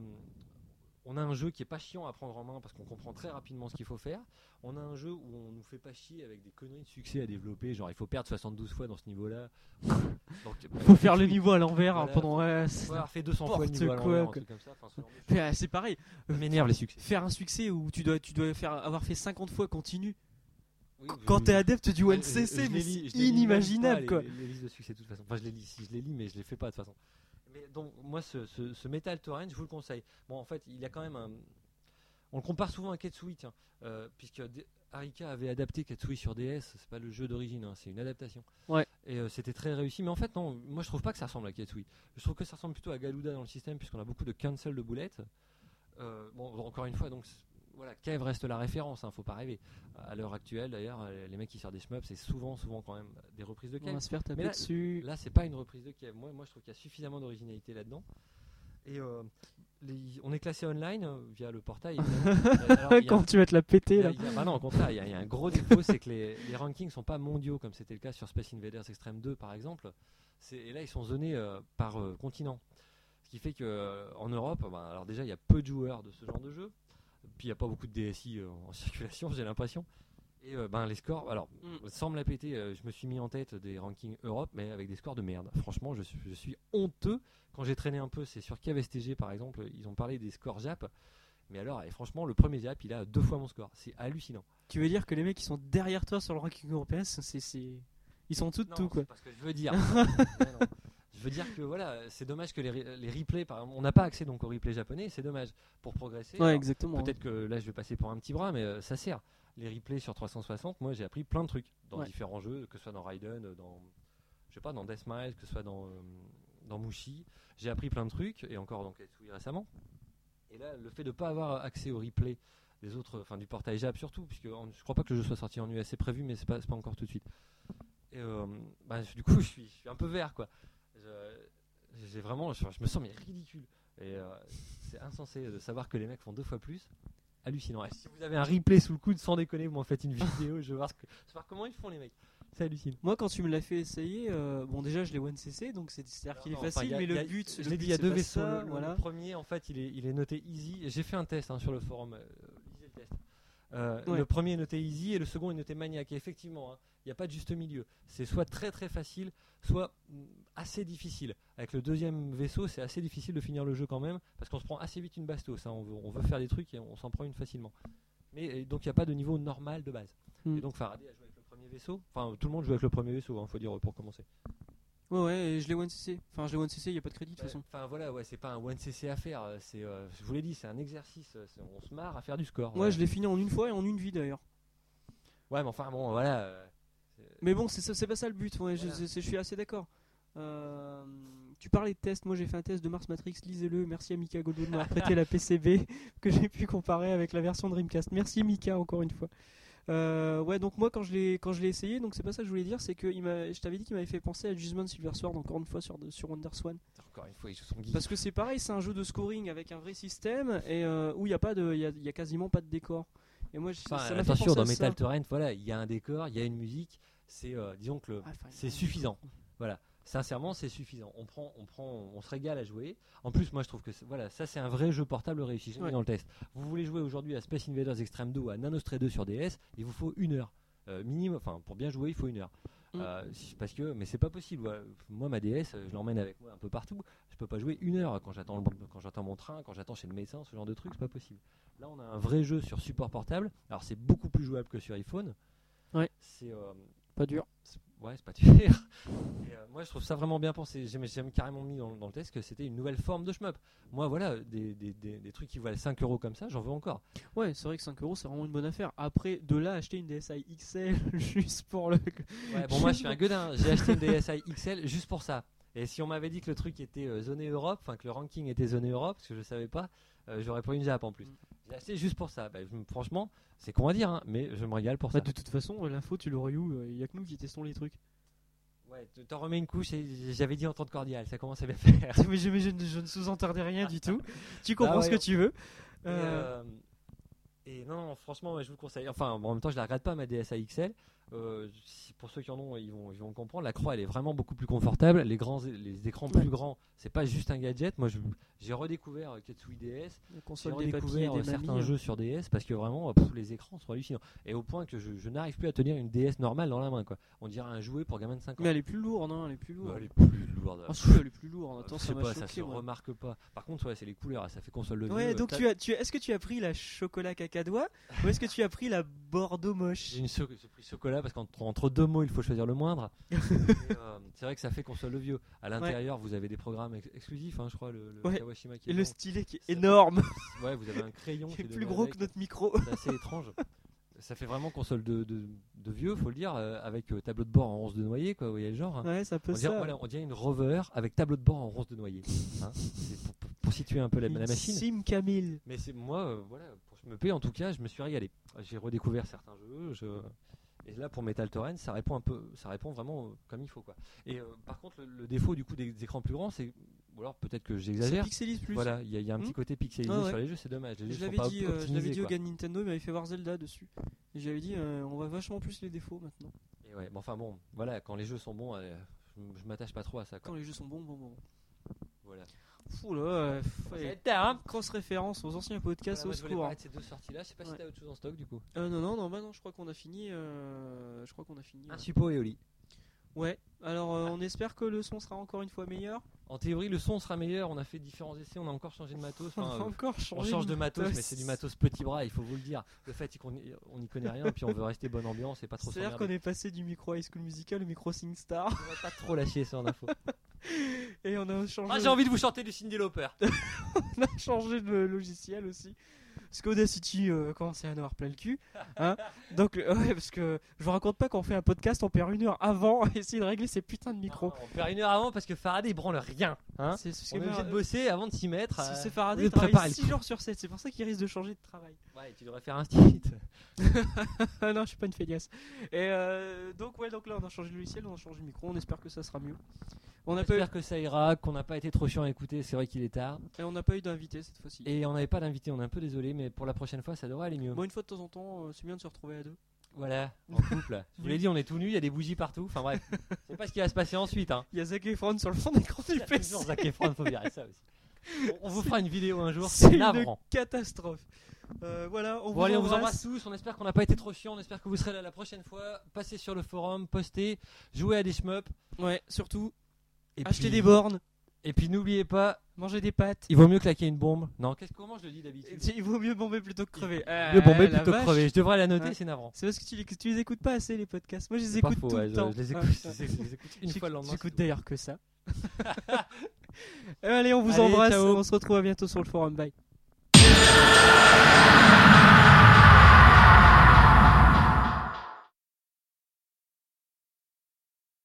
[SPEAKER 2] on a un jeu qui est pas chiant à prendre en main parce qu'on comprend très rapidement ce qu'il faut faire. On a un jeu où on nous fait pas chier avec des conneries de succès à développer, genre il faut perdre 72 fois dans ce niveau-là. Donc,
[SPEAKER 1] Faut faire le niveau à l'envers hein,
[SPEAKER 2] Voilà.
[SPEAKER 1] pendant. ouais, c'est-
[SPEAKER 2] faut avoir fait 200 fois le
[SPEAKER 1] N'importe
[SPEAKER 2] niveau à
[SPEAKER 1] quoi,
[SPEAKER 2] l'envers, un
[SPEAKER 1] quoi.
[SPEAKER 2] truc comme ça. Enfin, ce genre de choses.
[SPEAKER 1] Mais, euh, c'est pareil.
[SPEAKER 2] Ça m'énerve les succès.
[SPEAKER 1] Faire un succès où tu dois, tu dois faire, avoir fait 50 fois continu.
[SPEAKER 2] Oui, je-
[SPEAKER 1] Quand t'es adepte du
[SPEAKER 2] je-
[SPEAKER 1] one
[SPEAKER 2] je- Ah, je
[SPEAKER 1] cc
[SPEAKER 2] les
[SPEAKER 1] mais
[SPEAKER 2] lis-
[SPEAKER 1] c'est
[SPEAKER 2] je les lis même
[SPEAKER 1] inimaginable
[SPEAKER 2] pas,
[SPEAKER 1] quoi.
[SPEAKER 2] Les, les- les listes de succès de toute façon. Enfin, je les lis si je les lis, mais je les fais pas de toute façon. Mais donc moi, ce, ce- ce Metal Torrent, je vous le conseille. Bon, en fait, il y a quand même un. On le compare souvent à Ketsui, tiens, euh, puisque D- Arika avait adapté Ketsui sur DS. C'est pas le jeu d'origine, hein, c'est une adaptation.
[SPEAKER 1] Ouais.
[SPEAKER 2] Et euh, c'était très réussi. Mais en fait, non, moi je trouve pas que ça ressemble à Ketsui. Je trouve que ça ressemble plutôt à Galuda dans le système, puisqu'on a beaucoup de cancel de boulettes. Euh, bon, encore une fois, donc c- voilà, Cave reste la référence, hein, faut pas rêver. À l'heure actuelle, d'ailleurs, euh, les mecs qui sortent des shmups, c'est souvent, souvent quand même des reprises de
[SPEAKER 1] On
[SPEAKER 2] Cave.
[SPEAKER 1] va se faire taper
[SPEAKER 2] Mais là-
[SPEAKER 1] dessus.
[SPEAKER 2] Là, c'est pas une reprise de Kiev. Moi, moi je trouve qu'il y a suffisamment d'originalité là-dedans. Et euh, les- on est classé online euh, via le portail. évidemment. Alors, il y a-
[SPEAKER 1] Quand tu vas te la péter
[SPEAKER 2] il y a-
[SPEAKER 1] là.
[SPEAKER 2] il y a- bah non, au contraire, il y, a- il y a un gros défaut, c'est que les, les rankings sont pas mondiaux comme c'était le cas sur Space Invaders Extreme 2 par exemple. C'est- Et là, ils sont zonés euh, par euh, continent. Ce qui fait que euh, en Europe, bah, alors déjà, il y a peu de joueurs de ce genre de jeu. Puis il n'y a pas beaucoup de DSI euh, en circulation, j'ai l'impression. Et euh, ben les scores, alors
[SPEAKER 1] Mm.
[SPEAKER 2] sans me la péter, euh, je me suis mis en tête des rankings Europe, mais avec des scores de merde. Franchement, je suis, je suis honteux. Quand j'ai traîné un peu, c'est sur KVSTG par exemple, ils ont parlé des scores Jap. Mais alors, et franchement, le premier Jap, il a deux fois mon score. C'est hallucinant.
[SPEAKER 1] Tu veux dire que les mecs qui sont derrière toi sur le ranking européen, c'est- c'est. c'est- Ils sont tout de
[SPEAKER 2] Non,
[SPEAKER 1] tout quoi.
[SPEAKER 2] c'est pas ce que je veux dire. Ouais, non. je veux dire que voilà, c'est dommage que les, re- les replays, par exemple, on n'a pas accès donc aux replays japonais, c'est dommage. Pour progresser,
[SPEAKER 1] Ouais,
[SPEAKER 2] alors,
[SPEAKER 1] exactement.
[SPEAKER 2] Peut-être que là, je vais passer pour un petit bras, mais euh, ça sert. Les replays sur 360, moi, j'ai appris plein de trucs dans
[SPEAKER 1] Ouais.
[SPEAKER 2] différents jeux, que ce soit dans Raiden, euh, dans je sais pas, dans Deathmise, que ce soit dans euh, dans Mushi. J'ai appris plein de trucs et encore dans Ketsui récemment. Et là, le fait de pas avoir accès aux replays des autres, enfin du portail Jap surtout, puisque en- je crois pas que le jeu soit sorti en US, c'est prévu, mais c'est pas c'est pas encore tout de suite. Et euh, bah, je- du coup, je suis, je suis un peu vert, quoi. Je- J'ai vraiment, je, je me sens mais ridicule. Et euh, c'est insensé de savoir que les mecs font deux fois plus. Hallucinant. Et si vous avez un replay sous le coude, sans déconner, vous m'en faites une vidéo, je vais voir, ce que- je vais voir comment ils font les mecs. C'est hallucinant.
[SPEAKER 1] Moi, quand tu me l'as fait essayer, euh, bon, déjà, je l'ai one CC, donc c'est- c'est-à-dire qu'il est
[SPEAKER 2] Non, enfin,
[SPEAKER 1] facile,
[SPEAKER 2] il y a-
[SPEAKER 1] mais
[SPEAKER 2] il y a-
[SPEAKER 1] le but,
[SPEAKER 2] je
[SPEAKER 1] le
[SPEAKER 2] l'ai
[SPEAKER 1] but,
[SPEAKER 2] dit, il y a
[SPEAKER 1] c'est
[SPEAKER 2] deux
[SPEAKER 1] pas
[SPEAKER 2] vaisseaux.
[SPEAKER 1] ça,
[SPEAKER 2] le- le,
[SPEAKER 1] voilà.
[SPEAKER 2] premier, en fait, il est, il est noté easy. J'ai fait un test hein, sur le forum. euh, lisez le test. Euh,
[SPEAKER 1] Ouais.
[SPEAKER 2] Le premier est noté easy et le second est noté maniaque. Et effectivement, hein, il n'y a pas de juste milieu. C'est soit très très facile, soit mm, assez difficile. Avec le deuxième vaisseau, c'est assez difficile de finir le jeu quand même, parce qu'on se prend assez vite une bastos. hein. On, veut, on veut faire des trucs et on s'en prend une facilement. Mais et donc il n'y a pas de niveau normal de base.
[SPEAKER 1] Mm.
[SPEAKER 2] Et donc Faraday a joué avec le premier vaisseau. Enfin, tout le monde joue avec le premier vaisseau, il faut dire, pour commencer.
[SPEAKER 1] Ouais, ouais, et je l'ai one CC. Enfin, je l'ai one CC, il n'y a pas de crédit, de toute
[SPEAKER 2] Ouais,
[SPEAKER 1] façon.
[SPEAKER 2] Enfin voilà, ouais, c'est pas un one CC à faire. euh, C'est, euh, je vous l'ai dit, c'est un exercice. euh, c'est- on se marre à faire du score.
[SPEAKER 1] Moi, je l'ai fini en une fois et en une vie, d'ailleurs.
[SPEAKER 2] Ouais, mais enfin bon, voilà. euh, c'est-
[SPEAKER 1] Mais bon, c'est ça- c'est pas ça le but, ouais, je-
[SPEAKER 2] Voilà.
[SPEAKER 1] c'est- je, suis assez d'accord. Euh, tu parlais de tests, moi j'ai fait un test de Mars Matrix, lisez-le, merci à Mika Godwin de m'avoir prêté la PCB que j'ai pu comparer avec la version Dreamcast. Merci Mika encore une fois. Euh, ouais, donc moi quand je l'ai quand je l'ai essayé, donc c'est pas ça que je voulais dire, c'est que il m'a- je t'avais dit qu'il m'avait fait penser à Judgment Silver Sword encore une fois sur de- sur Wonder Swan.
[SPEAKER 2] Encore une fois, ils se sont guidés.
[SPEAKER 1] Parce que c'est pareil, c'est un jeu de scoring avec un vrai système et euh, où il y a pas de, il y a, il y a quasiment pas de décor. Et moi, je-
[SPEAKER 2] Enfin,
[SPEAKER 1] ça m'a fait
[SPEAKER 2] attention,
[SPEAKER 1] penser à
[SPEAKER 2] dans
[SPEAKER 1] ça.
[SPEAKER 2] Metal Torrent, voilà, il y a un décor, il y a une musique. C'est, euh, disons que le-
[SPEAKER 1] Ah, enfin,
[SPEAKER 2] c'est suffisant. Voilà, sincèrement, c'est suffisant. On prend, on prend, on se régale à jouer. En plus, moi, je trouve que c'est- voilà, ça, c'est un vrai jeu portable réussi. Je l'ai mis
[SPEAKER 1] Ouais.
[SPEAKER 2] dans le test. Vous voulez jouer aujourd'hui à Space Invaders Extreme 2 ou à Nanostray 2 sur DS, il vous faut une heure Euh, minimum. Enfin, pour bien jouer, il faut une heure.
[SPEAKER 1] Mm.
[SPEAKER 2] Euh, si- parce que, mais c'est pas possible. voilà. Moi, ma DS, euh, je l'emmène avec moi un peu partout. Je peux pas jouer une heure quand j'attends, le- quand j'attends mon train, quand j'attends chez le médecin, ce genre de truc, c'est pas possible. Là, on a un vrai jeu sur support portable. Alors, c'est beaucoup plus jouable que sur iPhone.
[SPEAKER 1] Ouais.
[SPEAKER 2] C'est euh,
[SPEAKER 1] Pas dur.
[SPEAKER 2] c'est- Ouais, c'est pas dur. Et, euh, moi, je trouve ça vraiment bien pensé. J'ai j'ai même carrément mis dans, dans le test que c'était une nouvelle forme de shmup. Moi, voilà, des, des- des- des trucs qui valent 5 euros comme ça, j'en veux encore.
[SPEAKER 1] Ouais, c'est vrai que 5 euros, c'est vraiment une bonne affaire. Après, de là, acheter une DSi XL juste pour le.
[SPEAKER 2] Ouais, bon, moi, je suis un gueudin. J'ai acheté une DSi XL juste pour ça. Et si on m'avait dit que le truc était euh, zoné Europe, enfin que le ranking était zoné Europe, parce que je savais pas, euh, j'aurais pris une Jap en plus.
[SPEAKER 1] Mm.
[SPEAKER 2] J'ai acheté juste pour ça. Bah, je- franchement, c'est con à dire, hein, mais je me régale pour
[SPEAKER 1] Bah,
[SPEAKER 2] ça.
[SPEAKER 1] de toute façon, euh, l'info, tu l'aurais eu. Il y a que nous qui testons les trucs.
[SPEAKER 2] Ouais, tu- t'en remets une couche et j'avais dit en temps de cordial, ça commence à bien faire.
[SPEAKER 1] mais je, mais je ne- je ne sous-entendais rien du tout. Tu comprends
[SPEAKER 2] Bah ouais,
[SPEAKER 1] ce que
[SPEAKER 2] on-
[SPEAKER 1] tu veux.
[SPEAKER 2] Et,
[SPEAKER 1] Euh,
[SPEAKER 2] euh, et non, non, franchement, ouais, je vous le conseille. Enfin, bon, en même temps, je la regrette pas ma DSi XL. Euh, si- pour ceux qui en ont, ils vont, ils vont comprendre. La croix, elle est vraiment beaucoup plus confortable. Les grands, les écrans
[SPEAKER 1] Ouais.
[SPEAKER 2] plus grands, c'est pas juste un gadget. Moi, je- j'ai redécouvert euh, Ketsui DS.
[SPEAKER 1] la
[SPEAKER 2] J'ai
[SPEAKER 1] console des papiers et
[SPEAKER 2] redécouvert
[SPEAKER 1] des
[SPEAKER 2] euh, certains
[SPEAKER 1] mamies, hein.
[SPEAKER 2] jeux sur DS parce que vraiment, euh, pff, les écrans sont hallucinants. Et au point que je, je n'arrive plus à tenir une DS normale dans la main. Quoi. On dirait un jouet pour gamin de 5 ans.
[SPEAKER 1] Mais elle est plus lourde, hein, elle est plus
[SPEAKER 2] Ouais,
[SPEAKER 1] lourde.
[SPEAKER 2] elle est plus lourde.
[SPEAKER 1] Ah, si, elle est plus lourde. Attends,
[SPEAKER 2] je
[SPEAKER 1] ça
[SPEAKER 2] sais
[SPEAKER 1] m'a
[SPEAKER 2] pas, ça
[SPEAKER 1] choqué,
[SPEAKER 2] se
[SPEAKER 1] moi.
[SPEAKER 2] remarque pas. Par contre, ouais, c'est les couleurs, là, ça fait console de
[SPEAKER 1] Ouais,
[SPEAKER 2] vieux.
[SPEAKER 1] donc
[SPEAKER 2] T'as-
[SPEAKER 1] tu as, tu, est-ce que tu as pris la chocolat cacadois ou est-ce que tu as pris la Bordeaux moche
[SPEAKER 2] J'ai une so- j'ai pris chocolat parce qu'entre entre deux mots, il faut choisir le moindre. Mais, euh, c'est vrai que ça fait console le vieux. À l'intérieur, vous avez des programmes ex- exclusifs, hein, je crois, le, le
[SPEAKER 1] Ouais.
[SPEAKER 2] Kawashima qui est
[SPEAKER 1] Et le
[SPEAKER 2] dedans.
[SPEAKER 1] stylet qui est
[SPEAKER 2] Ça-
[SPEAKER 1] énorme,
[SPEAKER 2] Ouais, vous avez un crayon
[SPEAKER 1] qui est
[SPEAKER 2] donné
[SPEAKER 1] plus gros
[SPEAKER 2] avec.
[SPEAKER 1] que notre micro.
[SPEAKER 2] C'est assez étrange. Ça fait vraiment console de, de, de vieux, faut le dire, euh, avec euh, tableau de bord en ronce de noyer, quoi, vous voyez le genre. hein.
[SPEAKER 1] Ouais, ça peut
[SPEAKER 2] On dirait,
[SPEAKER 1] ça.
[SPEAKER 2] voilà, on dirait une rover avec tableau de bord en ronce de noyer. hein. C'est pour, pour- pour situer un peu la, la
[SPEAKER 1] Une
[SPEAKER 2] machine.
[SPEAKER 1] Sim Camille.
[SPEAKER 2] Mais c'est moi, euh, voilà, pour me paie en tout cas, je me suis régalé. J'ai redécouvert certains jeux. je- Et là, pour Metal Torrent, ça répond un peu, ça répond vraiment euh, comme il faut quoi. Et euh, par contre, le, le défaut du coup des, des écrans plus grands, c'est, ou alors peut-être que
[SPEAKER 1] Ça
[SPEAKER 2] j'exagère.
[SPEAKER 1] pixelise plus.
[SPEAKER 2] Voilà, il y, a- il y a un
[SPEAKER 1] Hmm
[SPEAKER 2] petit côté pixelisé
[SPEAKER 1] Ah ouais.
[SPEAKER 2] sur les jeux, c'est dommage. Les jeux
[SPEAKER 1] Je
[SPEAKER 2] sont
[SPEAKER 1] l'avais
[SPEAKER 2] pas
[SPEAKER 1] dit, euh,
[SPEAKER 2] op-
[SPEAKER 1] je l'avais
[SPEAKER 2] optimisés,
[SPEAKER 1] dit au
[SPEAKER 2] quoi.
[SPEAKER 1] gars de Nintendo, il m'avait fait voir Zelda dessus. Et j'avais dit, euh, on va vachement plus les défauts maintenant.
[SPEAKER 2] Et ouais, mais enfin bon, voilà, quand les jeux sont bons, euh, je, m- je m'attache pas trop à ça.
[SPEAKER 1] Quand
[SPEAKER 2] Quoi.
[SPEAKER 1] les jeux sont bons, bon, bon.
[SPEAKER 2] Voilà.
[SPEAKER 1] Fou là, euh, fallait- Grosse référence aux anciens podcasts
[SPEAKER 2] Voilà, moi, je
[SPEAKER 1] au
[SPEAKER 2] voulais
[SPEAKER 1] secours.
[SPEAKER 2] parler de ces deux sorties-là. Je sais pas
[SPEAKER 1] Ouais.
[SPEAKER 2] si t'as autre chose en stock du coup.
[SPEAKER 1] Euh, non, non, non, bah non, je crois qu'on a fini. euh, je crois qu'on a fini. ouais.
[SPEAKER 2] suppo et Oli.
[SPEAKER 1] Ouais, alors euh, on espère que le son sera encore une fois meilleur.
[SPEAKER 2] En théorie, le son sera meilleur. On a fait différents essais, on a encore changé de matos.
[SPEAKER 1] On
[SPEAKER 2] enfin,
[SPEAKER 1] a
[SPEAKER 2] euh,
[SPEAKER 1] encore
[SPEAKER 2] On
[SPEAKER 1] changé
[SPEAKER 2] change de matos, mais c'est du matos petit bras, il faut vous le dire. Le fait qu'on y- on n'y connaît rien, puis on veut rester bonne ambiance et pas trop
[SPEAKER 1] C'est-à-dire
[SPEAKER 2] s'emmerder.
[SPEAKER 1] qu'on est passé du micro High School Musical au micro SingStar
[SPEAKER 2] On va pas trop lâcher ça en info.
[SPEAKER 1] et on a changé,
[SPEAKER 2] Ah, j'ai envie de vous chanter du Cindy Lauper.
[SPEAKER 1] on a changé de logiciel aussi. Parce qu'Audacity euh, commençait à en avoir plein le cul. hein. Donc, euh, ouais, parce que je vous raconte pas qu'on fait un podcast, on perd une heure avant à essayer de régler ces putains de micros.
[SPEAKER 2] Ah, on perd une heure avant parce que Faraday il branle rien. hein.
[SPEAKER 1] c'est c'est-
[SPEAKER 2] on est obligé de
[SPEAKER 1] euh,
[SPEAKER 2] bosser avant de s'y mettre.
[SPEAKER 1] c'est-
[SPEAKER 2] euh,
[SPEAKER 1] c'est
[SPEAKER 2] au
[SPEAKER 1] Faraday,
[SPEAKER 2] lieu
[SPEAKER 1] il
[SPEAKER 2] de préparer
[SPEAKER 1] travaille
[SPEAKER 2] le
[SPEAKER 1] 6 jours sur 7, c'est pour ça qu'il risque de changer de travail.
[SPEAKER 2] Ouais, tu devrais faire un stit.
[SPEAKER 1] Ah non, je suis pas une feignasse. Et euh, donc, ouais, donc là, on a changé le logiciel, on a changé le micro, on espère que ça sera mieux. On n'a pas, eu-
[SPEAKER 2] J'espère que ça ira, qu'on n'a pas été trop chiant à écouter, c'est vrai qu'il est tard.
[SPEAKER 1] et on n'a pas eu d'invité cette fois-ci.
[SPEAKER 2] Et on n'avait pas d'invité, on est un peu désolé, mais pour la prochaine fois, ça devrait aller mieux.
[SPEAKER 1] Moi, une fois de temps en temps, euh, c'est bien de se retrouver à deux.
[SPEAKER 2] Voilà, en couple. Je vous l'ai dit, on est tout nu, il y a des bougies partout. Enfin bref, c'est pas ce qui va se passer ensuite. hein.
[SPEAKER 1] Il y a Zac Efron sur le fond d'écran du PC.
[SPEAKER 2] Toujours Zac Efron, faut virer ça aussi. On- On vous fera une vidéo un jour,
[SPEAKER 1] C'est
[SPEAKER 2] c'est
[SPEAKER 1] une
[SPEAKER 2] navrant.
[SPEAKER 1] catastrophe. Euh, voilà, on,
[SPEAKER 2] Bon,
[SPEAKER 1] vous
[SPEAKER 2] allez, on
[SPEAKER 1] embrasse.
[SPEAKER 2] vous embrasse tous. On espère qu'on n'a pas été trop chiant. On espère que vous serez là la prochaine fois. Passez sur le forum, postez, jouez à des shmups.
[SPEAKER 1] Ouais, surtout,
[SPEAKER 2] Et
[SPEAKER 1] achetez
[SPEAKER 2] puis-
[SPEAKER 1] des bornes,
[SPEAKER 2] Et puis n'oubliez pas,
[SPEAKER 1] mangez des pâtes.
[SPEAKER 2] il vaut mieux claquer une bombe. Non, qu'est-ce comment je le dis d'habitude
[SPEAKER 1] Il vaut mieux bomber plutôt que crever. Ah,
[SPEAKER 2] Mieux bomber
[SPEAKER 1] la
[SPEAKER 2] plutôt que
[SPEAKER 1] vache.
[SPEAKER 2] crever. Je devrais la noter,
[SPEAKER 1] Ouais.
[SPEAKER 2] c'est navrant.
[SPEAKER 1] C'est parce que tu les, tu les écoutes pas assez, les podcasts. Moi, je les
[SPEAKER 2] C'est
[SPEAKER 1] écoute
[SPEAKER 2] pas faux,
[SPEAKER 1] tout
[SPEAKER 2] ouais,
[SPEAKER 1] le
[SPEAKER 2] je-
[SPEAKER 1] temps.
[SPEAKER 2] je les
[SPEAKER 1] Ouais,
[SPEAKER 2] écoute,
[SPEAKER 1] ouais.
[SPEAKER 2] je les écoute une
[SPEAKER 1] J'écoute-
[SPEAKER 2] fois le lendemain.
[SPEAKER 1] J'écoute
[SPEAKER 2] c'est tout.
[SPEAKER 1] d'ailleurs que ça. Euh, Allez, on vous
[SPEAKER 2] Allez,
[SPEAKER 1] embrasse.
[SPEAKER 2] ciao.
[SPEAKER 1] On se retrouve à bientôt sur le forum. Bye.